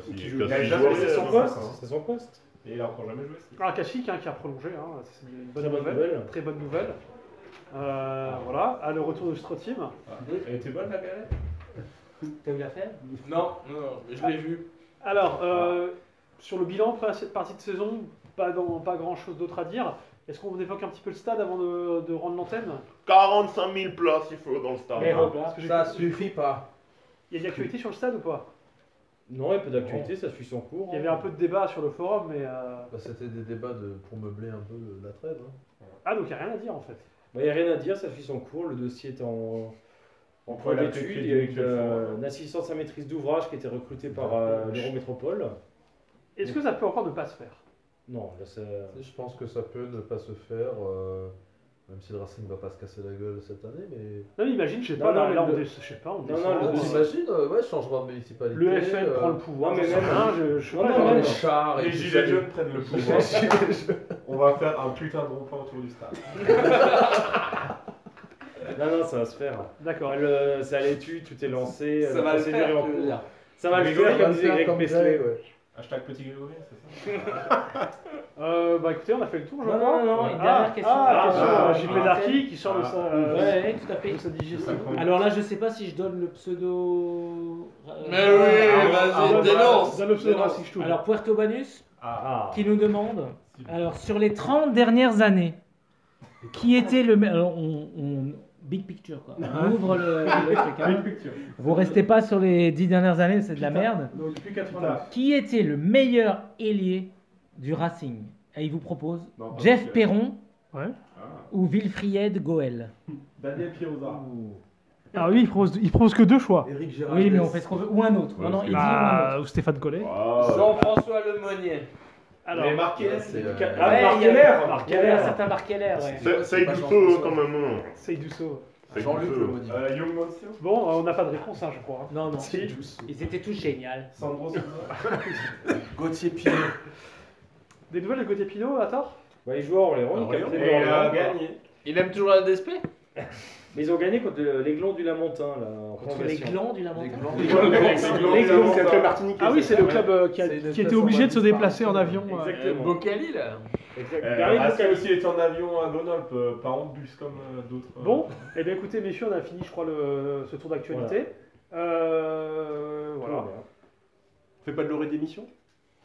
Speaker 4: 6.
Speaker 3: Qui joue-
Speaker 10: Il a jamais
Speaker 1: C'est
Speaker 10: Ouais,
Speaker 1: son
Speaker 10: non,
Speaker 4: hein.
Speaker 1: poste.
Speaker 10: c'est ça.
Speaker 1: C'est son poste.
Speaker 10: Et il a encore jamais joué. c'est-
Speaker 2: Alors Kachik hein, qui a prolongé, hein, c'est une bonne
Speaker 1: Très bonne
Speaker 2: nouvelle.
Speaker 1: nouvelle.
Speaker 2: Très bonne nouvelle. Euh, Voilà, à le retour de Strotim.
Speaker 10: Elle était bonne la galette
Speaker 7: T'as eu l'affaire
Speaker 5: Non, non, non, mais je l'ai vu.
Speaker 2: Alors, euh, sur le bilan, après cette partie de saison, pas, dans- pas grand chose d'autre à dire. Est-ce qu'on évoque un petit peu le stade avant de, de rendre l'antenne
Speaker 4: 45 000 places il faut dans le stade.
Speaker 1: Mais hop,
Speaker 2: Parce que j'ai-
Speaker 6: Ça suffit pas.
Speaker 2: Il y a de l'actualité sur le stade ou pas
Speaker 1: Non, il n'y a pas d'actualité, ça suit son cours. hein.
Speaker 2: Il y avait un peu de débat sur le forum, mais. euh,
Speaker 6: Bah, C'était des débats de, pour meubler un peu le- la trêve. hein.
Speaker 2: Ah, donc il n'y a rien à dire en fait.
Speaker 1: Bah, Il n'y a rien à dire, ça suit son cours. Le dossier est en, en cours
Speaker 10: Voilà,
Speaker 1: d'étude.
Speaker 10: peut-être
Speaker 1: Il y a
Speaker 10: qu'il
Speaker 1: une,
Speaker 10: y a du mutuel
Speaker 1: euh, une assistance à maîtrise d'ouvrage qui était recrutée par euh, l'Eurométropole.
Speaker 2: Est-ce que ça peut encore ne pas se faire
Speaker 1: Non, là, ça...
Speaker 6: Je pense que ça peut ne pas se faire, euh, même si le Racing va pas se casser la gueule cette année, mais.
Speaker 2: Non, mais imagine, je sais
Speaker 1: Non,
Speaker 2: pas,
Speaker 1: non,
Speaker 2: là,
Speaker 1: mais
Speaker 2: là, on
Speaker 1: le-
Speaker 2: dé- je sais pas, on
Speaker 1: Non,
Speaker 2: descend,
Speaker 1: non,
Speaker 2: on-
Speaker 1: le-
Speaker 6: Vous imaginez, euh, ouais, changement de municipalité.
Speaker 2: le FN
Speaker 6: euh,
Speaker 2: prend le pouvoir,
Speaker 1: non, mais
Speaker 2: j'en sais
Speaker 1: même-
Speaker 2: rien, je, je sais
Speaker 1: Non,
Speaker 2: pas,
Speaker 1: non,
Speaker 2: je-
Speaker 1: même-
Speaker 6: Les chars et
Speaker 10: Les
Speaker 6: tout
Speaker 10: gilets
Speaker 6: ça,
Speaker 10: jaunes prennent le
Speaker 6: les-
Speaker 10: pouvoir.
Speaker 6: les gilets jaunes.
Speaker 10: On va faire un putain de repas autour du stade.
Speaker 1: non, non, ça va se faire.
Speaker 2: D'accord.
Speaker 1: Le- C'est à l'étude, tout est lancé.
Speaker 2: euh,
Speaker 5: Ça
Speaker 1: la
Speaker 5: va le
Speaker 1: procédure
Speaker 5: faire,
Speaker 1: est en
Speaker 5: tu veux
Speaker 1: cours.
Speaker 5: dire.
Speaker 1: Ça va le
Speaker 6: Grégory
Speaker 1: faire, comme
Speaker 6: va
Speaker 1: disait Greg
Speaker 6: comme
Speaker 1: Mesley.
Speaker 6: Greg, ouais.
Speaker 10: Hashtag petit Grégory, c'est ça
Speaker 2: Euh, bah écoutez, on a fait le tour, je
Speaker 7: Non,
Speaker 2: crois.
Speaker 7: non, non,
Speaker 2: ah,
Speaker 7: une dernière question.
Speaker 2: Ah,
Speaker 1: Ah,
Speaker 2: question,
Speaker 1: ah,
Speaker 2: euh, JP
Speaker 10: ah,
Speaker 2: Darky qui sort de sa.
Speaker 7: Ouais,
Speaker 2: euh,
Speaker 7: ouais, tout à fait.
Speaker 2: de sa digeste.
Speaker 7: Alors là, je sais pas si je donne le pseudo. euh,
Speaker 5: Mais oui,
Speaker 2: Ah,
Speaker 5: vas-y,
Speaker 2: bah,
Speaker 5: dénonce
Speaker 2: dans le pseudo Racing Stool.
Speaker 7: Alors, Puerto Banus,
Speaker 1: Ah,
Speaker 7: qui nous demande
Speaker 10: Si.
Speaker 7: alors, sur les 30 dernières années, qui était le. me- alors, on, on- Big picture, quoi. On ouvre le, le truc. hein. Vous restez pas sur les 10 dernières années, c'est de la merde.
Speaker 10: Donc depuis 89.
Speaker 7: Qui était le meilleur ailier du Racing Et il vous propose
Speaker 10: Non, pas
Speaker 7: Jeff
Speaker 10: Michel.
Speaker 7: Perron
Speaker 11: Ouais.
Speaker 7: ou Wilfried Goel.
Speaker 10: Daniel Piroza.
Speaker 11: Ah oui, il propose, il propose que deux choix.
Speaker 6: Éric Gérard.
Speaker 7: Oui, mais on fait ce qu'on veut. Ou un autre.
Speaker 4: Ouais,
Speaker 7: non, non,
Speaker 4: parce
Speaker 7: il
Speaker 2: Ah,
Speaker 4: que-
Speaker 7: dit ou un
Speaker 11: Bah,
Speaker 7: autre.
Speaker 11: ou Stéphane Collet.
Speaker 5: Jean-François Lemonnier.
Speaker 2: Alors,
Speaker 10: Mais Marquez,
Speaker 6: Ouais,
Speaker 10: c'est
Speaker 6: c'est,
Speaker 10: du
Speaker 6: euh,
Speaker 10: ca-
Speaker 1: Ah,
Speaker 7: Ouais,
Speaker 1: Marc
Speaker 7: il y avait-
Speaker 1: Keller,
Speaker 7: Marc
Speaker 1: Marc
Speaker 7: Keller,
Speaker 1: Keller.
Speaker 7: Ah, un certain Marc Keller, ouais.
Speaker 4: Ça, ça
Speaker 6: C'est
Speaker 4: est
Speaker 6: pas
Speaker 4: du
Speaker 6: Jean
Speaker 4: saut
Speaker 6: François.
Speaker 4: quand même. hein.
Speaker 2: Seydouceau.
Speaker 12: C'est
Speaker 4: Jean-Luc
Speaker 12: le
Speaker 4: le
Speaker 12: feu.
Speaker 4: maudit.
Speaker 1: Euh, Young Monsieur
Speaker 2: Bon, euh, on n'a pas de réponse, hein, je crois.
Speaker 7: Non, non.
Speaker 2: Si.
Speaker 7: Ils étaient tous géniaux.
Speaker 4: Sandro Sosa. Gauthier Pinot.
Speaker 2: Des nouvelles de côté Pinot, à tort
Speaker 1: Bah, ils jouent à Orléans, ils
Speaker 12: Orléans.
Speaker 1: capitaine
Speaker 4: Et il a
Speaker 1: d'Orléans.
Speaker 4: gagné.
Speaker 5: Il aime toujours la DSP
Speaker 1: Mais ils ont gagné contre le- les glands du Lamentin, là. en
Speaker 7: Contre les
Speaker 1: prolongation.
Speaker 7: glands du lamentin.
Speaker 4: Les glands, les glands,
Speaker 3: C'est un club martiniquais.
Speaker 2: Ah oui, c'est le club euh, qui, a,
Speaker 6: C'est une
Speaker 2: qui était
Speaker 6: destination
Speaker 2: obligé de se
Speaker 6: magnifique,
Speaker 2: déplacer en
Speaker 6: par
Speaker 2: avion. euh,
Speaker 1: Exactement.
Speaker 5: Bocali, là
Speaker 1: Exact.
Speaker 12: Euh,
Speaker 1: Pareil,
Speaker 4: Ah,
Speaker 1: donc,
Speaker 4: c'est aussi est en avion à Grenoble, euh, pas en bus comme euh, d'autres. euh.
Speaker 2: Bon, eh bien écoutez, messieurs, on a fini, je crois, le, ce tour d'actualité. Euh, voilà.
Speaker 3: Fais pas de l'orée d'émission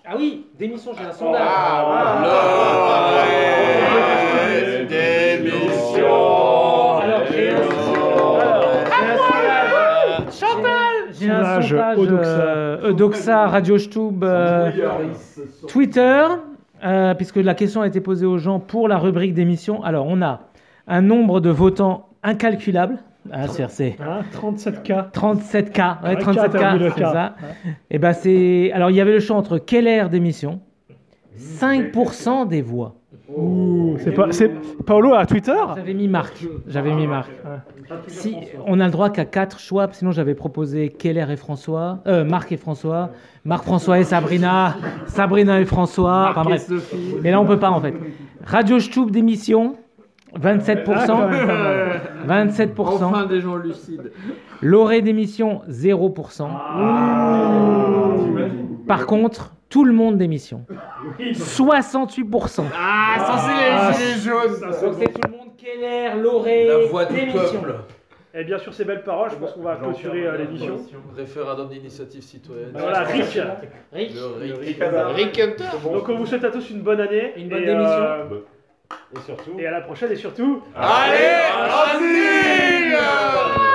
Speaker 7: Ah oui, démission, j'ai un sondage.
Speaker 5: Ah,
Speaker 4: l'orée
Speaker 5: Démission
Speaker 7: Alors, j'ai un sondage. Chantal J'ai un
Speaker 13: Sondage
Speaker 7: sondage.
Speaker 13: Eudoxa.
Speaker 7: euh, Eudoxa, Radio Stub, euh, Twitter, euh, puisque la question a été posée aux gens pour la rubrique d'émission. Alors, on a un nombre de votants incalculable. Ah, c'est- c'est
Speaker 13: Hein, 37K.
Speaker 7: 37K. Ouais,
Speaker 13: Ouais,
Speaker 7: 37K,
Speaker 13: 4,4.
Speaker 7: c'est ça. Et ben, c'est. Alors, il y avait le choix entre quelle aire d'émission Mmh. 5% des voix.
Speaker 1: Oh.
Speaker 2: Oh.
Speaker 13: Ouh, c'est pas, c'est Paolo à Twitter.
Speaker 7: J'avais mis Marc. J'avais mis Marc. Si on a le droit qu'à quatre choix, sinon j'avais proposé Keller et François, euh, Marc et François, Marc François et Sabrina, Sabrina et François, enfin bref. Mais là on peut pas en fait. Radio Stoup d'émission, 27
Speaker 6: Ah,
Speaker 7: 27
Speaker 5: Enfin des gens lucides.
Speaker 7: Loré d'émission 0
Speaker 2: Ah.
Speaker 1: Ah,
Speaker 7: Par contre, tout le monde d'émission 68
Speaker 5: Ah, sans les gilets jaunes
Speaker 7: Donc c'est tout le monde Keller, Loré,
Speaker 6: bah, La voix du
Speaker 7: d'émission.
Speaker 6: peuple.
Speaker 2: Et Eh bien sur ces belles paroles, je pense qu'on va clôturer euh, l'émission.
Speaker 6: Référendum d'initiative citoyenne.
Speaker 2: Voilà, Rick.
Speaker 7: Riche.
Speaker 6: Le RIC.
Speaker 5: Rick Hunter
Speaker 2: Donc on vous souhaite à tous une bonne année.
Speaker 7: Une bonne
Speaker 2: et,
Speaker 7: démission.
Speaker 2: euh,
Speaker 1: Et surtout. Ah,
Speaker 2: et à la prochaine et surtout.
Speaker 12: Allez, Racing